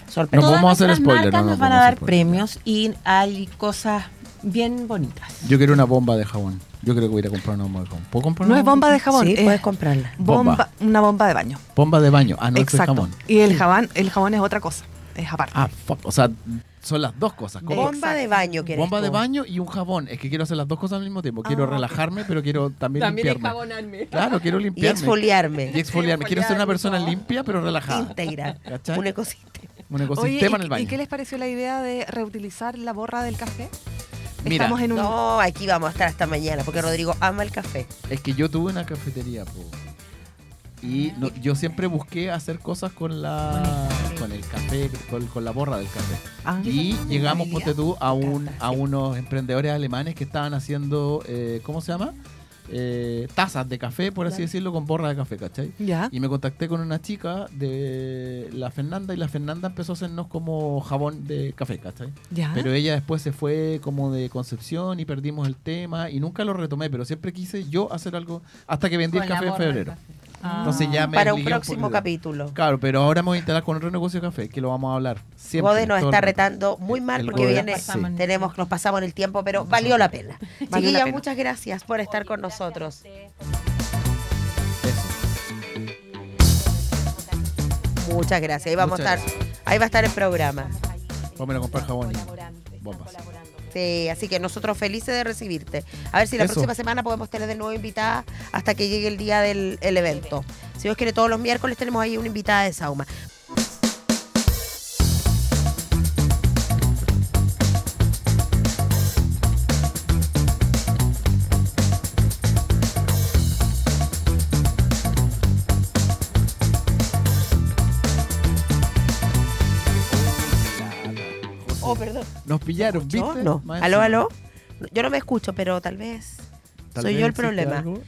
[SPEAKER 1] Sorpresa.
[SPEAKER 2] No
[SPEAKER 7] todas
[SPEAKER 2] podemos hacer
[SPEAKER 7] nuestras
[SPEAKER 2] spoiler,
[SPEAKER 7] marcas
[SPEAKER 2] no, no
[SPEAKER 7] nos van a dar
[SPEAKER 2] podemos hacer spoiler.
[SPEAKER 7] premios y hay cosas bien bonitas.
[SPEAKER 2] Yo quiero una bomba de jabón. Yo creo que voy a ir a comprar una bomba de jabón. ¿Puedo comprar
[SPEAKER 8] No
[SPEAKER 2] una
[SPEAKER 8] es bomba de jabón, Eh,
[SPEAKER 1] Sí,
[SPEAKER 8] es
[SPEAKER 1] puedes comprarla.
[SPEAKER 8] bomba,
[SPEAKER 2] Bomba.
[SPEAKER 8] una bomba de baño.
[SPEAKER 2] Bomba de baño. Ah, no, esto es
[SPEAKER 8] Exacto.
[SPEAKER 2] jabón.
[SPEAKER 8] Y el jabón, el jabón es otra cosa, es aparte.
[SPEAKER 2] Ah, fuck. O sea, son las dos cosas. ¿Cómo?
[SPEAKER 1] Bomba de baño, ¿quieres
[SPEAKER 2] Bomba de
[SPEAKER 1] tú?
[SPEAKER 2] baño y un jabón. Es que quiero hacer las dos cosas al mismo tiempo. Quiero
[SPEAKER 8] Ah.
[SPEAKER 2] relajarme, pero quiero también, limpiarme. Claro, quiero
[SPEAKER 1] Y
[SPEAKER 2] limpiarme.
[SPEAKER 1] exfoliarme.
[SPEAKER 2] Y exfoliarme. Quiero ser una persona limpia, pero relajada.
[SPEAKER 1] Íntegra.
[SPEAKER 2] ¿Cachai?
[SPEAKER 1] Un ecosistema.
[SPEAKER 2] Un
[SPEAKER 8] Oye,
[SPEAKER 2] ecosistema en
[SPEAKER 8] ¿y-
[SPEAKER 2] el baño.
[SPEAKER 8] ¿Y qué les pareció la idea de reutilizar la borra del café?
[SPEAKER 2] Mira,
[SPEAKER 8] Estamos en un...
[SPEAKER 1] No, aquí vamos a estar hasta mañana porque Rodrigo ama el café.
[SPEAKER 2] Es que yo tuve una cafetería, po. Y no- yo siempre busqué hacer cosas con la con el café, con, con la borra del café.
[SPEAKER 8] Ah.
[SPEAKER 2] Y llegamos, ponte tú, a, un, a unos emprendedores alemanes que estaban haciendo, eh, ¿cómo se llama? Eh, tazas de café, por así decirlo, con borra de café, ¿cachai?
[SPEAKER 1] Ah.
[SPEAKER 8] Ya.
[SPEAKER 2] Y me contacté con una chica de la Fernanda y la Fernanda empezó a hacernos como jabón de café, ¿cachai?
[SPEAKER 1] Ah.
[SPEAKER 8] Ya.
[SPEAKER 2] Pero ella después se fue como de Concepción y perdimos el tema y nunca lo retomé, pero siempre quise yo hacer algo hasta que vendí el café en febrero. Entonces ya me
[SPEAKER 1] Ah. Para un
[SPEAKER 2] desligué
[SPEAKER 1] próximo
[SPEAKER 2] poquito.
[SPEAKER 1] capítulo.
[SPEAKER 2] Claro, pero ahora me voy a instalar con otro negocio de café que lo vamos a hablar. Siempre,
[SPEAKER 1] Gode nos
[SPEAKER 2] todo el
[SPEAKER 1] está
[SPEAKER 2] rato.
[SPEAKER 1] retando muy mal
[SPEAKER 2] El
[SPEAKER 1] porque
[SPEAKER 2] Gode,
[SPEAKER 1] viene,
[SPEAKER 2] sí.
[SPEAKER 1] tenemos, nos pasamos en el tiempo, pero valió la pena.
[SPEAKER 8] la
[SPEAKER 1] Chiquilla,
[SPEAKER 8] pena.
[SPEAKER 1] muchas gracias por estar con nosotros. Muchas gracias. Ahí vamos a
[SPEAKER 2] Muchas
[SPEAKER 1] estar, ahí va a estar el programa.
[SPEAKER 2] Vamos a comprar jabón. y Bombas.
[SPEAKER 1] Sí, así que nosotros felices de recibirte. A ver si la
[SPEAKER 2] Eso.
[SPEAKER 1] próxima semana podemos tener de nuevo invitada hasta que llegue el día del el evento. Si Dios quiere, todos los miércoles tenemos ahí una invitada de Sauma. Oh, perdón.
[SPEAKER 2] Nos pillaron,
[SPEAKER 1] ¿Yo?
[SPEAKER 2] ¿viste?
[SPEAKER 1] No.
[SPEAKER 2] Más
[SPEAKER 1] ¿Aló,
[SPEAKER 2] encima.
[SPEAKER 1] aló? Yo no me escucho, pero tal vez.
[SPEAKER 2] Tal
[SPEAKER 1] Soy
[SPEAKER 2] vez
[SPEAKER 1] yo el
[SPEAKER 2] existe
[SPEAKER 1] problema.
[SPEAKER 2] algo.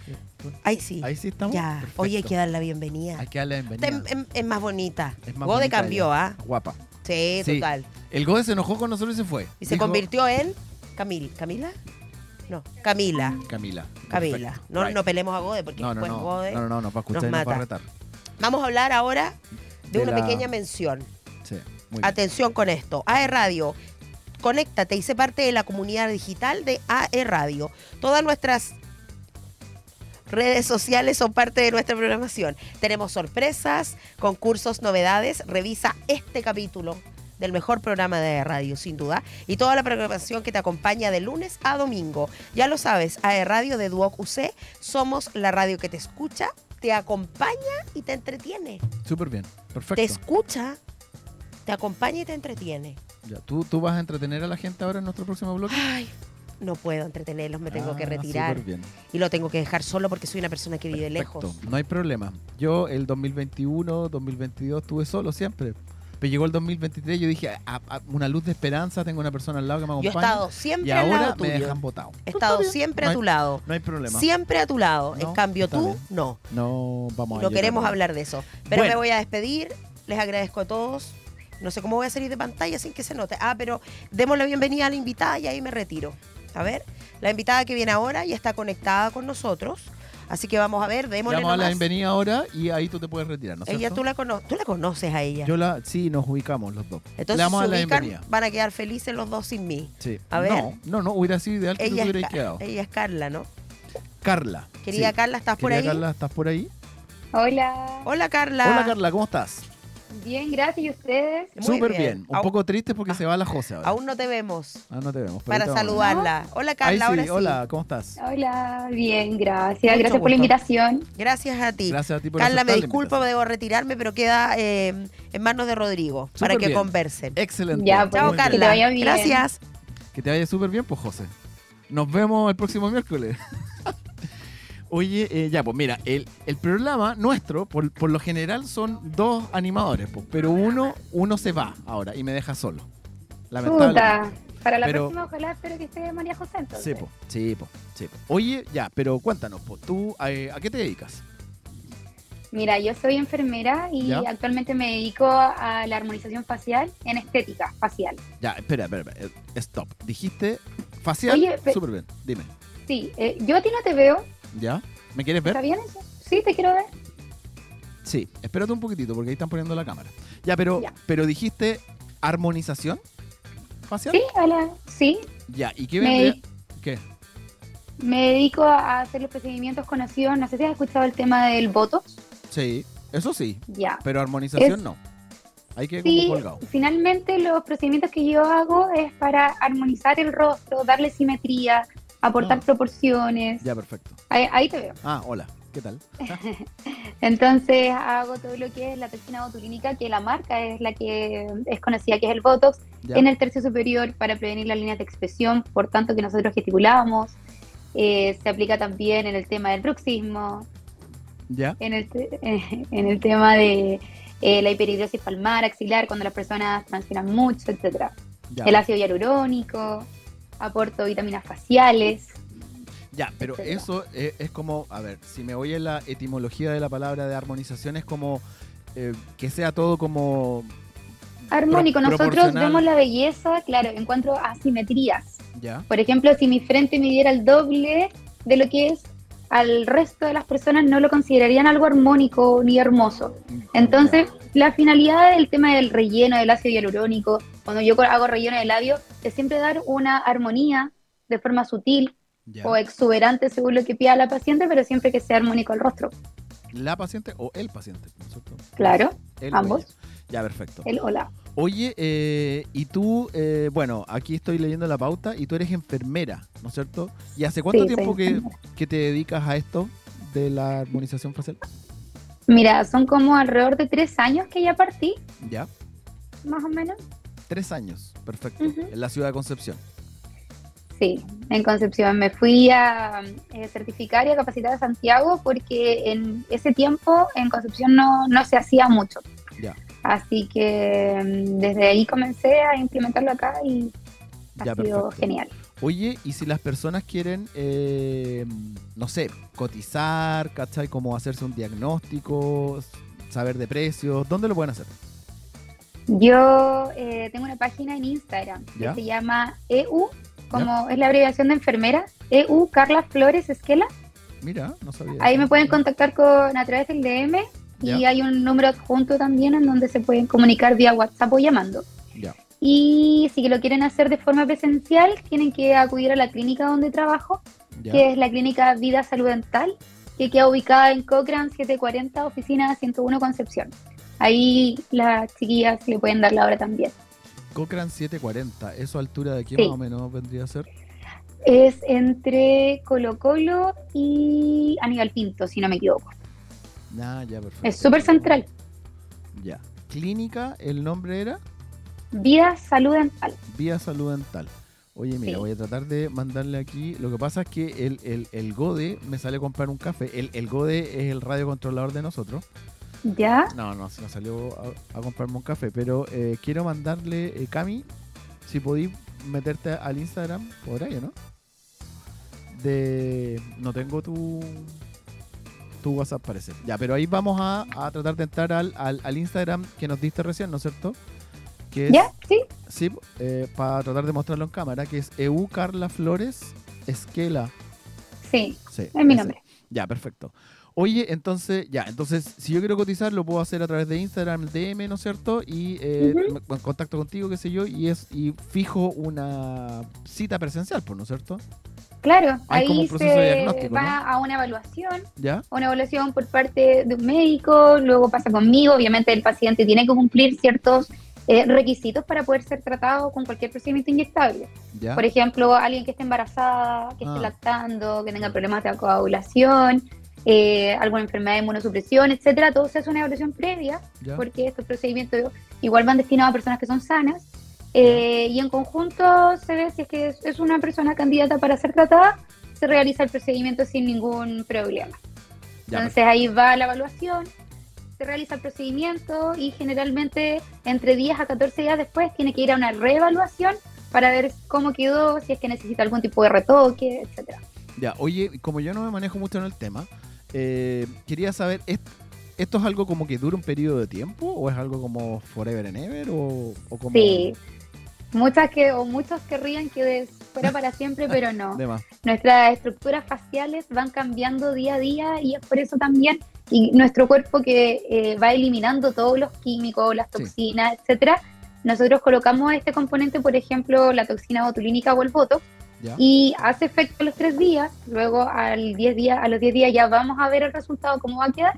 [SPEAKER 1] Ahí sí.
[SPEAKER 2] Ahí sí estamos.
[SPEAKER 1] Ya.
[SPEAKER 2] Perfecto.
[SPEAKER 1] Oye, hay que dar la bienvenida.
[SPEAKER 2] Hay que darle la
[SPEAKER 1] Está
[SPEAKER 2] bienvenida.
[SPEAKER 1] en- en- es más bonita.
[SPEAKER 2] Es más
[SPEAKER 1] Gode
[SPEAKER 2] bonita
[SPEAKER 1] cambió,
[SPEAKER 2] ella.
[SPEAKER 1] ¿ah?
[SPEAKER 2] Guapa.
[SPEAKER 1] Sí,
[SPEAKER 2] Sí.
[SPEAKER 1] total.
[SPEAKER 2] El Gode se enojó con nosotros y se fue.
[SPEAKER 1] Y se
[SPEAKER 2] Dijo,
[SPEAKER 1] convirtió en Camil. ¿Camila? No, Camila.
[SPEAKER 2] Camila.
[SPEAKER 1] Camila.
[SPEAKER 2] Perfecto.
[SPEAKER 1] No,
[SPEAKER 2] Right.
[SPEAKER 1] no pelemos a Gode porque
[SPEAKER 2] no, no,
[SPEAKER 1] después
[SPEAKER 2] no.
[SPEAKER 1] Gode.
[SPEAKER 2] no, no, no, nos va a escuchar
[SPEAKER 1] nos
[SPEAKER 2] y nos va
[SPEAKER 1] mata.
[SPEAKER 2] a retar.
[SPEAKER 1] Vamos a hablar ahora de,
[SPEAKER 2] De
[SPEAKER 1] una
[SPEAKER 2] la-
[SPEAKER 1] pequeña mención.
[SPEAKER 2] Sí, muy bien.
[SPEAKER 1] Atención con esto. AE Radio, conéctate y sé parte de la comunidad digital de AE Radio. Todas nuestras redes sociales son parte de nuestra programación. Tenemos sorpresas, concursos, novedades. Revisa este capítulo del mejor programa de E radio, sin duda, y toda la programación que te acompaña de lunes a domingo. Ya lo sabes, AE Radio de Duoc UC, somos la radio que te escucha, te acompaña y te entretiene
[SPEAKER 2] Súper bien. Perfecto.
[SPEAKER 1] te escucha, te acompaña y te entretiene.
[SPEAKER 2] Ya, ¿tú, ¿Tú vas a entretener a la gente ahora en nuestro próximo bloque?
[SPEAKER 1] Ay, no puedo entretenerlos, me tengo
[SPEAKER 2] Ah,
[SPEAKER 1] que retirar.
[SPEAKER 2] súper bien.
[SPEAKER 1] Y lo tengo que dejar solo porque soy una persona que vive
[SPEAKER 2] Perfecto,
[SPEAKER 1] lejos.
[SPEAKER 2] No hay problema. Yo el 2021, 2022 estuve solo siempre. Pero llegó el 2023 yo dije, "Ah, ah, una luz de esperanza, tengo una persona al lado que me
[SPEAKER 1] Yo he
[SPEAKER 2] acompaña.
[SPEAKER 1] estado siempre
[SPEAKER 2] y
[SPEAKER 1] al
[SPEAKER 2] ahora
[SPEAKER 1] lado
[SPEAKER 2] me
[SPEAKER 1] tuyo.
[SPEAKER 2] dejan botado.
[SPEAKER 1] He estado
[SPEAKER 2] Está bien.
[SPEAKER 1] siempre
[SPEAKER 2] No
[SPEAKER 1] a
[SPEAKER 2] hay-
[SPEAKER 1] tu lado.
[SPEAKER 2] No hay problema.
[SPEAKER 1] Siempre a tu lado. en
[SPEAKER 2] No,
[SPEAKER 1] cambio
[SPEAKER 2] está
[SPEAKER 1] tú,
[SPEAKER 2] bien.
[SPEAKER 1] no.
[SPEAKER 2] No vamos a
[SPEAKER 1] No
[SPEAKER 2] llegar
[SPEAKER 1] queremos
[SPEAKER 2] a-
[SPEAKER 1] hablar de eso. Pero
[SPEAKER 2] Bueno.
[SPEAKER 1] me voy a despedir. Les agradezco a todos. No sé cómo voy a salir de pantalla sin que se note. Ah, pero demos la bienvenida a la invitada y ahí me retiro. A ver, la invitada que viene ahora y está conectada con nosotros. Así que vamos a ver,
[SPEAKER 2] Le
[SPEAKER 1] démosle
[SPEAKER 2] Vamos a la
[SPEAKER 1] nomás.
[SPEAKER 2] bienvenida ahora y ahí tú te puedes retirar, ¿no es
[SPEAKER 1] Ella
[SPEAKER 2] cierto?
[SPEAKER 1] tú la, cono- tú la conoces a ella.
[SPEAKER 2] Yo la, sí, nos ubicamos los dos.
[SPEAKER 1] Entonces
[SPEAKER 2] Le damos
[SPEAKER 1] se
[SPEAKER 2] a la
[SPEAKER 1] ubican,
[SPEAKER 2] bienvenida.
[SPEAKER 1] van a quedar felices los dos sin mí.
[SPEAKER 2] Sí.
[SPEAKER 1] A ver.
[SPEAKER 2] No, no, no, hubiera sido ideal que tú te
[SPEAKER 1] Ella es,
[SPEAKER 2] hubieras
[SPEAKER 1] Ca-
[SPEAKER 2] quedado.
[SPEAKER 1] ella es Carla, ¿no?
[SPEAKER 2] Carla.
[SPEAKER 1] Querida
[SPEAKER 2] sí.
[SPEAKER 1] Carla, ¿estás por
[SPEAKER 2] Querida
[SPEAKER 1] ahí?
[SPEAKER 2] Carla, ¿estás por ahí?
[SPEAKER 10] Hola,
[SPEAKER 1] Hola Carla.
[SPEAKER 2] Hola Carla, ¿cómo estás?
[SPEAKER 10] bien, gracias. ¿Y ustedes?
[SPEAKER 1] Muy Ah.
[SPEAKER 2] Súper bien. Un
[SPEAKER 1] Aún-
[SPEAKER 2] poco triste porque se va la José ahora.
[SPEAKER 1] Aún no te vemos
[SPEAKER 2] Ah, no te vemos. pero
[SPEAKER 1] para
[SPEAKER 2] ahorita vamos.
[SPEAKER 1] saludarla. Hola
[SPEAKER 2] Ahí
[SPEAKER 1] Carla,
[SPEAKER 2] sí,
[SPEAKER 1] ahora sí.
[SPEAKER 2] Hola, ¿cómo estás?
[SPEAKER 10] Hola, bien, gracias.
[SPEAKER 1] Mucho
[SPEAKER 10] gracias por la
[SPEAKER 1] gusto.
[SPEAKER 10] invitación.
[SPEAKER 1] Gracias a ti.
[SPEAKER 2] Gracias a ti por
[SPEAKER 1] Carla, me
[SPEAKER 2] aceptar la
[SPEAKER 1] disculpo,
[SPEAKER 2] invitación.
[SPEAKER 1] debo retirarme, pero queda eh, en manos de Rodrigo para
[SPEAKER 2] Súper
[SPEAKER 1] que
[SPEAKER 2] bien.
[SPEAKER 1] conversen.
[SPEAKER 2] Excelente.
[SPEAKER 10] Ya, pues,
[SPEAKER 1] Chao,
[SPEAKER 2] Muy bien.
[SPEAKER 10] que te
[SPEAKER 1] Carla.
[SPEAKER 10] vaya bien.
[SPEAKER 1] Gracias.
[SPEAKER 2] Que te vaya súper bien, pues, José. Nos vemos el próximo miércoles. Oye, eh, ya, pues mira, el, el programa nuestro, por, por lo general, son dos animadores, pues, pero uno, uno se va ahora y me deja solo. Lamentablemente.
[SPEAKER 10] Puta. Para la
[SPEAKER 2] Pero-
[SPEAKER 10] próxima, ojalá espero que esté María José. Entonces.
[SPEAKER 2] Sí, pues, sí, pues, sí, pues. Oye, ya, pero cuéntanos, pues, tú, eh, ¿a qué te dedicas?
[SPEAKER 10] Mira, yo soy enfermera y
[SPEAKER 2] Ya.
[SPEAKER 10] actualmente me dedico a la armonización facial en estética facial.
[SPEAKER 2] Ya, espera, espera, espera, eh, stop. Dijiste facial,
[SPEAKER 10] Oye, pe-
[SPEAKER 2] súper bien, dime.
[SPEAKER 10] Sí, eh, yo a ti no te veo.
[SPEAKER 2] ¿Ya? ¿Me quieres ver?
[SPEAKER 10] ¿Está bien eso? Sí, te quiero ver.
[SPEAKER 2] Sí, espérate un poquitito porque ahí están poniendo la cámara. Ya, pero,
[SPEAKER 10] Ya.
[SPEAKER 2] pero dijiste armonización facial.
[SPEAKER 10] Sí, hola. Sí,
[SPEAKER 2] Ya, ¿y qué
[SPEAKER 10] Me-
[SPEAKER 2] vendría? ¿Qué?
[SPEAKER 10] me dedico a hacer los procedimientos conocidos. No sé si has escuchado el tema del botox.
[SPEAKER 2] Sí, eso sí,
[SPEAKER 10] Ya.
[SPEAKER 2] pero armonización
[SPEAKER 10] Es-
[SPEAKER 2] no. Hay que
[SPEAKER 10] Sí,
[SPEAKER 2] como colgado.
[SPEAKER 10] finalmente los procedimientos que yo hago es para armonizar el rostro, darle simetría, aportar
[SPEAKER 2] Ah.
[SPEAKER 10] proporciones.
[SPEAKER 2] Ya, perfecto.
[SPEAKER 10] Ahí, ahí te veo.
[SPEAKER 2] Ah, hola, ¿qué tal?
[SPEAKER 10] Entonces hago todo lo que es la toxina botulínica, que la marca es la que es conocida, que es el Botox,
[SPEAKER 2] Ya.
[SPEAKER 10] en el tercio superior para prevenir las líneas de expresión, por tanto que nosotros gesticulamos. Eh, se aplica también en el tema del bruxismo,
[SPEAKER 2] Ya,
[SPEAKER 10] en el, te- en el tema de eh, la hiperhidrosis palmar, axilar, cuando las personas transpiran mucho, etcétera.
[SPEAKER 2] ya.
[SPEAKER 10] el ácido hialurónico, aporto vitaminas faciales.
[SPEAKER 2] Ya, pero
[SPEAKER 10] etcétera.
[SPEAKER 2] eso eh, es, como, a ver, si me voy a la etimología de la palabra de armonización, es como eh, que sea todo como.
[SPEAKER 10] Armónico,
[SPEAKER 2] pro-
[SPEAKER 10] nosotros
[SPEAKER 2] proporcional.
[SPEAKER 10] vemos la belleza, claro, en cuanto a asimetrías.
[SPEAKER 2] Ya,
[SPEAKER 10] Por ejemplo, si mi frente midiera el doble de lo que es, al resto de las personas no lo considerarían algo armónico ni hermoso. Entonces, la finalidad del tema del relleno del ácido hialurónico, cuando yo hago relleno de labio, es siempre dar una armonía de forma sutil
[SPEAKER 2] ya.
[SPEAKER 10] o exuberante según lo que pida la paciente, pero siempre que sea armónico el rostro.
[SPEAKER 2] La paciente o el paciente, ¿no es cierto?
[SPEAKER 10] Claro,
[SPEAKER 2] El o
[SPEAKER 10] ambos.
[SPEAKER 2] ella. Ya, perfecto.
[SPEAKER 10] el hola.
[SPEAKER 2] Oye, eh, y tú, eh, bueno, aquí estoy leyendo la pauta y tú eres enfermera, ¿no es cierto? ¿Y hace cuánto
[SPEAKER 10] Sí, soy
[SPEAKER 2] tiempo que,
[SPEAKER 10] enfermera.
[SPEAKER 2] que te dedicas a esto de la armonización facial?
[SPEAKER 10] Mira, son como alrededor de tres años que ya partí,
[SPEAKER 2] Ya,
[SPEAKER 10] más o menos.
[SPEAKER 2] tres años, perfecto,
[SPEAKER 10] Ujú.
[SPEAKER 2] en la ciudad de Concepción.
[SPEAKER 10] Sí, en Concepción. Me fui a eh, certificar y a capacitar a Santiago porque en ese tiempo en Concepción no, no se hacía mucho.
[SPEAKER 2] Ya.
[SPEAKER 10] Así que mm, desde ahí comencé a implementarlo acá y ha
[SPEAKER 2] Ya,
[SPEAKER 10] sido
[SPEAKER 2] perfecto.
[SPEAKER 10] genial.
[SPEAKER 2] Oye, y si las personas quieren, eh, no sé, cotizar, ¿cachai? Como hacerse un diagnóstico, saber de precios, ¿dónde lo pueden hacer?
[SPEAKER 10] Yo eh, tengo una página en Instagram
[SPEAKER 2] Ya.
[SPEAKER 10] que se llama EU, como es la abreviación de enfermera, EU Carla Flores Esquela.
[SPEAKER 2] Mira, no sabía.
[SPEAKER 10] Ahí
[SPEAKER 2] eso.
[SPEAKER 10] me pueden contactar con a través del DM
[SPEAKER 2] Ya.
[SPEAKER 10] y hay un número adjunto también en donde se pueden comunicar vía WhatsApp o llamando.
[SPEAKER 2] Ya.
[SPEAKER 10] Y si lo quieren hacer de forma presencial, tienen que acudir a la clínica donde trabajo,
[SPEAKER 2] Ya.
[SPEAKER 10] que es la clínica Vida Salud Dental, que queda ubicada en Cochrane 740, oficina 101 Concepción. Ahí las chiquillas le pueden dar la hora también.
[SPEAKER 2] Cochrane 740, ¿eso a altura de qué
[SPEAKER 10] Sí.
[SPEAKER 2] más o menos vendría a ser?
[SPEAKER 10] Es entre Colo Colo y Aníbal Pinto, si no me equivoco.
[SPEAKER 2] Nah, Ah, ya, perfecto.
[SPEAKER 10] Es súper central.
[SPEAKER 2] Ya. Clínica, el nombre era
[SPEAKER 10] Vida Salud Dental.
[SPEAKER 2] Vía Salud Dental. Oye, mira,
[SPEAKER 10] Sí.
[SPEAKER 2] voy a tratar de mandarle aquí. Lo que pasa es que el, el, el Gode me sale a comprar un café. El, el Gode es el radiocontrolador de nosotros.
[SPEAKER 10] ¿Ya?
[SPEAKER 2] No, no, se nos salió a, a comprarme un café. Pero eh, quiero mandarle, eh, Cami, si podí meterte al Instagram, por ahí, ¿no? De. No tengo tu. Tu WhatsApp parece. Ya, pero ahí vamos a, a tratar de entrar al, al, al Instagram que nos diste recién, ¿no es cierto? Que es-
[SPEAKER 10] ¿Ya? ¿Sí?
[SPEAKER 2] Sí, eh, para tratar de mostrarlo en cámara, que es EU Carla Flores Esquela.
[SPEAKER 10] Sí,
[SPEAKER 2] Sí,
[SPEAKER 10] es mi
[SPEAKER 2] ese.
[SPEAKER 10] nombre.
[SPEAKER 2] Ya, perfecto. Oye, entonces, ya, entonces, si yo quiero cotizar, lo puedo hacer a través de Instagram, DM, ¿no es cierto? Y eh, me- en contacto contigo, qué sé yo, y es y fijo una cita presencial, pues, ¿no es cierto?
[SPEAKER 10] Claro,
[SPEAKER 2] Hay como un
[SPEAKER 10] ahí
[SPEAKER 2] proceso de
[SPEAKER 10] se
[SPEAKER 2] diagnóstico,
[SPEAKER 10] va
[SPEAKER 2] ¿no?
[SPEAKER 10] a una evaluación,
[SPEAKER 2] ¿Ya?
[SPEAKER 10] una evaluación por parte de un médico, luego pasa conmigo, obviamente el paciente tiene que cumplir ciertos eh, requisitos para poder ser tratado con cualquier procedimiento inyectable.
[SPEAKER 2] ¿Ya?
[SPEAKER 10] Por ejemplo, alguien que esté embarazada, que
[SPEAKER 2] Ah.
[SPEAKER 10] esté lactando, que tenga problemas de coagulación, eh, alguna enfermedad de inmunosupresión, etcétera, todo se hace una evaluación previa
[SPEAKER 2] ¿Ya?
[SPEAKER 10] porque estos procedimientos igual van destinados a personas que son sanas. eh, y en conjunto se ve si es que es, es una persona candidata para ser tratada, se realiza el procedimiento sin ningún problema.
[SPEAKER 2] Ya,
[SPEAKER 10] Entonces ahí va la evaluación, se realiza el procedimiento y generalmente entre 10 a 14 días después tiene que ir a una reevaluación para ver cómo quedó, si es que necesita algún tipo de retoque, etcétera.
[SPEAKER 2] Ya, oye, y como yo no me manejo mucho en el tema, eh, quería saber, ¿est- ¿esto es algo como que dura un periodo de tiempo o es algo como forever and ever o, o como...
[SPEAKER 10] Sí. Muchas que, o muchos querrían que de- fuera para siempre, pero no.
[SPEAKER 2] de más?
[SPEAKER 10] Nuestras estructuras faciales van cambiando día a día y es por eso también y nuestro cuerpo que eh, va eliminando todos los químicos, las
[SPEAKER 2] Sí.
[SPEAKER 10] toxinas, etcétera. Nosotros colocamos este componente, por ejemplo, la toxina botulínica o el botox,
[SPEAKER 2] ¿Ya?
[SPEAKER 10] y hace efecto los tres días. Luego, al 10 días, a los 10 días ya vamos a ver el resultado, cómo va a quedar.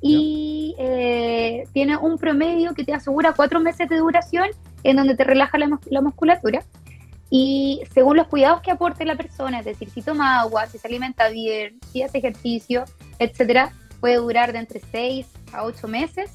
[SPEAKER 10] Y eh, tiene un promedio que te asegura cuatro meses de duración en donde te relaja la, mus- la musculatura. Y según los cuidados que aporte la persona, es decir, si toma agua, si se alimenta bien, si hace ejercicio, etcétera, puede durar de entre 6 a 8 meses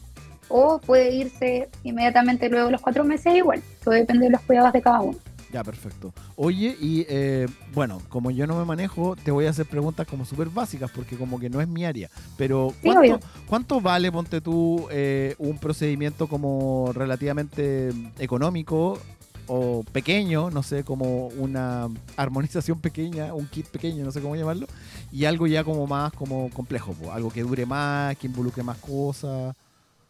[SPEAKER 10] o puede irse inmediatamente luego de los cuatro meses igual. Todo depende de los cuidados de cada uno.
[SPEAKER 2] Ya, perfecto. Oye, y eh, bueno, como yo no me manejo, te voy a hacer preguntas como súper básicas, porque como que no es mi área. Pero,
[SPEAKER 10] Sí,
[SPEAKER 2] ¿cuánto,
[SPEAKER 10] obvio.
[SPEAKER 2] cuánto vale, ponte tú, eh, un procedimiento como relativamente económico o pequeño, no sé, como una armonización pequeña, un kit pequeño, no sé cómo llamarlo, y algo ya como más como complejo, po, algo que dure más, que involucre más cosas.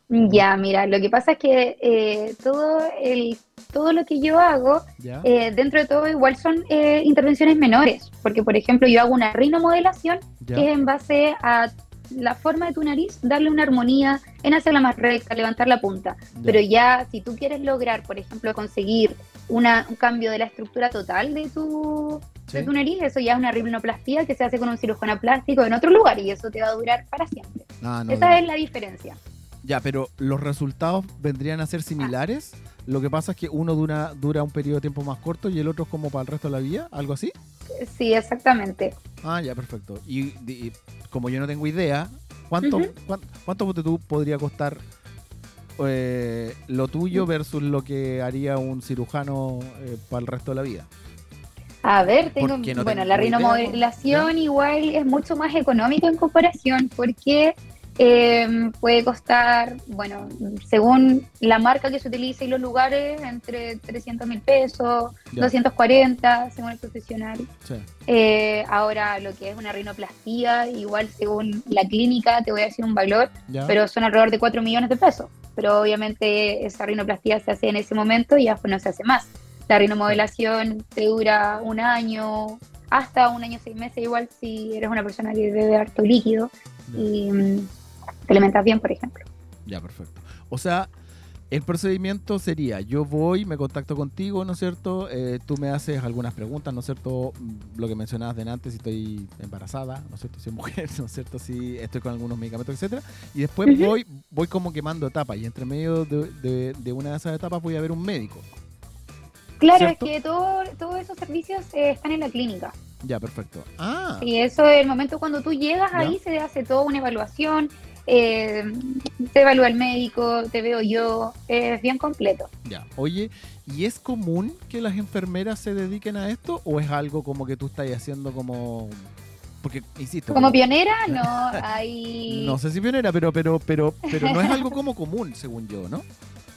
[SPEAKER 10] Ya, mira, lo que pasa es que eh, todo, el, todo lo que yo hago,
[SPEAKER 2] ¿Ya?
[SPEAKER 10] eh, dentro de todo igual son eh, intervenciones menores, porque por ejemplo yo hago una rinomodelación que
[SPEAKER 2] ¿Ya?
[SPEAKER 10] es en base a la forma de tu nariz, darle una armonía en hacerla más recta, levantar la punta. Pero ya, si tú quieres lograr, por ejemplo, conseguir una, un cambio de la estructura total de tu,
[SPEAKER 2] ¿Sí?
[SPEAKER 10] de tu nariz, eso ya es una rinoplastía que se hace con un cirujano plástico en otro lugar y eso te va a durar para siempre.
[SPEAKER 2] Ah, no,
[SPEAKER 10] Esa
[SPEAKER 2] no.
[SPEAKER 10] es la diferencia.
[SPEAKER 2] Ya, pero los resultados vendrían a ser similares. Lo que pasa es que uno dura, dura un periodo de tiempo más corto y el otro es como para el resto de la vida, algo así.
[SPEAKER 10] Sí, exactamente.
[SPEAKER 2] Ah, ya, perfecto. Y, y como yo no tengo idea, ¿cuánto,
[SPEAKER 10] Ujú.
[SPEAKER 2] cuán- cuánto ponte tú podría costar eh, lo tuyo versus lo que haría un cirujano eh, para el resto de la vida?
[SPEAKER 10] A ver, tengo,
[SPEAKER 2] Porque no
[SPEAKER 10] bueno,
[SPEAKER 2] tengo
[SPEAKER 10] la
[SPEAKER 2] idea, ¿no?
[SPEAKER 10] rinomodelación igual es mucho más económica en comparación porque eh, puede costar, bueno, según la marca que se utilice y los lugares, entre 300 mil pesos,
[SPEAKER 2] Ya.
[SPEAKER 10] 240, según el profesional.
[SPEAKER 2] Sí.
[SPEAKER 10] Eh, ahora, lo que es una rinoplastía, igual según la clínica, te voy a decir un valor,
[SPEAKER 2] ¿Ya?
[SPEAKER 10] pero son alrededor de 4 millones de pesos. Pero obviamente esa rinoplastía se hace en ese momento y ya después no se hace más. La rinomodelación te dura un año, hasta un año seis meses, igual si eres una persona que bebe harto líquido
[SPEAKER 2] Ya.
[SPEAKER 10] y mm, te alimentas bien, por ejemplo.
[SPEAKER 2] Ya, perfecto. O sea, el procedimiento sería, yo voy, me contacto contigo, ¿no es cierto? Eh, tú me haces algunas preguntas, ¿no es cierto? Mm, Lo que mencionabas de antes, si estoy embarazada, ¿no es cierto? Si es mujer, ¿no es cierto? Si estoy con algunos medicamentos, etcétera. Y después voy, voy como quemando etapas y entre medio de, de- de una de esas etapas voy a ver un médico.
[SPEAKER 10] Claro,
[SPEAKER 2] ¿Cierto?
[SPEAKER 10] es que todo- todos esos servicios eh, están en la clínica.
[SPEAKER 2] Ya, perfecto. Ah,
[SPEAKER 10] Y eso es el momento cuando tú llegas
[SPEAKER 2] Ya.
[SPEAKER 10] ahí, se hace toda una evaluación, eh, te evalúa el médico, te veo yo, es bien completo.
[SPEAKER 2] Ya. Oye, ¿y es común que las enfermeras se dediquen a esto o es algo como que tú estás haciendo como... Porque, insisto,
[SPEAKER 10] Como pionera, no hay...
[SPEAKER 2] no sé si pionera, pero, pero, pero, pero no es algo como común, según yo, ¿no?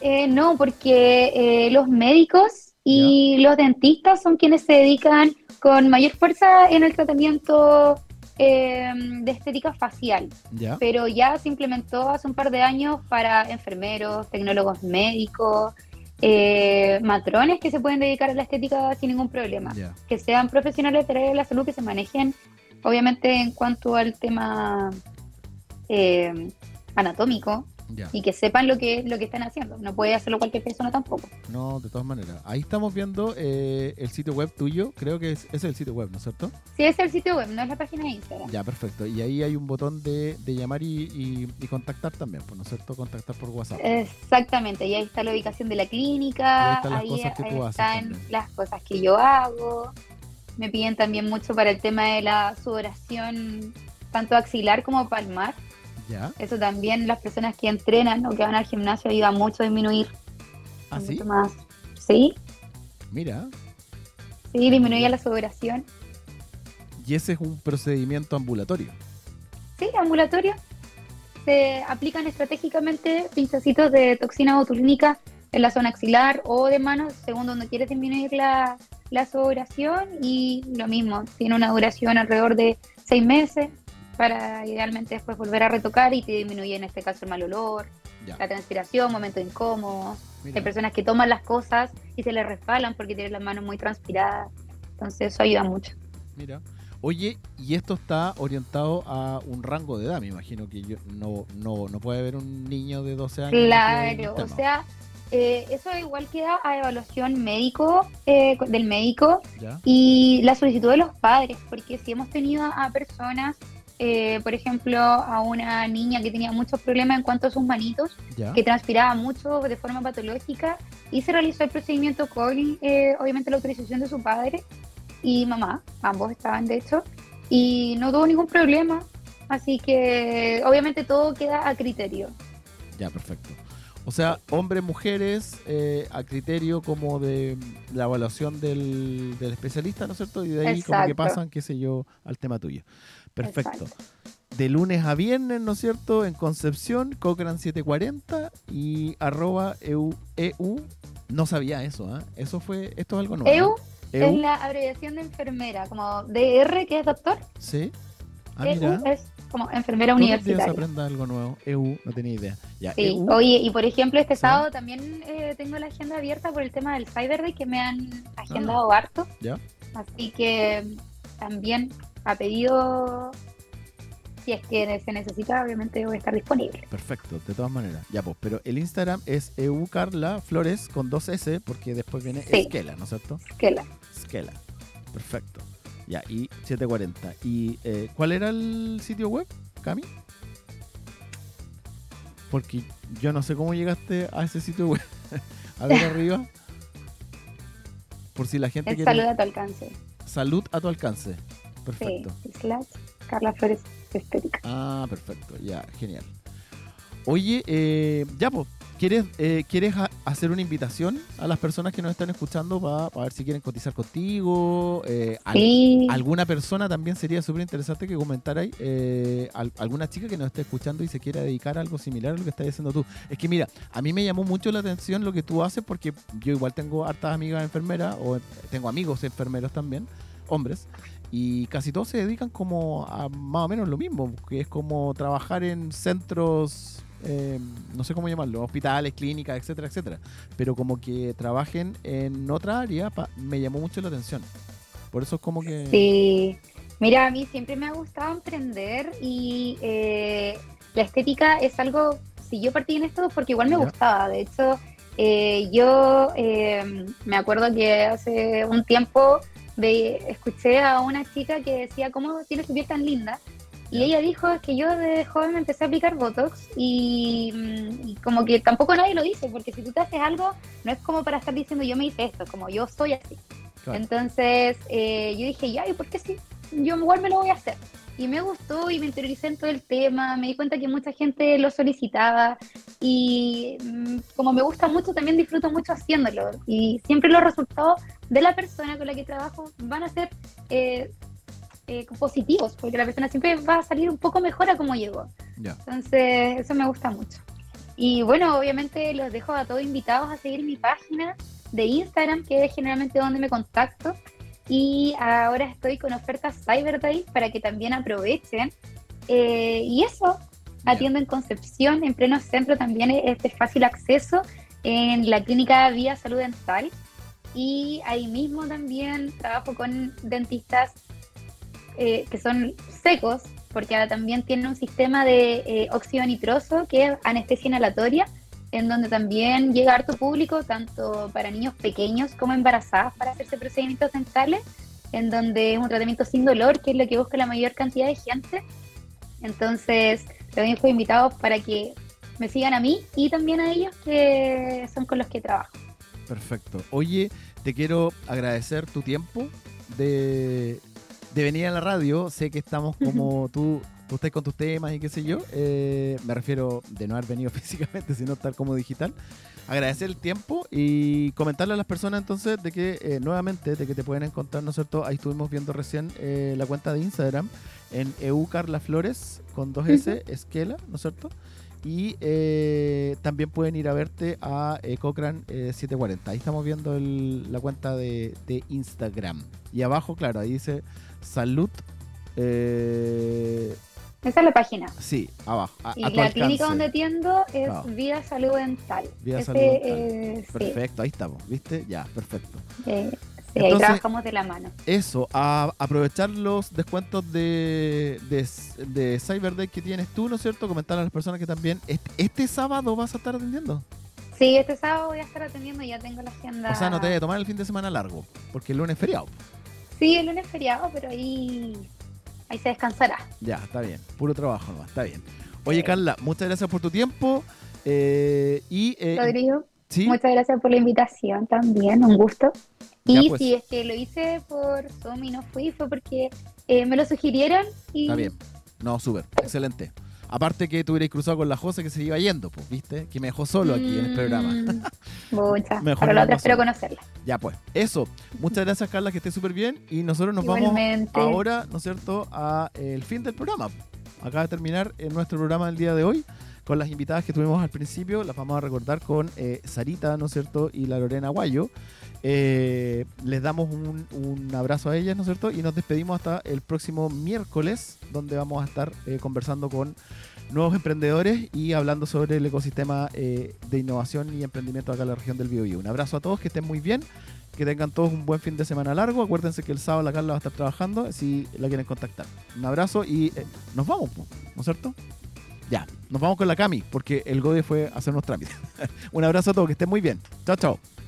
[SPEAKER 10] Eh, no, porque eh, los médicos y los dentistas son quienes se dedican con mayor fuerza en el tratamiento eh, de estética facial,
[SPEAKER 2] Ya.
[SPEAKER 10] pero ya se implementó hace un par de años para enfermeros, tecnólogos médicos, eh, matrones que se pueden dedicar a la estética sin ningún problema,
[SPEAKER 2] Ya.
[SPEAKER 10] que sean profesionales del área de la salud que se manejen, obviamente en cuanto al tema eh, anatómico,
[SPEAKER 2] Ya.
[SPEAKER 10] y que sepan lo que lo que están haciendo. No puede hacerlo cualquier persona tampoco.
[SPEAKER 2] No, de todas maneras. Ahí estamos viendo eh, el sitio web tuyo. Creo que es, es el sitio web, ¿no es cierto?
[SPEAKER 10] Sí, es el sitio web, no es la página de Instagram.
[SPEAKER 2] Ya, perfecto. Y ahí hay un botón de, de llamar y, y- y contactar también, pues, ¿no es cierto? Contactar por WhatsApp.
[SPEAKER 10] Eh, Exactamente, y ahí está la ubicación de la
[SPEAKER 2] Ahí
[SPEAKER 10] clínica,
[SPEAKER 2] están las
[SPEAKER 10] ahí,
[SPEAKER 2] cosas que
[SPEAKER 10] ahí
[SPEAKER 2] tú haces
[SPEAKER 10] están
[SPEAKER 2] también.
[SPEAKER 10] las cosas que yo hago. Me piden también mucho para el tema de la sudoración, tanto axilar como palmar.
[SPEAKER 2] Ya.
[SPEAKER 10] Eso también las personas que entrenan o que van al gimnasio ayuda mucho a disminuir
[SPEAKER 2] Ah, sí.
[SPEAKER 10] mucho más. Sí,
[SPEAKER 2] Mira.
[SPEAKER 10] sí, disminuye la sudoración.
[SPEAKER 2] Y ese es un procedimiento ambulatorio.
[SPEAKER 10] Sí, ambulatorio. Se aplican estratégicamente pinchacitos de toxina botulínica en la zona axilar o de manos, según donde quieres disminuir la, la sudoración. Y lo mismo, tiene una duración alrededor de seis meses para idealmente después volver a retocar y te disminuye en este caso el mal olor,
[SPEAKER 2] Ya.
[SPEAKER 10] la transpiración, momentos incómodos. Hay
[SPEAKER 2] Mira.
[SPEAKER 10] personas que toman las cosas y se les resbalan porque tienen las manos muy transpiradas. Entonces eso ayuda mucho.
[SPEAKER 2] Mira. Oye, y esto está orientado a un rango de edad, me imagino que yo, no, no, no puede haber un niño de 12 años. metido
[SPEAKER 10] Claro,
[SPEAKER 2] en el
[SPEAKER 10] o
[SPEAKER 2] este tema.
[SPEAKER 10] sea, eh, eso igual queda a evaluación médico eh, co- del médico
[SPEAKER 2] Ya,
[SPEAKER 10] y la solicitud de los padres, porque si hemos tenido a personas, eh, por ejemplo, a una niña que tenía muchos problemas en cuanto a sus manitos,
[SPEAKER 2] ya.
[SPEAKER 10] que transpiraba mucho de forma patológica y se realizó el procedimiento con eh, obviamente la autorización de su padre y mamá, ambos estaban de hecho, y no tuvo ningún problema, así que obviamente todo queda a criterio.
[SPEAKER 2] Ya, perfecto. O sea, hombres, mujeres, eh, a criterio como de la evaluación del, del especialista, ¿no es cierto? Y de ahí como que
[SPEAKER 10] Exacto.
[SPEAKER 2] pasan, qué sé yo, al tema tuyo. Perfecto.
[SPEAKER 10] Exacto.
[SPEAKER 2] De lunes a viernes, ¿no es cierto? En Concepción, Cochran 740 y arroba EU. EU. No sabía eso, ¿ah? Eso fue, esto es algo nuevo.
[SPEAKER 10] EU
[SPEAKER 2] ¿eh?
[SPEAKER 10] Es la abreviación de enfermera, como DR, que es doctor.
[SPEAKER 2] sí. Ah, mira.
[SPEAKER 10] EU es como enfermera
[SPEAKER 2] Todos los días se
[SPEAKER 10] universitaria.
[SPEAKER 2] aprende algo nuevo. EU, no tenía idea. Ya,
[SPEAKER 10] Sí.
[SPEAKER 2] EU.
[SPEAKER 10] Oye, y por ejemplo, este
[SPEAKER 2] Sí.
[SPEAKER 10] sábado también eh, tengo la agenda abierta por el tema del Cyber Day, que me han agendado harto.
[SPEAKER 2] Ah, Ya.
[SPEAKER 10] Así que también a pedido, si es que se necesita, obviamente voy a estar disponible.
[SPEAKER 2] Perfecto, de todas maneras. Ya, pues, pero el Instagram es eucarlaflores con dos S, porque después viene
[SPEAKER 10] Sí.
[SPEAKER 2] Esquela, ¿no es cierto?
[SPEAKER 10] Que la-
[SPEAKER 2] Esquela. Perfecto. Ya, y 740. ¿Y eh, cuál era el sitio web, Cami? Porque yo no sé cómo llegaste a ese sitio web. a ver arriba. Por si la gente
[SPEAKER 10] es
[SPEAKER 2] quiere.
[SPEAKER 10] salud a tu alcance.
[SPEAKER 2] Salud a tu alcance.
[SPEAKER 10] Sí,
[SPEAKER 2] Perfecto.
[SPEAKER 10] slash Carla Flores Estética.
[SPEAKER 2] Ah, perfecto, ya, genial. Oye, eh, ya, pues, ¿quieres, eh, ¿quieres ha- hacer una invitación a las personas que nos están escuchando para, ver si quieren cotizar contigo? Eh, al-
[SPEAKER 10] Sí.
[SPEAKER 2] ¿Alguna persona también sería súper interesante que comentara ahí? eh, al- ¿Alguna chica que nos esté escuchando y se quiera dedicar a algo similar a lo que estás haciendo tú? Es que mira, a mí me llamó mucho la atención lo que tú haces porque yo igual tengo hartas amigas enfermeras o eh, tengo amigos enfermeros también, hombres, y casi todos se dedican como a más o menos lo mismo, que es como trabajar en centros, eh, no sé cómo llamarlo, hospitales, clínicas, etcétera, etcétera, pero como que trabajen en otra área, pa- me llamó mucho la atención. Por eso es como que...
[SPEAKER 10] Sí, mira, a mí siempre me ha gustado emprender y eh, la estética es algo, si yo partí en esto porque igual me
[SPEAKER 2] Ya.
[SPEAKER 10] gustaba, de hecho, eh, yo eh, me acuerdo que hace un tiempo ve- escuché a una chica que decía, ¿cómo tienes tu piel tan linda? Y ella dijo, es que yo de joven me empecé a aplicar Botox y, mm, y como que tampoco nadie lo dice, porque si tú te haces algo, no es como para estar diciendo yo me hice esto, como yo soy así.
[SPEAKER 2] Claro.
[SPEAKER 10] Entonces eh, yo dije, ya, ¿y por qué sí? Yo igual me lo voy a hacer. Y me gustó y me interioricé en todo el tema, me di cuenta que mucha gente lo solicitaba y mm, como me gusta mucho también disfruto mucho haciéndolo y siempre los resultados de la persona con la que trabajo van a ser eh, eh, positivos porque la persona siempre va a salir un poco mejor a como llegó.
[SPEAKER 2] Ya.
[SPEAKER 10] Entonces, eso me gusta mucho. Y bueno, obviamente los dejo a todos invitados a seguir mi página de Instagram, que es generalmente donde me contacto. Y ahora estoy con ofertas Cyber Day para que también aprovechen. Eh, y eso, atiendo en Concepción, en pleno centro también es de fácil acceso en la clínica Vía Salud Dental. Y ahí mismo también trabajo con dentistas eh, que son secos, porque ahora también tienen un sistema de eh, óxido nitroso que es anestesia inhalatoria, en donde también llega harto público, tanto para niños pequeños como embarazadas, para hacerse procedimientos dentales, en donde es un tratamiento sin dolor, que es lo que busca la mayor cantidad de gente. Entonces, los dejo invitados para que me sigan a mí y también a ellos que son con los que trabajo.
[SPEAKER 2] Perfecto. Oye, te quiero agradecer tu tiempo de, de venir a la radio. Sé que estamos como tú, tú estás con tus temas y qué sé yo. Eh, me refiero de no haber venido físicamente, sino estar como digital. Agradecer el tiempo y comentarle a las personas entonces de que eh, nuevamente, de que te pueden encontrar, ¿no es cierto? Ahí estuvimos viendo recién eh, la cuenta de Instagram en EU Carla Flores con dos S, Esquela, ¿no es cierto? Y eh, también pueden ir a verte a eh, Cochrane eh, 740. Ahí estamos viendo el- la cuenta de, de Instagram. Y abajo, claro, ahí dice salud. eh,
[SPEAKER 10] Esa es la página.
[SPEAKER 2] sí, abajo. Ah, A,
[SPEAKER 10] Y
[SPEAKER 2] a tu
[SPEAKER 10] la
[SPEAKER 2] alcance.
[SPEAKER 10] clínica donde atiendo es
[SPEAKER 2] Claro.
[SPEAKER 10] Vida Salud Dental.
[SPEAKER 2] Vida
[SPEAKER 10] Ese,
[SPEAKER 2] Salud Dental.
[SPEAKER 10] eh, sí.
[SPEAKER 2] Perfecto, ahí estamos, ¿viste? Ya, perfecto.
[SPEAKER 10] Eh, sí, ahí
[SPEAKER 2] Entonces-
[SPEAKER 10] trabajamos de la mano.
[SPEAKER 2] Eso, a aprovechar los descuentos de, de, de Cyber Day que tienes tú, ¿no es cierto? Comentar a las personas que también. Este, este sábado vas a estar atendiendo.
[SPEAKER 10] Sí, este sábado voy a estar atendiendo, ya tengo la agenda.
[SPEAKER 2] O sea, no te voy a tomar el fin de semana largo, porque el lunes es feriado.
[SPEAKER 10] Sí, el lunes es feriado, pero ahí, ahí se descansará.
[SPEAKER 2] Ya, está bien. Puro trabajo nomás, está bien. Oye, Carla, muchas gracias por tu tiempo. eh, y eh,
[SPEAKER 10] Rodrigo,
[SPEAKER 2] sí,
[SPEAKER 10] muchas gracias por la invitación también, un gusto.
[SPEAKER 2] Ya,
[SPEAKER 10] Y
[SPEAKER 2] pues.
[SPEAKER 10] si es que lo hice por Zoom y no fui, fue porque eh, me lo sugirieron y
[SPEAKER 2] está bien. No, súper, excelente. Aparte que tú hubierais cruzado con la Jose que se iba yendo, pues, ¿viste? Que me dejó solo aquí
[SPEAKER 10] Mm.
[SPEAKER 2] en el programa. Mejor
[SPEAKER 10] Muchas. Mm, Pero la
[SPEAKER 2] no
[SPEAKER 10] otra
[SPEAKER 2] pasó.
[SPEAKER 10] espero conocerla.
[SPEAKER 2] Ya pues, eso. Muchas gracias Carla, que esté súper bien. Y nosotros nos
[SPEAKER 10] Igualmente.
[SPEAKER 2] vamos ahora, ¿no es cierto?, a eh, el fin del programa. Acaba de terminar eh, nuestro programa del día de hoy con las invitadas que tuvimos al principio. Las vamos a recordar con eh, Sarita, ¿no es cierto?, y la Lorena Guayo. Eh, les damos un, un abrazo a ellas, ¿no es cierto? Y nos despedimos hasta el próximo miércoles, donde vamos a estar eh, conversando con nuevos emprendedores y hablando sobre el ecosistema eh, de innovación y emprendimiento acá en la región del Biobío. Un abrazo a todos, que estén muy bien, que tengan todos un buen fin de semana largo. Acuérdense que el sábado la Carla va a estar trabajando si la quieren contactar. Un abrazo y eh, nos vamos, po, ¿no es cierto? Ya, nos vamos con la Cami, porque el Gode fue a hacer unos trámites. un abrazo a todos, que estén muy bien. Chao, chao.